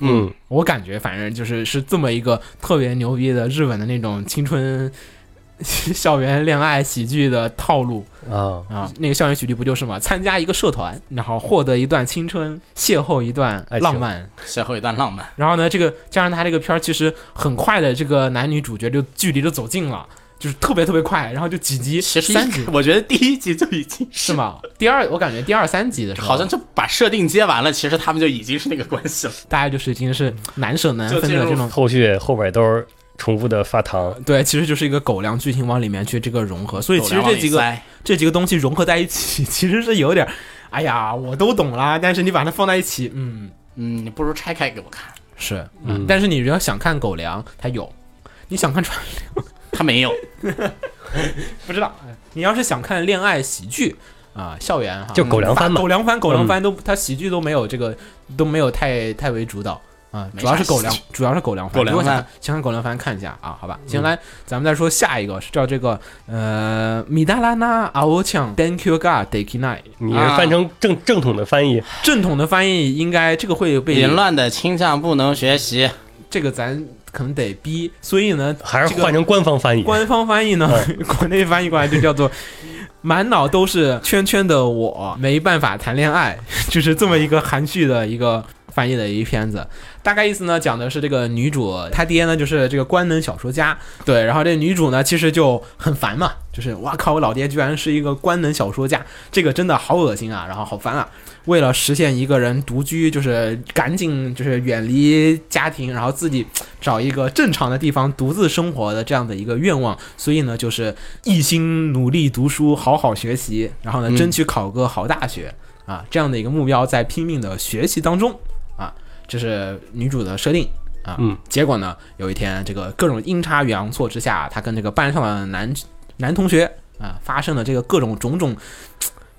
嗯，
我感觉反正就是是这么一个特别牛逼的日本的那种青春 校园恋爱喜剧的套路。
啊，
啊，那个校园喜剧不就是嘛？参加一个社团，然后获得一段青春，邂逅一段
爱情
浪漫。
邂逅一段浪漫。
然后呢，这个加上他这个片儿，其实很快的，这个男女主角就距离就走近了，就是特别特别快。然后就几集，
其实一
三集
我觉得第一集就已经
是吗？第二，我感觉第二三集的时候，
好像就把设定接完了，其实他们就已经是那个关系了。
大家就是已经是难舍难分
就进
的
入
这种。
后续后边都是重复的发糖，
对，其实就是一个狗粮剧情往里面去这个融合，所以其实这几个
狗粮往里塞
这几个东西融合在一起， 其实是有点儿，哎呀，我都懂啦，但是你把它放在一起，嗯，
嗯，你不如拆开给我看，
是，嗯，但是你要想看狗粮，它有；你想看川，
他没有，
不知道。哎你要是想看恋爱喜剧啊、校园哈，
就狗粮番嘛嗯
狗粮番，狗粮番都它喜剧都没有这个都没有太太为主导啊，
没
主要是
啥
狗
稀
粮
奇，
主要是狗粮
狗
饭。如果想
粮饭
想看狗粮饭看一下啊，好吧。行，来，咱们再说下一个，是叫这个呃米达拉纳阿欧强 Thank you God d a k i n a i
你
啊
是翻成正正统的翻译，
正统的翻译应该这个会被
淫乱的倾向不能学习，
这个咱可能得逼，所以呢，
还是
这个
换成官方翻译？嗯
官方翻译呢， 国内翻译过来就叫做“满脑都是圈圈的我没办法谈恋爱”， 就是这么一个含蓄的一个翻译的一片子。大概意思呢，讲的是这个女主她爹呢就是这个官能小说家，对，然后这女主呢其实就很烦嘛，就是哇靠，我老爹居然是一个官能小说家，这个真的好恶心啊，然后好烦啊。为了实现一个人独居，就是赶紧就是远离家庭，然后自己找一个正常的地方独自生活的这样的一个愿望，所以呢，就是一心努力读书，好好学习，然后呢，
嗯
争取考个好大学、啊，这样的一个目标在拼命的学习当中啊，这是女主的设定。啊，
嗯，
结果呢？有一天，这个各种阴差阳错之下，她跟这个班上的男男同学啊、发生了这个各种种种。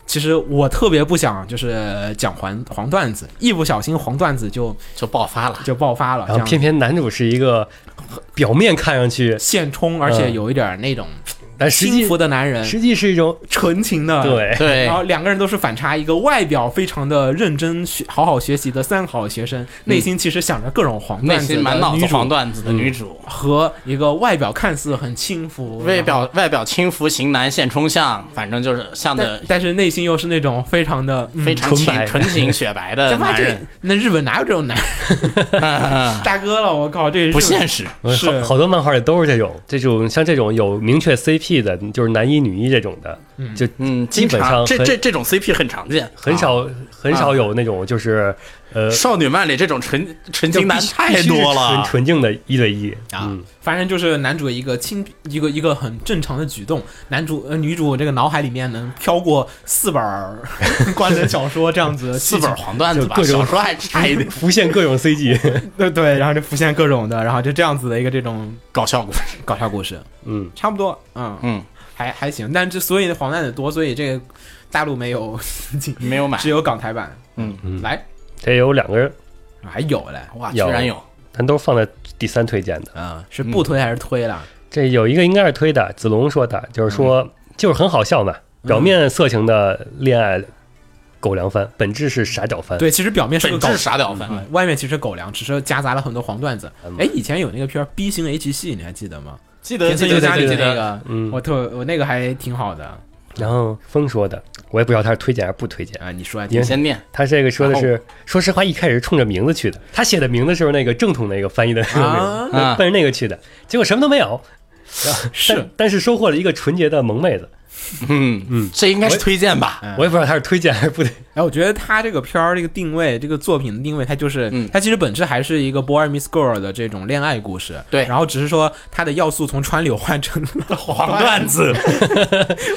其实我特别不想就是讲黄黄段子，一不小心黄段子就
就爆发了。
就爆发了，这
然后
样
偏偏男主是一个表面看上去，
现充，而
嗯
且有一点那种
但实
轻
际
浮的男人，啊
实际是一种
纯情的。
对，
对
然，后两个人都是反差，一个外表非常的认真学好好学习的三好学生，内心其实想着各种黄
内
段子
心
的
满脑
女
子
主
黄段子的女嗯主，
和一个外表看似很轻浮，
外
然后
表外表轻浮型男现充像，反正就是像
但
的
但是内心又是那种非常的、嗯、
非常
纯
清
白
纯情雪白的
这发
男
这
人，嗯
那日本哪有这种男人 大哥了？我靠，这是
不现实。
是
好好多漫画里都是这种，这种像这种有明确 CP 的，就是男一女一这种的，就
嗯，
基
经
本
常
上
这
很
这这种 CP 很常见，
很
啊、
少很少有那种就是呃，
少女漫里这种纯纯情男
就必须
太多了
纯。纯净的一对一
啊
嗯，
反正就是男主一个轻一个一个很正常的举动，男主呃女主这个脑海里面能飘过四本 儿官能小说这样子的
四
剧情，
本黄段子吧，
就各种
小说还差一点
浮现各种 CG，
对对，然后就浮现各种的，然后就这样子的一个这种
搞笑故事。
搞笑故事，
嗯，
差不多，嗯，
嗯，
还还行，但这所以黄段子多，所以这个大陆没有，
没有买
只，有港台版，
嗯，
来
这有两个人，
还有嘞，
哇，居
有
然有，
咱都是放在第三推荐的。
嗯，是不推还是推了？
这有一个应该是推的，子龙说的，就是说、就是很好笑嘛，表面色情的恋爱狗粮番，本质是傻屌番。
对，其实表面是个
呃本
搞
质傻屌粉。
嗯外面其实狗粮，只是夹杂了很多黄段子。
嗯
哎，以前有那个片儿《B 型 H 系》，你还记得吗？
记得
田
记
村
得
优
记
佳里
得
的
记
那
得，
个，
嗯
我特我那个还挺好的
然后风说的，我也不知道他是推荐还是不推荐。
啊。你说啊，
你先念
他这个说的是，说实话，一开始是冲着名字去的。他写的名字是那个正统的一个翻译的那个名字
啊，
啊
奔着那个去的，结果什么都没有。
是
但，但是收获了一个纯洁的萌妹子。
嗯嗯，这应该是推荐吧？
嗯
我也不知道他是推荐还是不推。
哎，我觉得他这个片儿这个定位，这个作品的定位，它就是、
嗯
它其实本质还是一个 boy meets girl 的这种恋爱故事。
对
然后只是说它的要素从川柳换 成了
黄段子，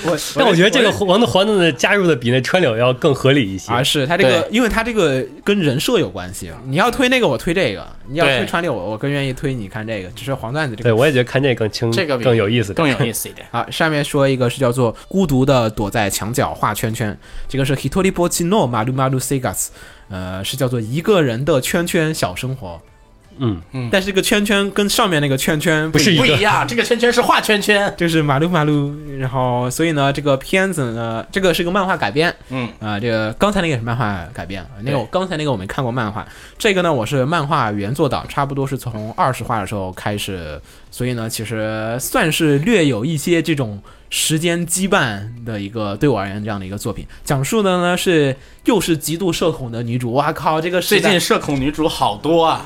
我，
但我觉得这个王的黄的加入的比那川柳要更合理一些。
而啊是它这个
对，
因为它这个跟人设有关系。你要推那个，我推这个；你要
对
推川柳，我我更愿意推你看这个。只是黄段子这个
对，我也觉得看这更 清，
这个比
更有意思。
更有意思一点。
啊，下面说一个是叫做《孤独的躲在墙角画圈圈》，这个是 Hitori Bochi no Maru Maru Segas，呃，是叫做一个人的圈圈小生活。
嗯，
但是这个圈圈跟上面那个圈圈不
不是一
不
个
一样，这个圈圈是画圈圈，
就是马路马路，然后所以呢，这个片子呢，这个是个漫画改编，
嗯
啊、这个刚才那个是漫画改编，啊那个
对
我刚才那个我没看过漫画，这个呢我是漫画原作党，差不多是从二十话的时候开始，所以呢其实算是略有一些这种时间羁绊的一个对我而言这样的一个作品，讲述的呢是又是极度社恐的女主，哇靠，这个
最
时代
近社恐女主好多啊，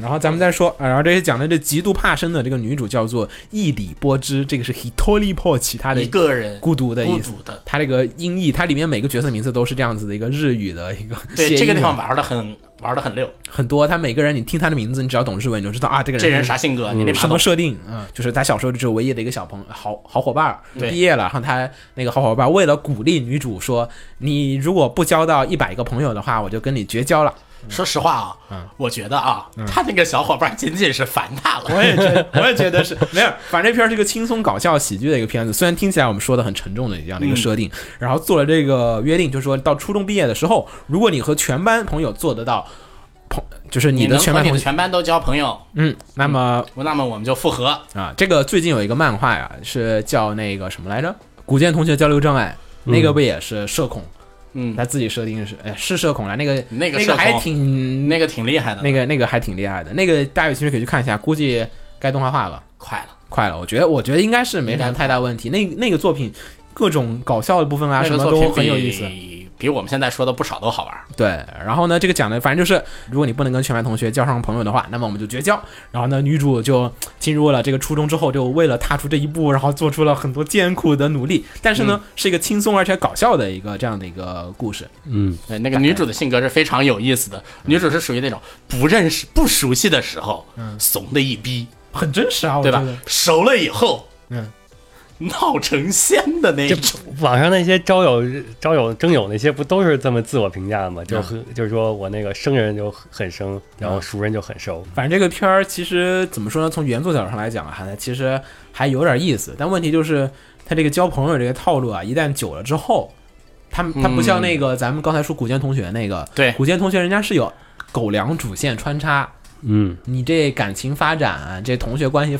然后咱们再说，啊然后这些讲的这极度怕生的这个女主叫做伊里波之，这个是 Hitori Po 其他的
一个人
嗯孤独的
孤
意思。
独的。
它这个音译，它里面每个角色名字都是这样子的一个日语的一个谐
对
音
这个地方
嘛
玩的很玩的很溜，
很多，他每个人你听他的名字，你只要懂日文，你就知道啊，这个人
这人啥性格？你那
什
爬
么
么
设定？嗯，就是他小时候就是唯一的一个小朋好好伙伴儿，
对
毕业了，然后他那个好伙伴为了鼓励女主说，你如果不交到一百个朋友的话，我就跟你绝交了。
说实话
嗯
啊，我觉得啊，他那个小伙伴仅仅是烦他了。
我也觉得，我也觉得 是没有。反正这片儿是一个轻松搞笑喜剧的一个片子，虽然听起来我们说的很沉重的这样的一个设
嗯
定，然后做了这个约定，就是说到初中毕业的时候，如果你和全班朋友做得到。朋，就是
你
的
能
全
和
班
你
同
的
学，
全班都交朋友，
嗯，那么
那么我们就复合。
啊，这个最近有一个漫画呀，是叫那个什么来着，《古剑同学交流障碍》，那个不也是社恐？
嗯，
他自己设定是，哎，是社恐了，那个
那个
那
社
个
恐
还挺
那个挺厉害的，
那个那个还挺厉害的，那个大家有兴趣可以去看一下，估计该动画化了，
快了。
快了，我觉得我觉得应该是没啥太大问题。那那个作品各种搞笑的部分啊，
那
什
个
么
作
都
品
很有意思。
比比我们现在说的不少都好玩。
对，然后呢，这个讲的反正就是，如果你不能跟全班同学交上朋友的话，那么我们就绝交。然后呢，女主就进入了这个初中之后，就为了踏出这一步，然后做出了很多艰苦的努力。但是呢，是一个轻松而且搞笑的一个这样的一个故事。
嗯，
对，那个女主的性格是非常有意思的。女主是属于那种不认识、不熟悉的时候，
嗯
怂的一逼，
很真实啊，我
对
觉
吧
得？
熟了以后，
嗯，
闹成仙的那
哎
这
种。
网上那些招友、招友、征友那些不都是这么自我评价的吗？
啊
就很、就是说我那个生人就很生，然后熟人就很熟。
反正这个片儿其实怎么说呢？从原作角度上来讲啊，还其实还有点意思。但问题就是，他这个交朋友这个套路啊，一旦久了之后，他他不像那个、咱们刚才说古剑同学那个，
对
古剑同学人家是有狗粮主线穿插，
嗯，
你这感情发展，啊这同学关系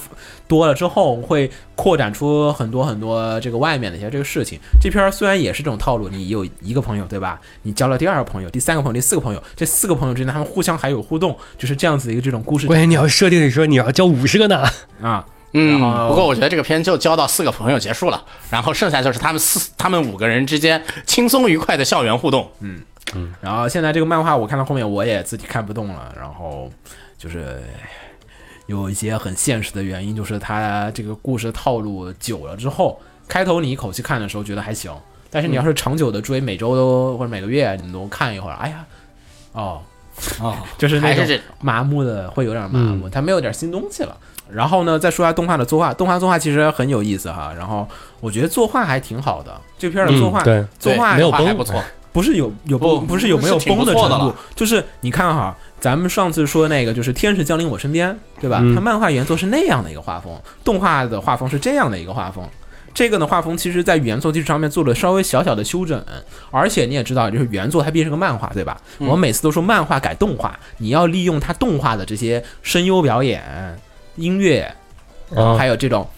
多了之后，会扩展出很多很多这个外面的一些这个事情。这片儿虽然也是这种套路，你有一个朋友对吧？你交了第二个朋友、第三个朋友、第四个朋友，这四个朋友之间他们互相还有互动，就是这样子一个这种故事
关键你要设定是说你要交五十个呢，
啊。
嗯
然后，
不过我觉得这个片就交到四个朋友结束了，然后剩下就是他们四、他们五个人之间轻松愉快的校园互动。
嗯然后现在这个漫画我看到后面我也自己看不动了，然后就是有一些很现实的原因，就是它这个故事套路久了之后，开头你一口气看的时候觉得还行，但是你要是长久的追，每周都或者每个月你都看一会儿，哎呀，哦，
哦，
就是那
还是
种
这种嗯
麻木的，会有点麻木，它没有点新东西了。然后呢，再说一下动画的作画，动画作画其实很有意思哈。然后我觉得作画还挺好的，这片儿的作画，
嗯对
作画
对
没有
话
崩
还不错。
不是有有
不
崩，不是有没有
是挺
崩
不
的
错
程
的
度
了，
就是你看哈，咱们上次说那个就是《天使降临我身边》，对吧？
嗯
它漫画原作是那样的一个画风，动画的画风是这样的一个画风。这个呢，画风其实在原作基础上面做了稍微小小的修整，而且你也知道，就是原作它毕竟是个漫画，对吧？
嗯
我们每次都说漫画改动画，你要利用它动画的这些声优表演、音乐，然
啊
后还有这种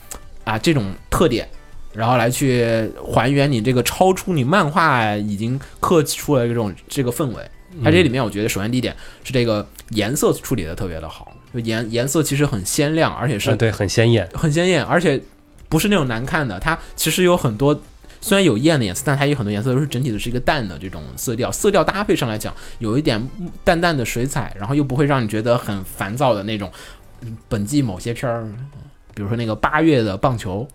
啊这种特点，然后来去还原你这个超出你漫画已经刻出了这种这个氛围。它这里面我觉得首先第一点是这个颜色处理的特别的好，就颜颜色其实很鲜亮，而且是
嗯，对，很鲜艳。
很鲜艳，而且不是那种难看的。它其实有很多，虽然有艳的颜色，但它有很多颜色都是整体的是一个淡的这种色调。色调搭配上来讲，有一点淡淡的水彩，然后又不会让你觉得很烦躁的那种。嗯本季某些片儿，比如说那个八月的棒球。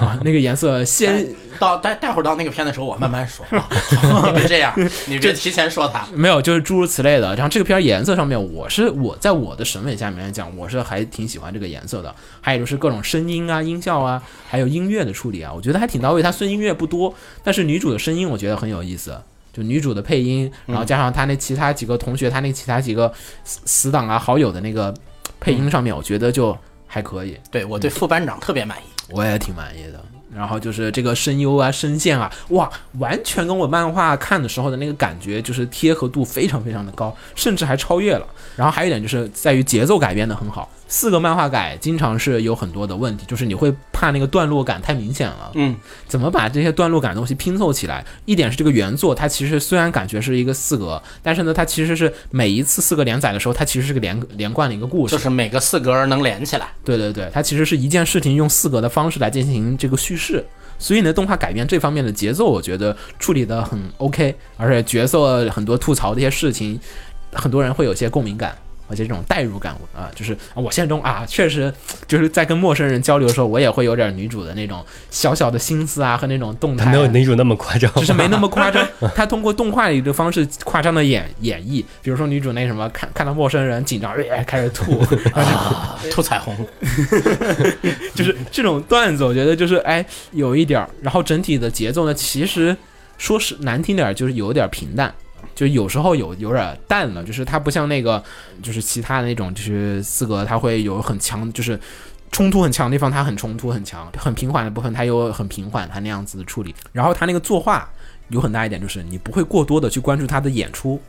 啊，那个颜色鲜
到待待会儿到那个片的时候，我慢慢说。啊你别这样， 你别提前说他。
没有，就是诸如此类的。然后这个片儿颜色上面，我是我在我的审美下面来讲，我是还挺喜欢这个颜色的。还有就是各种声音啊、音效啊，还有音乐的处理啊，我觉得还挺到位。它虽然音乐不多，但是女主的声音我觉得很有意思。就女主的配音，然后加上她那其他几个同学，她那其他几个死死党啊、好友的那个配音上面，我觉得就还可以。
对我对副班长特别满意。
我也挺满意的。然后就是这个声优啊、声线啊，哇，完全跟我漫画看的时候的那个感觉就是贴合度非常非常的高，甚至还超越了。然后还有一点就是在于节奏改编的很好，四个漫画改经常是有很多的问题，就是你会怕那个段落感太明显了。
嗯，
怎么把这些段落感的东西拼凑起来？一点是这个原作，它其实虽然感觉是一个四格，但是呢，它其实是每一次四个连载的时候，它其实是个连连贯的一个故事
就。是每个四格儿能连起来。
对对对，它其实是一件事情用四格的方式来进行这个叙事，所以呢，动画改编这方面的节奏，我觉得处理的很 OK，而且角色很多吐槽的一些事情，很多人会有些共鸣感。而且这种代入感啊，就是啊我现实中啊，确实就是在跟陌生人交流的时候，我也会有点女主的那种小小的心思啊和那种动态
他
啊、
没有女主那么夸张，
就是 没那么夸张。他通过动画里的方式夸张的演演绎，比如说女主那什么看看到陌生人紧张，哎、开始吐，
啊，吐彩虹，
就是这种段子，我觉得就是哎有一点儿，然后整体的节奏呢，其实说是难听点儿，就是有点儿平淡。就有时候有有点儿淡了，就是它不像那个，就是其他的那种，就是四格，它会有很强，就是冲突很强的地方，它很冲突很强，很平缓的部分，它有很平缓，它那样子的处理。然后它那个作画有很大一点，就是你不会过多的去关注它的演出，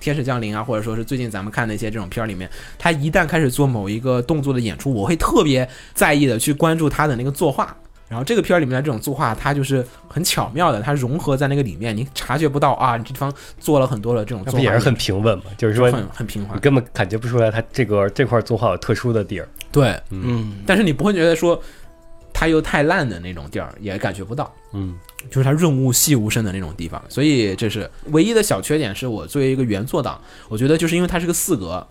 天使降临》啊，或者说是最近咱们看的一些这种片儿里面，他一旦开始做某一个动作的演出，我会特别在意的去关注他的那个作画。然后这个片儿里面的这种作画，它就是很巧妙的，它融合在那个里面，你察觉不到啊，你这地方做了很多的这种
那
作
不
画，
也是很平稳嘛？就是说，
很很平滑
你。根本感觉不出来他这个这块作画有特殊的地儿。
对，
嗯，
但是你不会觉得说它又太烂的那种地儿，也感觉不到。
嗯，
就是它润物细无声的那种地方，所以这是唯一的小缺点。是我作为一个原作党，我觉得就是因为它是个四格，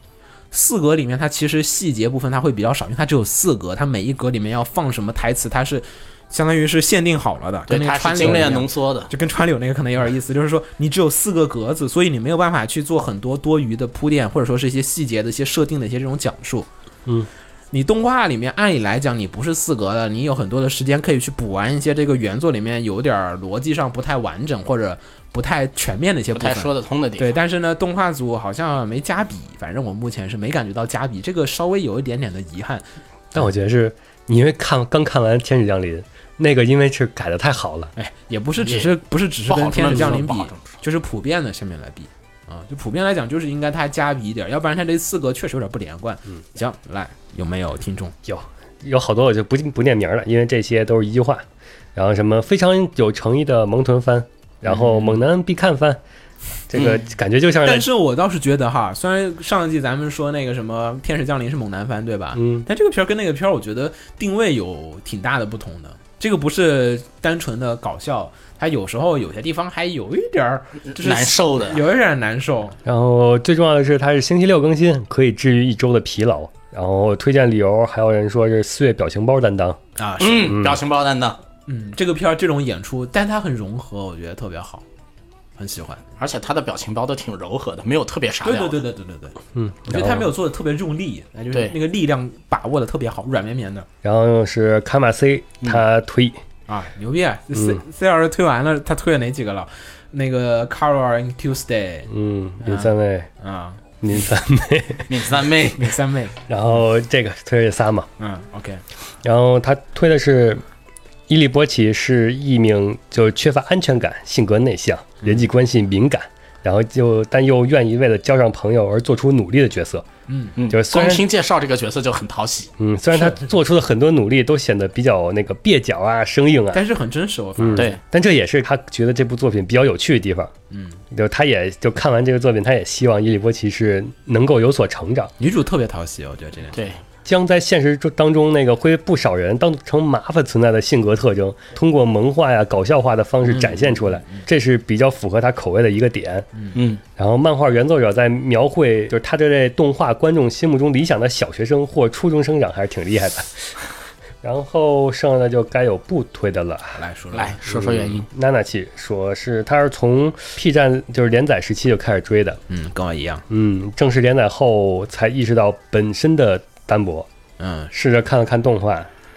四格里面它其实细节部分它会比较少，因为它只有四格，它每一格里面要放什么台词，它是相当于是限定好了的，
对，
跟那
它
个
是
川
精
流一
炼
样
浓缩的，
就跟川柳那个可能有点意思， 就是说你只有四个格子，所以你没有办法去做很多多余的铺垫，或者说是一些细节的一些设定的一些这种讲述。
嗯，
你动画里面按理来讲你不是四格的，你有很多的时间可以去补完一些这个原作里面有点儿逻辑上不太完整或者不太全面的一些
不
部
太
分。
说得通的地方。
对，但是呢，动画组好像没加笔，反正我目前是没感觉到加笔，这个稍微有一点点的遗憾。
但我觉得是你因为看刚看完《天使降临》，那个因为是改的太好了，
哎，也不是只是不是只是
不
跟
好
《
这
天
么
使降临》
说不
比
好这么，说
就是普遍的上面来比啊，就普遍来讲，就是应该它加比一点，要不然它这四个确实有点不连贯。嗯，行，来有没有听众？
有有好多我就不不念名儿了，因为这些都是一句话。然后什么非常有诚意的萌豚番，然后猛男必看番，这个感觉就像
嗯但是我倒是觉得哈，虽然上一季咱们说那个什么《天使降临》是猛男番对吧？
嗯，
但这个片儿跟那个片儿，我觉得定位有挺大的不同的。这个不是单纯的搞笑，它有时候有些地方还有一点儿就是
嗯难受的，
有一点儿难受。
然后最重要的是，它是星期六更新，可以治愈一周的疲劳。然后推荐理由还有人说是四月表情包担当，
啊，是
嗯，表情包担当。
嗯，这个片儿这种演出，但它很融合，我觉得特别好，很喜欢。
而且他的表情包都挺柔和的，没有特别傻
对
屌
对
的。
对对对对对，
嗯，
我觉得他没有做的特别用力，那哎就是
对
那个力量把握的特别好，软绵绵的
然后。然后是卡马 C，他推、
啊，牛逼啊！C
嗯
C L 推完了，他推了哪几个了？那个 Carol and Tuesday
嗯，林三妹，
啊，
林三妹，
敏三妹，
那三妹，
然后这个推这仨嘛，
嗯，OK，
然后他推的是伊利波奇是一名就是缺乏安全感、性格内向、
嗯
人际关系敏感，然后就但又愿意为了交上朋友而做出努力的角色。
嗯，
嗯
就是虽
光
然
听介绍这个角色就很讨喜，
嗯，虽然他做出的很多努力都显得比较那个蹩脚啊、生硬啊，
但是很真实，我发现，
对，
但这也是他觉得这部作品比较有趣的地方。
嗯，
就他也就看完这个作品，他也希望伊利波奇是能够有所成长，
女主特别讨喜，我觉得这点，
对，
将在现实中当中那个会不少人当成麻烦存在的性格特征，通过萌化呀、搞笑化的方式展现出来，这是比较符合他口味的一个点。
嗯，
然后，漫画原作者在描绘就是他对这动画观众心目中理想的小学生或初中生长，还是挺厉害的。 然后剩下的就该有不推的了。
来说说嗯
来，说说原因。
娜娜奇说是他是从 P 站就是连载时期就开始追的，
嗯，跟我一样，
嗯，正式连载后才意识到本身的单薄，
嗯，
试着看了看动画，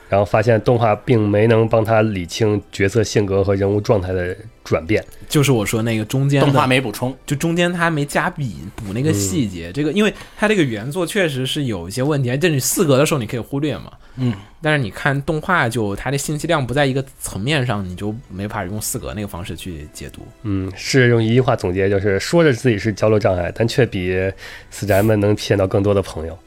然后发现动画并没能帮他理清角色性格和人物状态的转变。
就是我说那个中间
动
的
画没补充，
就中间他没加笔补那个细节，这个因为他这个原作确实是有一些问题，但你四格的时候你可以忽略嘛，
嗯，
但是你看动画就它的信息量不在一个层面上，你就没法用四格那个方式去解读。
嗯，是用一句话总结，就是说着自己是交流障碍，但却比死宅们能骗到更多的朋友。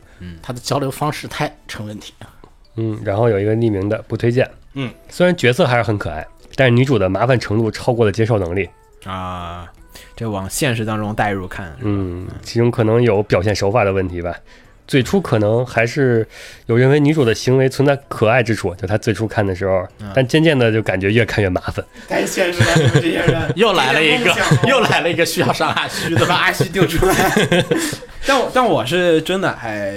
他的交流方式太成问题了。
嗯，然后有一个匿名的不推荐。
嗯，
虽然角色还是很可爱，但是女主的麻烦程度超过了接受能力。
啊，这往现实当中带入看，
嗯，其中可能有表现手法的问题吧。最初可能还是有认为女主的行为存在可爱之处，就她最初看的时候，但渐渐的就感觉越看越麻烦。
太现实了，你们这些人
又来了一个， 又来了一个需要上阿虚的吧？
阿西丢出来。但我但我是真的还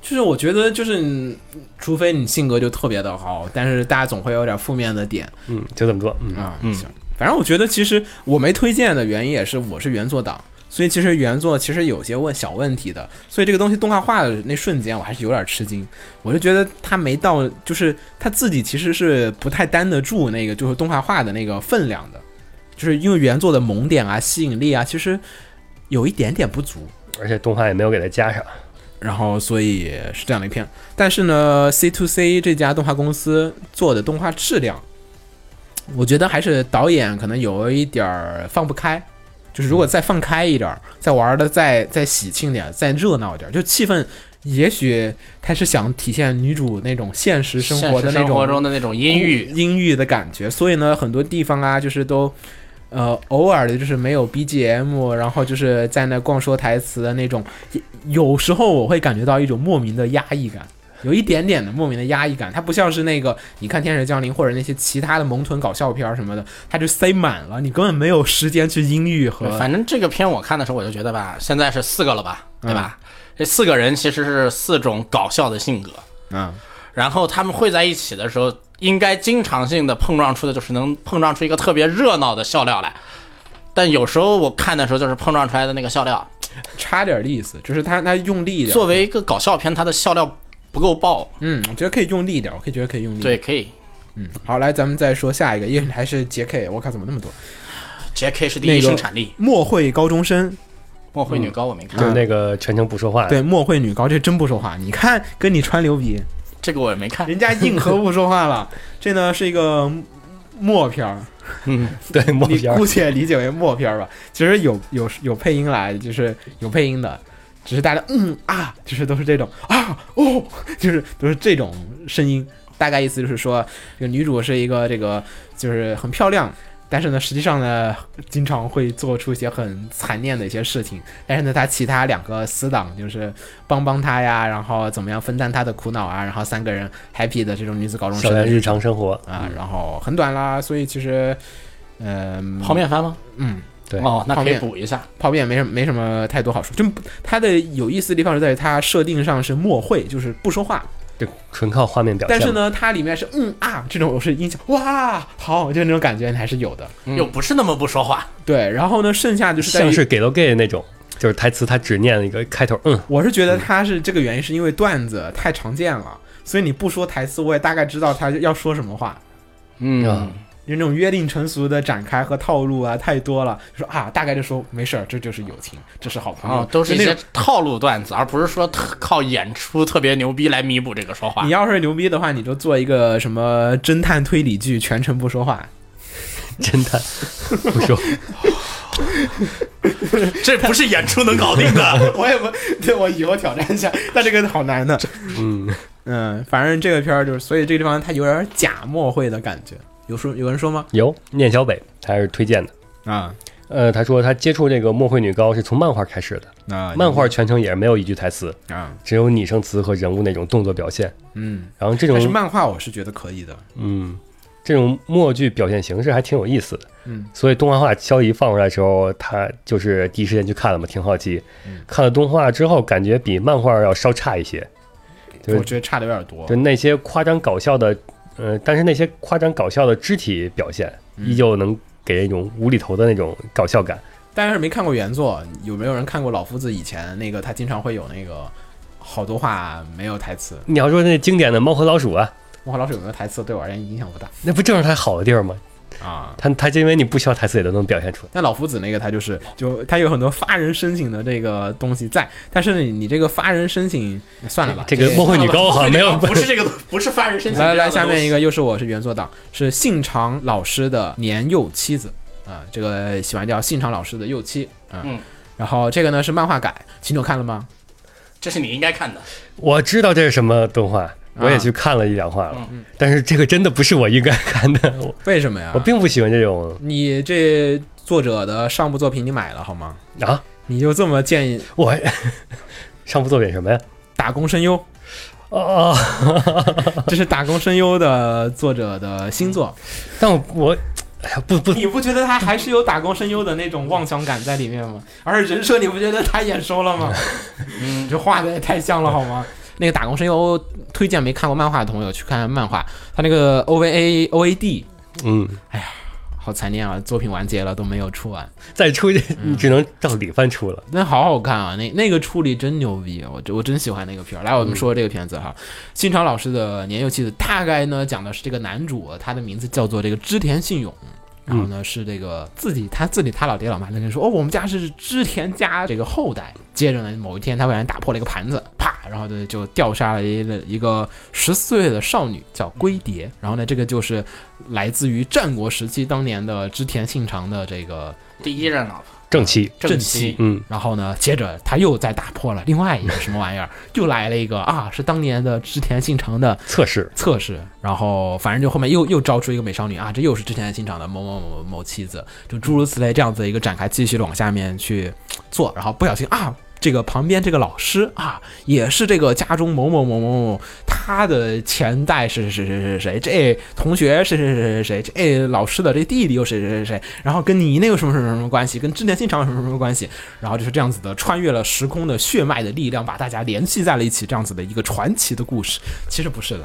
就是我觉得就是你，除非你性格就特别的好，但是大家总会有点负面的点。
嗯，就这么做。嗯，
啊，行。反正我觉得，其实我没推荐的原因也是我是原作党，所以其实原作其实有些问小问题的，所以这个东西动画化的那瞬间，我还是有点吃惊。我就觉得他没到，就是他自己其实是不太担得住那个就是动画化的那个分量的，就是因为原作的萌点啊、吸引力啊，其实有一点点不足。
而且动画也没有给她加上。
然后所以是这样的一片。但是呢，C to C 这家动画公司做的动画质量，我觉得还是导演可能有一点儿放不开，就是如果再放开一点儿，再玩的再再喜庆点儿，再热闹一点儿，就气氛，也许他是想体现女主那种现实生活的
现实
那
生活
种嗯
中的那种阴郁，
阴郁的感觉，所以呢，很多地方啊，就是都。呃，偶尔的就是没有 BGM，然后就是在那逛说台词的那种，也有时候我会感觉到一种莫名的压抑感，有一点点的莫名的压抑感。它不像是那个你看《天使降临》或者那些其他的萌豚搞笑片儿什么的，它就塞满了，你根本没有时间去阴郁和
反正这个片我看的时候我就觉得吧，现在是四个了吧，
嗯
对吧？这四个人其实是四种搞笑的性格，
嗯
然后他们会在一起的时候，应该经常性的碰撞出的就是能碰撞出一个特别热闹的笑料来。但有时候我看的时候，就是碰撞出来的那个笑料，
差点儿的意思，就是它它用力一点儿，
作为一个搞笑片，它的笑料不够爆。
嗯，我觉得可以用力一点儿，我可以觉得可以用力。
对，，可以。
好，来咱们再说下一个，因为还是 JK，我靠，怎么那么多？
J.K. 是第
那
一
个
生产力，
莫会高中生，
莫会女高我没看，
就是那个全程不说话，
嗯对，莫会女高这真不说话，你看跟你穿流鼻，
这个我也没看。
人家硬核不说话了。这呢是一个默片儿，
嗯，
对默
你
片儿
姑且理解为默片儿吧。其实有有有配音来，就是有配音的，只是大家嗯啊，就是都是这种啊哦，就是都是这种声音。大概意思就是说，这个女主是一个这个就是很漂亮，但是呢，实际上呢，经常会做出一些很残念的一些事情。但是呢，她其他两个死党就是帮帮她呀，然后怎么样分担她的苦恼啊，然后三个人 happy 的这种女子高中
校
生
园日常生活，
啊，然后很短啦，所以其实，嗯、
泡面番吗？
嗯，
对
哦，那
泡
可以
面
补一下。
泡面没什么没什么太多好处，就它的有意思的地方是在于它设定上是默会，就是不说话，
就纯靠画面表现。
但是，呢，它里面是嗯啊这种是音效，哇，好，就那种感觉还是有的。
又不是那么不说话，
对，然后呢，剩下就是在
像
于，
是给了 gay 那种，就是台词他只念了一个开头，嗯，
我是觉得它是这个原因是因为段子太常见了，所以你不说台词，我也大概知道他要说什么话。
嗯
嗯，
就那种约定成俗的展开和套路啊，太多了。就说啊，大概就说没事儿，这就是友情，这是好朋友，
哦，都是一
嗯就那
些
种。
套路段子，而不是说特靠演出特别牛逼来弥补这个说话
你。要是牛逼的话，你就做一个什么侦探推理剧，全程不说话。
侦探不说，
这不是演出能搞定的。
我也不，对我以后挑战一下， 但这个好难的。
嗯，
嗯，反正这个片儿就是，所以这个地方它有点假默会的感觉。有说有人说吗？
有念小北他是推荐的。
啊，
呃，他说他接触这个墨绘女高是从漫画开始的，
那
漫画全程也是没有一句台词，
啊，
只有拟声词和人物那种动作表现。
嗯，
然后这
但是
种
漫画我是觉得可以的。
嗯，这种默剧表现形式还挺有意思的。
嗯，
所以动画化消息一放出来的时候，他就是第一时间去看了嘛，挺好奇。
嗯
看了动画之后，感觉比漫画要稍差一些，对
我觉得差的有点多
就。那些夸张搞笑的，呃，但是那些夸张搞笑的肢体表现，
嗯
依旧能给人一种无厘头的那种搞笑感。
大家是没看过原作，有没有人看过老夫子以前那个？他经常会有那个好多话没有台词。
你要说那经典的猫和老鼠啊，
我和老鼠有没有台词对我而言影响不大
那不正是它好的地儿吗？
啊。
它它因为你不需要台词也都能表现出来。
但老夫子那个他就是就他有很多发人深省的这个东西在，但是你你这个发人深省算了吧。
这个墨绘女高好像没 有，
不是这个，不是发人深省。
来来 来，下面一个又是我是原作党，是信长老师的年幼妻子啊、这个喜欢叫信长老师的幼妻啊。
嗯
然后这个呢是漫画改，秦九看了吗？
这是你应该看的。
我知道这是什么动
啊
画，我也去看了一两话了，
嗯
但是这个真的不是我应该看的，我
为什么呀
我？并不喜欢这种
你这作者的上部作品你买了好吗？
啊，
你就这么建议
我上部作品什么呀？
打工声优？
哦，
这是打工声优的作者的新作，
但我我哎呀不 不
你不觉得他还是有打工声优的那种妄想感在里面吗？而且人设你不觉得他眼熟了吗？嗯，这画的也太像了好吗？那个打工声优推荐没看过漫画的朋友去看看漫画，他那个 OVA OAD
嗯，
好残念啊，作品完结了都没有出完，
再出去
嗯
你只能照李帆出了。
那好好看啊，那那个处理真牛逼，我真我真喜欢那个片儿。来，我们说这个片子哈，新潮老师的年幼妻子，大概呢讲的是这个男主，他的名字叫做这个织田信勇。然后呢，是这个自己他自己他老爹老妈那跟说，哦，我们家是织田家这个后代。接着呢，某一天他忽然打破了一个盘子，啪，然后呢就吊杀了一个一个十四岁的少女，叫龟蝶。然后呢，这个就是来自于战国时期当年的织田信长的这个
第一任老婆，
正气，
正
气
气，
嗯，
然后呢，接着他又再打破了另外一个什么玩意儿，又来了一个啊，是当年的织田信长的
测试，
测试，然后反正就后面又又招出一个美少女啊，这又是之前新长的某某某某妻子，就诸如此类这样子的一个展开，继续地往下面去做，然后不小心啊，这个旁边这个老师啊，也是这个家中某某某某某，他的前代是谁谁谁谁谁，这同学是谁谁谁谁谁，这老师的这弟弟又谁谁谁谁，然后跟你那个什么什么什么关系，跟之前新长有什么什么关系，然后就是这样子的穿越了时空的血脉的力量，把大家联系在了一起，这样子的一个传奇的故事，其实不是的。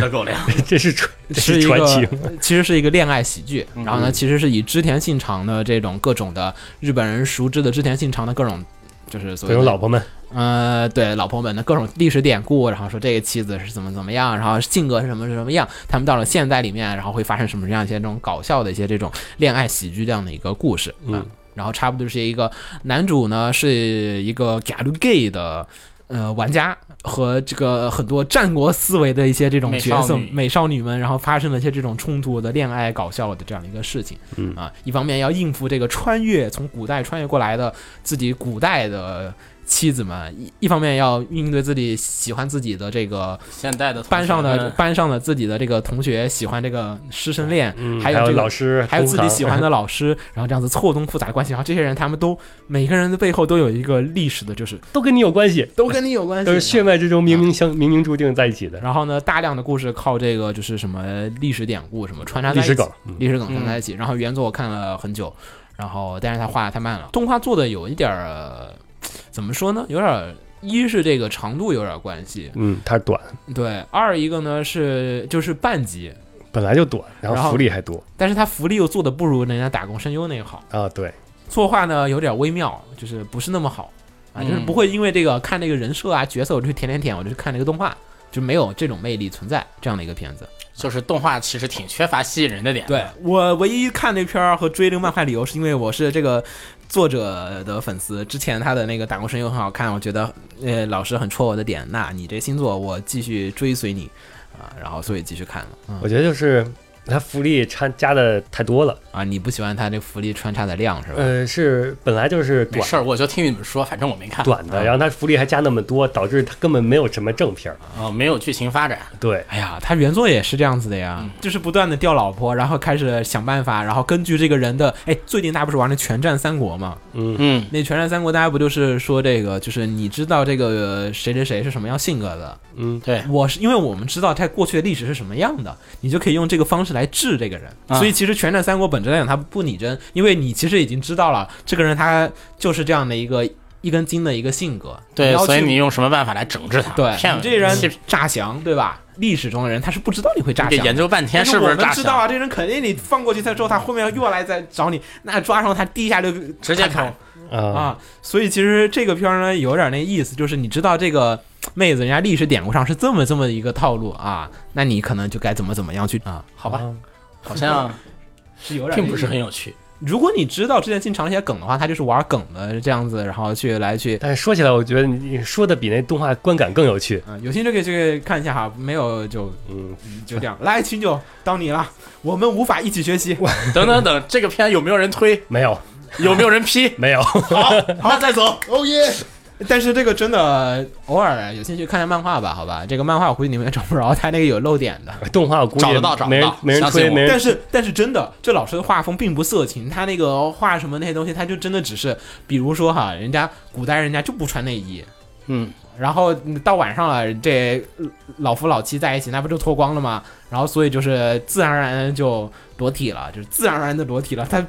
的狗粮。
这是传，这
是
是
一
传
个
奇，， 嗯
其实是一个恋爱喜剧。然后呢，其实是以织田信长的这种各种的日本人熟知的织田信长的各种，就是所
各
谓的
种老婆们，
呃，对老婆们的各种历史典故，然后说这个妻子是怎么怎么样，然后性格是什么是什么样，他们到了现代里面，然后会发生什么样一些这种搞笑的一些这种恋爱喜剧这样的一个故事。
嗯
啊然后差不多是一个男主呢是一个 g a l gay 的。呃，玩家和这个很多战国思维的一些这种
美
角
少
色
女
美少女们，然后发生了一些这种冲突的恋爱搞笑的这样一个事情。
嗯
啊，一方面要应付这个穿越从古代穿越过来的自己古代的妻子们，一一方面要应对自己喜欢自己的这个
现在的同学嗯
班上的
们
班上的自己的这个同学喜欢这个师生恋，
嗯，
还
有
有这个
老师，
还有
同
自己喜欢
行，
的老师，然后这样子错综复杂的关系，然后这些人他们都每个人的背后都有一个历史的，就是
都跟你有关系，
都跟你有关系，
都是血脉之中冥冥相冥冥注定在一起的，
然后呢，大量的故事靠这个就是什么历史典故什么穿插在
历
一起
史梗，嗯
历史梗放在一起。然后原作我看了很久，然后但是它画的太慢了，动画做的有一点儿、呃怎么说呢？有点儿一是这个长度有点儿关系，
嗯，它短，
对；二一个呢是就是半集，
本来就短，然
然
后
后
福利还多
但是它福利又做的不如人家打工声优那个好，
啊，对，
作画呢有点微妙，就是不是那么好啊，就是
嗯
不会因为这个看这个人设啊角色我就去舔舔舔，我就去看这个动画，就没有这种魅力存在这样的一个片子。
就是动画其实挺缺乏吸引人的点。
对我唯一看那片儿和追这个漫画理由，是因为我是这个作者的粉丝。之前他的那个《打工声优》很好看，我觉得呃老师很戳我的点。那你这新作，我继续追随你啊，然后所以继续看了。嗯
我觉得就是它福利掺加的太多了，
啊，你不喜欢他这福利穿插的量是吧？
呃，是本来就是
没
短
事儿，我就听你们说，反正我没看。
短的，然后它福利还加那么多，导致它根本没有什么正片儿，
哦，没有剧情发展，
对，
哎呀，他原作也是这样子的呀，
嗯
就是不断的钓老婆，然后开始想办法，然后根据这个人的，哎，最近大家不是玩那《全战三国》吗？
嗯，
那《全战三国》大家不就是说这个，就是你知道这个谁谁谁是什么样性格的，
嗯，
对，
我是因为我们知道他过去的历史是什么样的，你就可以用这个方式来治这个人。
啊
所以其实《全战三国》本质来讲，它不拟真，因为你其实已经知道了这个人他就是这样的一个一根筋的一个性格。
对，
要
所以
去
你用什么办法来整治他？
对
骗
你
我
这人
欺
诈降，对吧？历史中的人他是不知道你会诈
这
降
研
的。
究半天
但
是不
我
是
们
大
知道
小？
啊，这人肯定你放过去他之后，他后面又来再找你，那抓上他第一下就
直接
砍头
砍，
啊，
啊，所以其实这个片儿呢有点那意思，就是你知道这个妹子人家历史典故上是这么这么一个套路啊，那你可能就该怎么怎么样去啊，
好吧，
啊，
好像
是有点
并不是很。有趣。
如果你知道之前进场那些梗的话，他就是玩梗的这样子，然后去来去。
但是说起来，我觉得你说的比那动画观感更有趣，
嗯，有兴趣可以去看一下哈，没有就
嗯，
就这样。来，秦九，到你了，我们无法一起学习。
等等等，这个片有没有人推？
没有，
有没有人 批？
没有，
好，那再走。
哦耶！
但是这个真的，偶尔有兴趣看下漫画吧，好吧。这个漫画我估计你们也找不着，它那个有漏点的。
动画我估计
找得到找
没
得
人
到
没人
相信
推，
我
没人
但是但是真的，这老师的画风并不色情，他那个画什么那些东西，他就真的只是，比如说哈，人家古代人家就不穿内衣，
嗯，
然后嗯到晚上了，这呃老夫老妻在一起，那不就脱光了吗？然后所以就是自然而然就裸体了，就是自然而然的裸体了，他。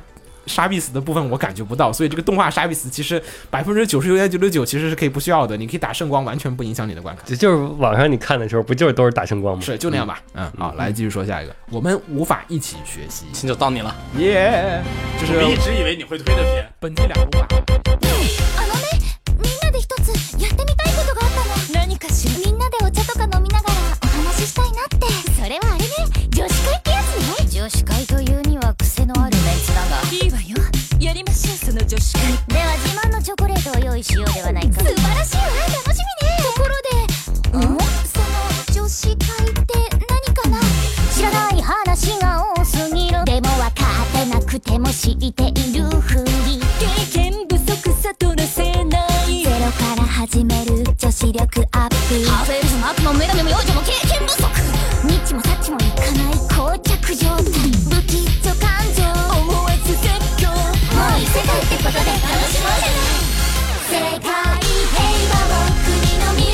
杀必死的部分我感觉不到，所以这个动画杀必死其实百分之九十九点九九九其实是可以不需要的，你可以打圣光，完全不影响你的观看。
就就是网上你看的时候，不就是都是大声光吗？
是就那样吧，嗯，好，来继续说下一个，我们无法一起学习，
秦九到你了。
耶，就是
我一直以为你会推的片，
本季两无法。
あのねみんなで一つやってみたいことがあったの何かしらみんなでお茶とか飲みながらお話ししたいなってそれはあれね女子会ってやつね女子会というには癖のあるメンツだが
いいわよやりましょうその女子会
では自慢のチョコレートを用意しようではないか素晴らしいわ楽しみねところでんその女子会って何かな知らない話が多すぎるでも分かってなくても知っているふり
経験
女子力ア
ハー
ップ
フエルフも悪も女神も幼女も経験不足
ニッチもサッチもいかない膠着状態不吉祥感情
思わず絶叫
もう異世界ってことで楽しもうじゃない世界平和を国の未来を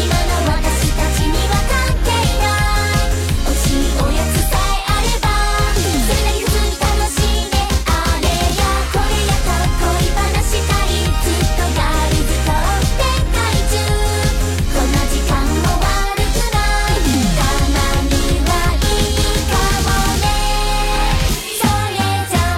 今の私たちには関係ない美味しいおやつさえあればそれなり普通に楽しんであれやこれやと恋話したりずっとガールズトーク展開中この時間も悪くないたまにはいいかもね「それじゃまたね来週バイバイ」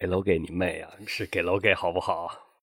给楼给你妹啊，是给楼给好不好？